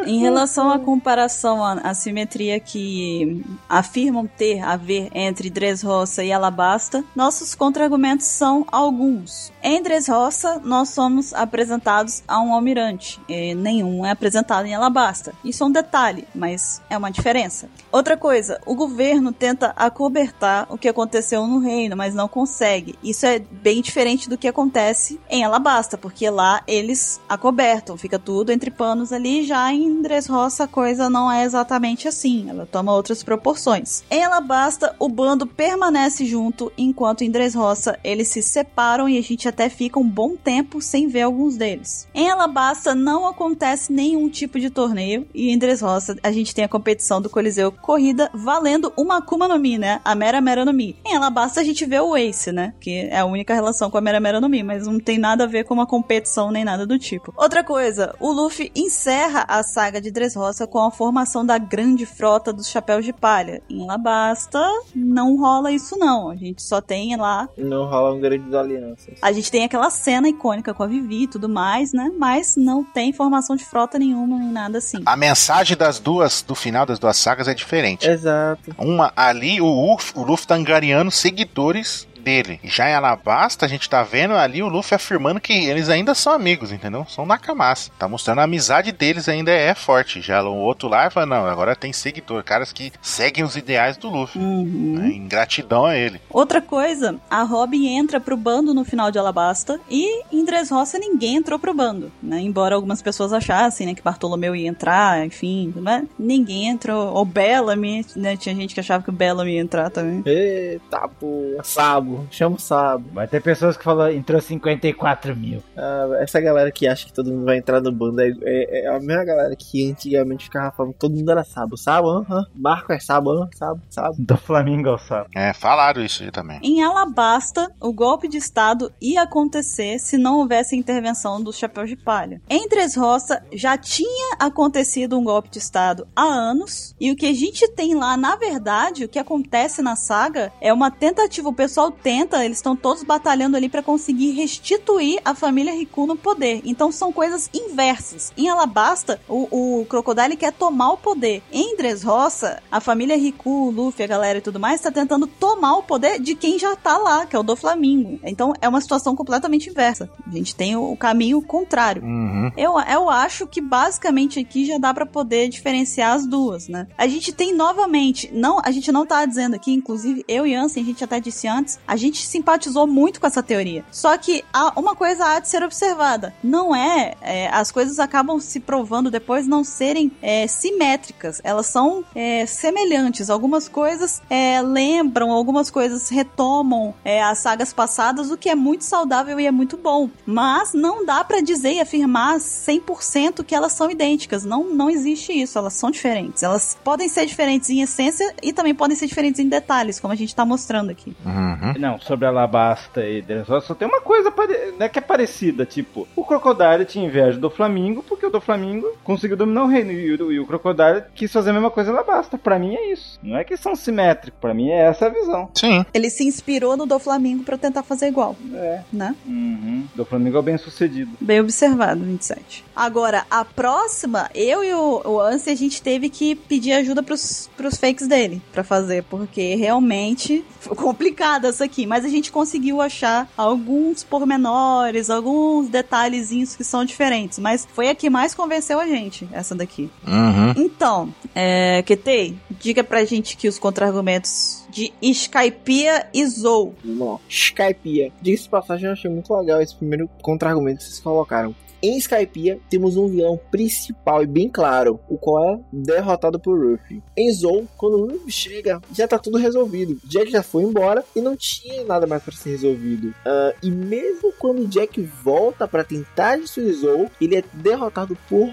Em relação à comparação, à à simetria que afirmam ter a ver entre Dressrosa e Alabasta, nossos contra-argumentos são alguns. Em Dressrosa, nós somos apresentados a um almirante, e nenhum é apresentado em Alabasta. Isso é um detalhe, mas é uma diferença. Outra coisa, o governo tenta acobertar o que aconteceu no reino, mas não consegue. Isso é bem diferente do que acontece em Alabasta, porque lá eles acobertam, fica tudo entre panos ali. Já em Dressrosa a coisa não é exatamente assim, ela toma outras proporções. Em Alabasta, o bando permanece junto, enquanto em Dressrosa eles se separam e a gente até fica um bom tempo sem ver alguns deles. Em Alabasta não acontece nenhum tipo de torneio e em Dressrosa a gente tem a competição do Coliseu Corrida valendo uma Akuma no Mi, né? A Mera Mera no Mi. Em Alabasta a gente vê o Ace, né? Que é a única relação com a Mera Mera no Mi, mas não tem nada a ver com uma competição nem nada do tipo. Outra coisa, o Luffy encerra a saga de Dressrosa com a formação da grande frota dos Chapéus de Palha. Em Alabasta não rola isso não. A gente só tem lá
Não rola um grande alianças.
a gente tem aquela cena icônica com a Vivi e tudo mais, né? Mas não tem formação de frota nenhuma nem nada assim.
A mensagem das duas, do final das duas sagas é diferente.
Exato.
Uma ali, o, Uf, o Luffy tá angariando seguidores dele. Já em Alabasta, a gente tá vendo ali o Luffy afirmando que eles ainda são amigos, entendeu? São Nakamasa. Tá mostrando a amizade deles ainda é forte. Já o outro lá fala, não, agora tem seguidor, caras que seguem os ideais do Luffy.
Uhum.
Né? Em gratidão a ele.
Outra coisa, a Robin entra pro bando no final de Alabasta e em Dressrosa ninguém entrou pro bando, né? Embora algumas pessoas achassem, né, que Bartolomeu ia entrar, enfim, né? Ninguém entrou. Ou Bellamy, né? Tinha gente que achava que o Bellamy ia entrar também.
Eita, pô. Sabo. Chama o Sabo.
Vai ter pessoas que falam, entrou 54 mil.
Ah, essa galera que acha que todo mundo vai entrar no bando é, é- é a mesma galera que antigamente ficava falando todo mundo era Sabo. Sabo, aham. Barco é Sabo, aham. Sabo, Sabo.
Do Flamingo ao sapo.
É, falaram isso aí também.
Em Alabasta, o golpe de Estado ia acontecer se não houvesse a intervenção dos Chapéus de Palha. Em Três Roça, já tinha acontecido um golpe de Estado há anos, e o que a gente tem lá, na verdade, o que acontece na saga é uma tentativa. O pessoal tenta, eles estão todos batalhando ali para conseguir restituir a família Riku no poder. Então são coisas inversas. Em Alabasta, o, o Crocodile quer tomar o poder. Em Dressrosa, a família Riku, o Luffy, a galera e tudo mais, tá tentando tomar o poder de quem já tá lá, que é o do Flamingo. Então é uma situação completamente inversa. A gente tem o, o caminho contrário.
Uhum.
Eu, eu acho que basicamente aqui já dá pra poder diferenciar as duas, né? A gente tem novamente, não, a gente não tá dizendo aqui, inclusive eu e Ansem, a gente até disse antes, a gente simpatizou muito com essa teoria. Só que há uma coisa há de ser observada, não é, é, as coisas acabam se provando depois não serem é, simétricas, elas são é, semelhantes. Algumas coisas é, lembram, algumas coisas retomam é, as sagas passadas, o que é muito saudável e é muito bom. Mas não dá pra dizer e afirmar 100% que elas são idênticas. Não, não existe isso, elas são diferentes. Elas podem ser diferentes em essência e também podem ser diferentes em detalhes, como a gente tá mostrando aqui.
Uhum.
Não, sobre Alabasta e Dressrosa só tem uma coisa pare- né, que é parecida, tipo, o Crocodile tinha inveja do Flamingo, porque o do Flamingo conseguiu dominar o reino, e o, e o Crocodile quis fazer a mesma coisa em Alabasta. Pra mim é isso. Não é que são simétricos, pra mim é essa a visão.
Sim.
Ele se inspirou no do Flamengo pra tentar fazer igual,
É.
né?
Uhum. Do Flamingo é bem sucedido.
Bem observado, 27. Agora, a próxima, eu e o, o Ansi, a gente teve que pedir ajuda pros, pros fakes dele pra fazer, porque realmente foi complicado essa aqui. Mas a gente conseguiu achar alguns pormenores, alguns detalhezinhos que são diferentes. Mas foi a que mais convenceu a gente, essa daqui.
Uhum.
Então, é, Ketei, diga pra gente que os contra-argumentos de Skypia e Zou.
Não. Skypeia. Diga-se de passagem, eu achei muito legal esse primeiro contra-argumento que vocês colocaram. Em Skypeia, temos um vilão principal e bem claro, o qual é derrotado por Ruffy. Em Zou, quando o Ruffy chega, já tá tudo resolvido. Jack já foi embora e não tinha nada mais pra ser resolvido. Ah, e mesmo quando Jack volta pra tentar destruir Zou, ele é derrotado por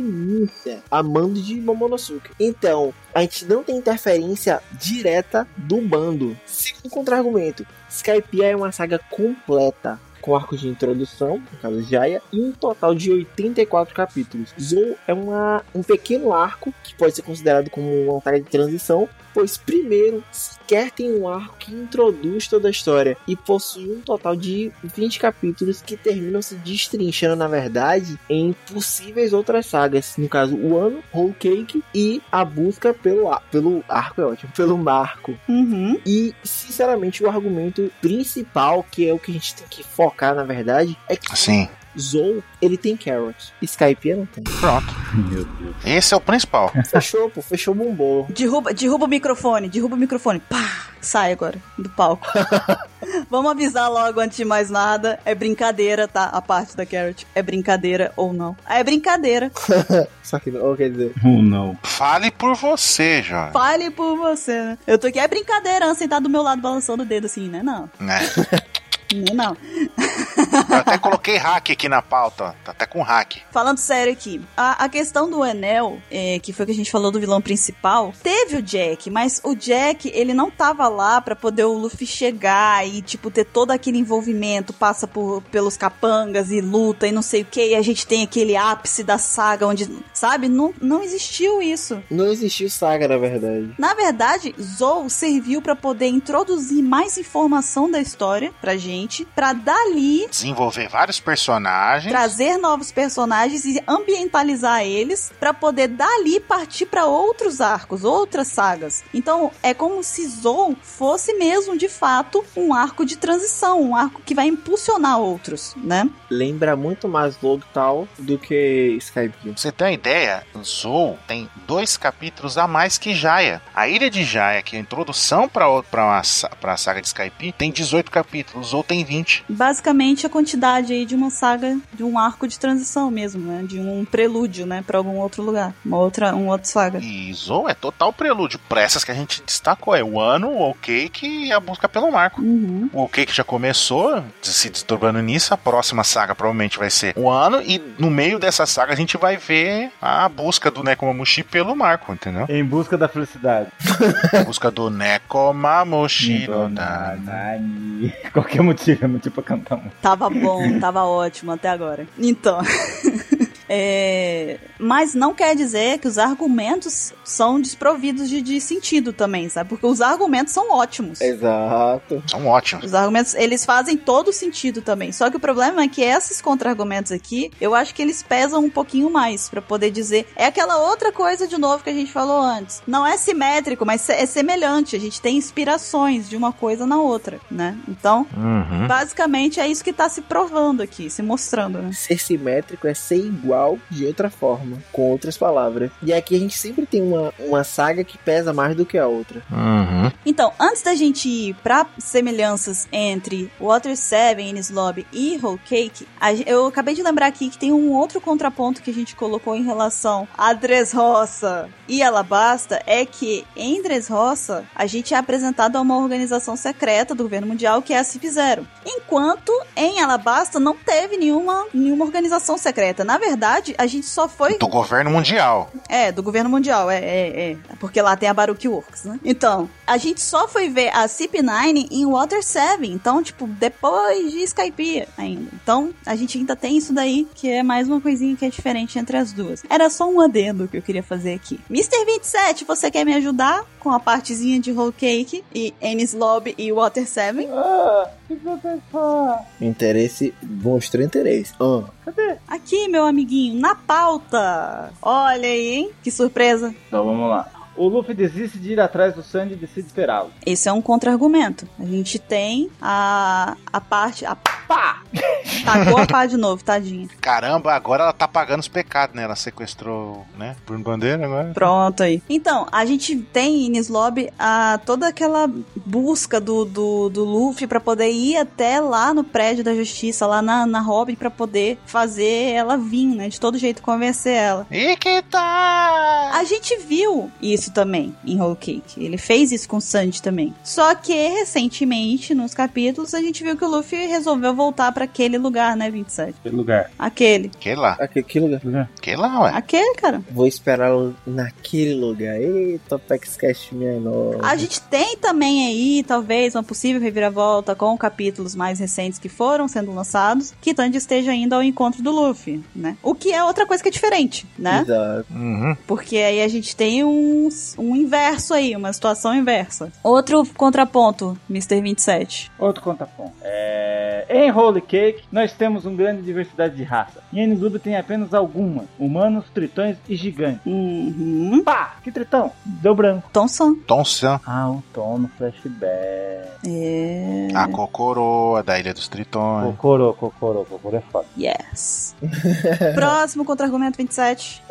Yunisha, a mando de Momonosuke. Então, a gente não tem interferência direta do bando. Segundo contra-argumento, Skypiea é uma saga completa, com arcos de introdução, no caso Jaya, e um total de 84 capítulos. Zou é uma, um pequeno arco que pode ser considerado como uma saga de transição, pois primeiro sequer tem um arco que introduz toda a história e possui um total de 20 capítulos que terminam se destrinchando, na verdade, em possíveis outras sagas, no caso o ano, Whole Cake e a busca pelo, ar- pelo arco é ótimo, pelo marco
Uhum.
e, sinceramente, o argumento principal, que é o que a gente tem que focar, na verdade, é que
Sim.
Zou, ele tem carrot. Skype não tem.
Meu Deus.
Esse é o principal.
Fechou, pô. Fechou o bumbô.
Derruba, derruba o microfone, derruba o microfone. Pá! Sai agora do palco. Vamos avisar logo antes de mais nada. É brincadeira, tá? A parte da Carrot. É brincadeira ou não? Ah, É brincadeira.
Só que não, quer dizer...
Oh, não.
Fale por você, Jorge.
Fale por você, né? Eu tô aqui, é brincadeira, Ansem tá do meu lado balançando o dedo assim, né? Não,
Né?
né? Não.
Eu até coloquei hack aqui na pauta. Tá até com hack.
Falando sério aqui, a, a questão do Enel, é, que foi o que a gente falou do vilão principal, teve o Jack, mas o Jack, ele não tava lá pra poder o Luffy chegar e, tipo, ter todo aquele envolvimento, passa por, pelos capangas e luta e não sei o que, e a gente tem aquele ápice da saga onde, sabe? Não, não existiu isso.
Não existiu saga, na verdade.
Na verdade, Zou serviu pra poder introduzir mais informação da história pra gente, pra dali
Desenvolver vários personagens.
trazer novos personagens e ambientalizar eles pra poder dali partir pra outros arcos, outras sagas. Então é como se Zou fosse mesmo de fato um arco de transição, um arco que vai impulsionar outros, né?
Lembra muito mais Log Tal do que Skype.
Pra você ter uma ideia, Zou tem dois capítulos a mais que Jaya. A Ilha de Jaya, que é a introdução para a saga de Skype, tem 18 capítulos, Zou tem 20.
Basicamente a quantidade aí de uma saga, de um arco de transição mesmo, né? De um prelúdio, né, Pra algum outro lugar, uma outra, um outro saga.
E Zou é total prelúdio. Pra essas que a gente destacou, é o ano, o Cake e a busca pelo Marco.
Uhum.
O Cake já começou se desdobrando nisso. A próxima saga provavelmente vai ser o ano. E no meio dessa saga a gente vai ver a busca do Nekomamushi pelo Marco, entendeu?
Em busca da felicidade.
A busca do Nekomamushi. Rodan.
Nani. Qualquer motivo, é motivo pra cantar um.
Tava bom, tava ótimo até agora. Então. é, Mas não quer dizer que os argumentos são desprovidos de, de sentido também, sabe? Porque os argumentos são ótimos.
Exato.
São ótimos.
Os argumentos, eles fazem todo sentido também. Só que o problema é que esses contra-argumentos aqui, eu acho que eles pesam um pouquinho mais pra poder dizer. É aquela outra coisa de novo que a gente falou antes. Não é simétrico, mas é semelhante. A gente tem inspirações de uma coisa na outra, né? Então,
Uhum.
basicamente é isso que tá se provando aqui, se mostrando, né?
Ser simétrico é ser igual de outra forma, com outras palavras. E aqui a gente sempre tem uma, uma saga que pesa mais do que a outra.
Uhum.
Então, antes da gente ir pra semelhanças entre Water 7, Innis Lobby e Whole Cake, a gen- eu acabei de lembrar aqui que tem um outro contraponto que a gente colocou em relação a Dressrosa e Alabasta, é que em Dressrosa a gente é apresentado a uma organização secreta do governo mundial que é a Cip Zero. Enquanto em Alabasta não teve nenhuma, nenhuma organização secreta. Na verdade, verdade, a gente só foi.
Do governo mundial.
É, do governo mundial, é, é, é. Porque lá tem a Baruch Works, né? Então, a gente só foi ver a CP9 em Water 7. Então, tipo, depois de Skypiea ainda. Então, a gente ainda tem isso daí, que é mais uma coisinha que é diferente entre as duas. Era só um adendo que eu queria fazer aqui. Mr. 27, você quer me ajudar com a partezinha de Whole Cake e Ennis Lobby e Water 7?
Ah, o que você faz?
Interesse, mostra interesse. Ah,
Cadê?
Aqui, meu amiguinho, na pauta. Olha aí, hein? Que surpresa.
Então vamos lá. O Luffy desiste de ir atrás do Sandy e decide esperá-lo.
Esse é um contra-argumento. A gente tem a, a parte. A pá! Tacou a pá de novo, tadinha.
Caramba, agora ela tá pagando os pecados, né? Ela sequestrou, né? Bruno Bandeira agora.
Pronto aí. Então, a gente tem em Nislob a, toda aquela busca do, do, do Luffy pra poder ir até lá no prédio da justiça, lá na, na Robin, pra poder fazer ela vir, né? De todo jeito convencer ela.
E que tá?
A gente viu isso também em Whole Cake. Ele fez isso com o Sanji também. Só que, recentemente, nos capítulos, a gente viu que o Luffy resolveu voltar pra aquele lugar, né, 27?
Aquele lugar.
Aquele.
Que lá?
aqui, que lugar?
Que lá, ué?
Aquele, cara.
Vou esperá-lo naquele lugar. Eita, PaxCast minha nova.
A gente tem também aí, talvez, uma possível reviravolta com capítulos mais recentes que foram sendo lançados, que Tandy esteja indo ao encontro do Luffy, né? O que é outra coisa que é diferente, né?
Exato.
Uhum.
Porque aí a gente tem um, um inverso aí, uma situação inversa. Outro contraponto, Mr. 27.
Outro contraponto. É... Em Holy Cake, nós temos uma grande diversidade de raça. E em Nizubi tem apenas algumas. Humanos, tritões e gigantes.
Uhum.
Pá! Que tritão? Deu branco.
Tom San.
Tom Sam,
Ah, o Tom no flashback.
É.
a Cocoroa, da Ilha dos Tritões.
Cocoro, Cocoro, Cocoro é foda.
Yes. Próximo contra-argumento 27.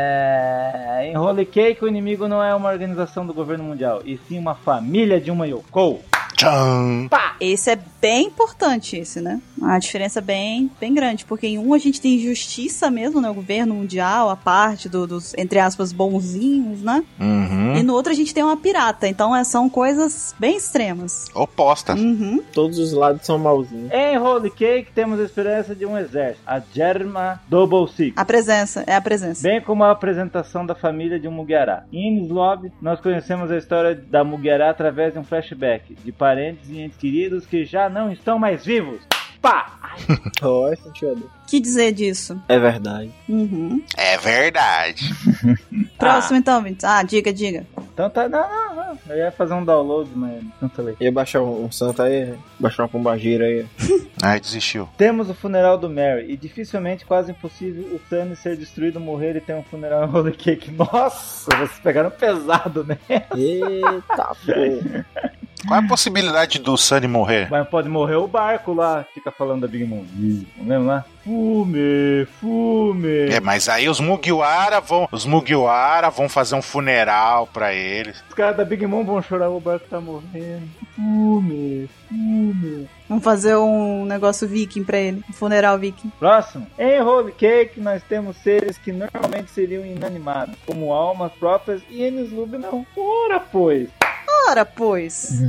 É... Em Holy Cake, o inimigo não é uma organização do governo mundial, e sim uma família de uma Yoko.
Tchan!
Esse é bem importante, esse, né? A diferença é bem, bem grande, porque em um a gente tem justiça mesmo, né? O governo mundial, a parte do- dos, entre aspas, bonzinhos, né? E
Uhum.
no outro a gente tem uma pirata. Então é, são coisas bem extremas.
Oposta.
Uhum.
Todos os lados são malzinhos.
Em Holy Cake, temos a esperança de um exército, a Germa Double Six.
A presença, é a presença.
Bem como a apresentação da família de um Mugiará. Em Ines Lobby, nós conhecemos a história da Mugiará através de um flashback de parentes e entes queridos que já não estão mais vivos. Pá!
Ó, esse sentido.
que dizer disso?
É verdade.
Uhum.
É verdade.
Próximo então, Vinicius. Ah, diga, diga.
Então tá. Não, não, não. Eu ia fazer um download, mas cancelei.
Ia baixar um, um santo aí, né? baixar uma pombagira aí.
Aí desistiu.
Temos o funeral do Mary, e dificilmente, quase impossível, o Sunny ser destruído, morrer e ter um funeral em Holy Cake. Nossa, vocês pegaram pesado, né?
Eita, pô.
Qual é a possibilidade do Sunny morrer?
Mas pode morrer o barco lá, fica falando da Big Mom. Não lembra lá? Fume, fume.
É, mas aí os Mugiwara vão, os Mugiwara vão fazer um funeral pra eles.
Os caras da Big Mom vão chorar, o barco tá morrendo. Fume, fume.
Vamos fazer um negócio viking pra ele. Um funeral viking.
Próximo. Em Holy Cake, nós temos seres que normalmente seriam inanimados, como almas próprias, e eles Lube não. Ora, pois.
Ora, pois.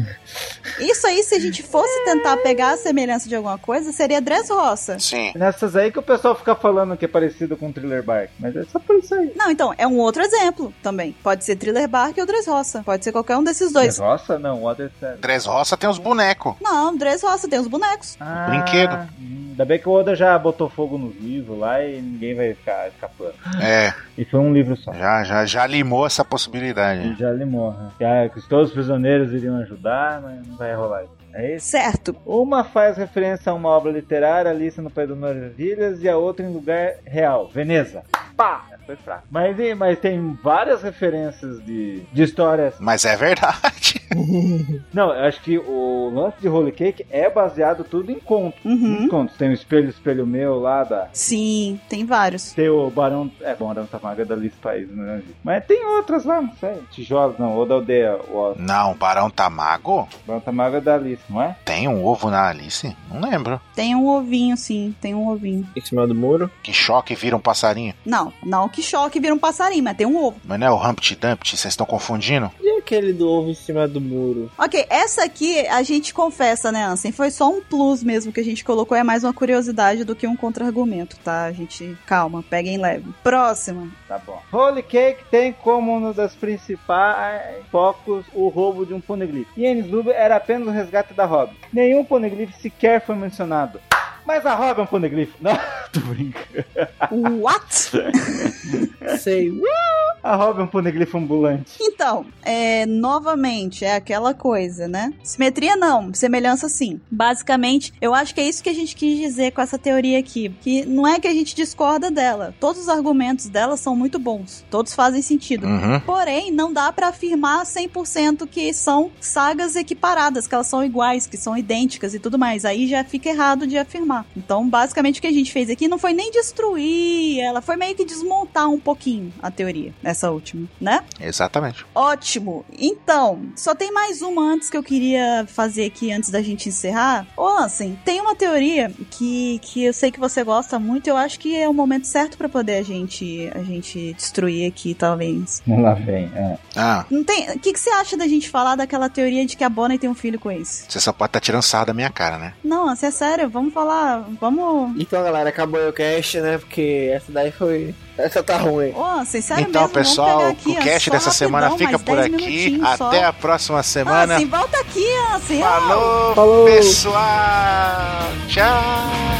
Isso aí, se a gente fosse tentar pegar a semelhança de alguma coisa, seria Dressrosa.
Sim.
É Nessas aí que o pessoal fica falando que é parecido com Thriller Bark, mas é só por isso aí.
Não, então, é um outro exemplo também. Pode ser Thriller Bark ou Dressrosa. Pode ser qualquer um desses dois.
Nossa, É não, Water Seven.
Três Roça tem os bonecos.
Não, Dressrosa tem os bonecos.
Ah,
Brinquedo.
hum, Ainda bem que o Oda já botou fogo nos livros lá e ninguém vai ficar escapando.
É,
E foi um livro só.
já, já, já limou essa possibilidade.
Já ele morre. Já que todos os prisioneiros iriam ajudar, mas não vai rolar isso. É isso.
Certo.
Uma faz referência a uma obra literária, Alice no País das Maravilhas, e a outra em lugar real, Veneza. Pá! Essa É, Foi fraco. Mas, e- mas tem várias referências de, de histórias.
Mas é verdade.
Não, eu acho que o lance de Holy Cake é baseado tudo em contos.
Uhum.
Em contos. Tem o Espelho, Espelho Meu lá da,
Sim, tem vários.
Tem o Barão. É, bom, Barão Tamaga é da Alice País, né? Mas tem outras lá, não sei. Tijolos, não. Ou da aldeia. O
Não, o Barão Tamago
Barão Tamaga é da Alice, não é?
tem um ovo na Alice? Não lembro.
Tem um ovinho, sim, tem um ovinho.
Em cima do muro.
Que choque vira um passarinho.
Não, não que choque vira um passarinho, mas tem um ovo.
Mas não é o Humpty Dumpty, vocês estão confundindo?
E
aquele do ovo em cima do muro?
Ok, essa aqui a gente confessa, né, Ansem? Foi só um plus mesmo que a gente colocou. É mais uma curiosidade do que um contra-argumento, tá? A gente, calma, peguem leve. Próxima.
Tá bom. Holy Cake tem como um dos principais focos o roubo de um poneglyph. E Enizuba era apenas o resgate da Robin. Nenhum poneglyph sequer foi mencionado. Mas a Robin é um poneglyph. Não, tô brincando.
What?
Sei.
A Robin é um poneglyph ambulante.
Então, é, novamente, é aquela coisa, né? Simetria não, semelhança sim. Basicamente, eu acho que é isso que a gente quis dizer com essa teoria aqui. Que não é que a gente discorda dela. Todos os argumentos dela são muito bons. Todos fazem sentido.
Uhum.
Porém, não dá pra afirmar 100% que são sagas equiparadas, que elas são iguais, que são idênticas e tudo mais. Aí já fica errado de afirmar. Então, basicamente, o que a gente fez aqui não foi nem destruir ela, foi meio que desmontar um pouquinho a teoria, essa última, né?
Exatamente.
Ótimo! Então, só tem mais uma antes que eu queria fazer aqui antes da gente encerrar. Ô, Ansem, tem uma teoria que, que eu sei que você gosta muito, eu acho que é o momento certo pra poder a gente, a gente destruir aqui, talvez.
Vamos lá, vem. É.
Ah,
Não tem. O que, que você acha da gente falar daquela teoria de que a Bonnie tem um filho com esse?
você só pode estar tirando sarro da minha cara, né?
Não, Ansem, é sério, vamos falar. Vamos.
Então, galera, acabou o cast, né? Porque essa daí foi. Essa tá ruim.
Ô, Ansem, sério
então,
mesmo,
pessoal,
vamos pegar aqui,
o cast
ó, só
dessa semana
rapidão,
fica
mais
por
10
aqui.
minutinhos só. Ah, assim,
Até a próxima semana.
Ansem, volta aqui, Ansem. ó.
Falou,
Falou.
pessoal! Tchau!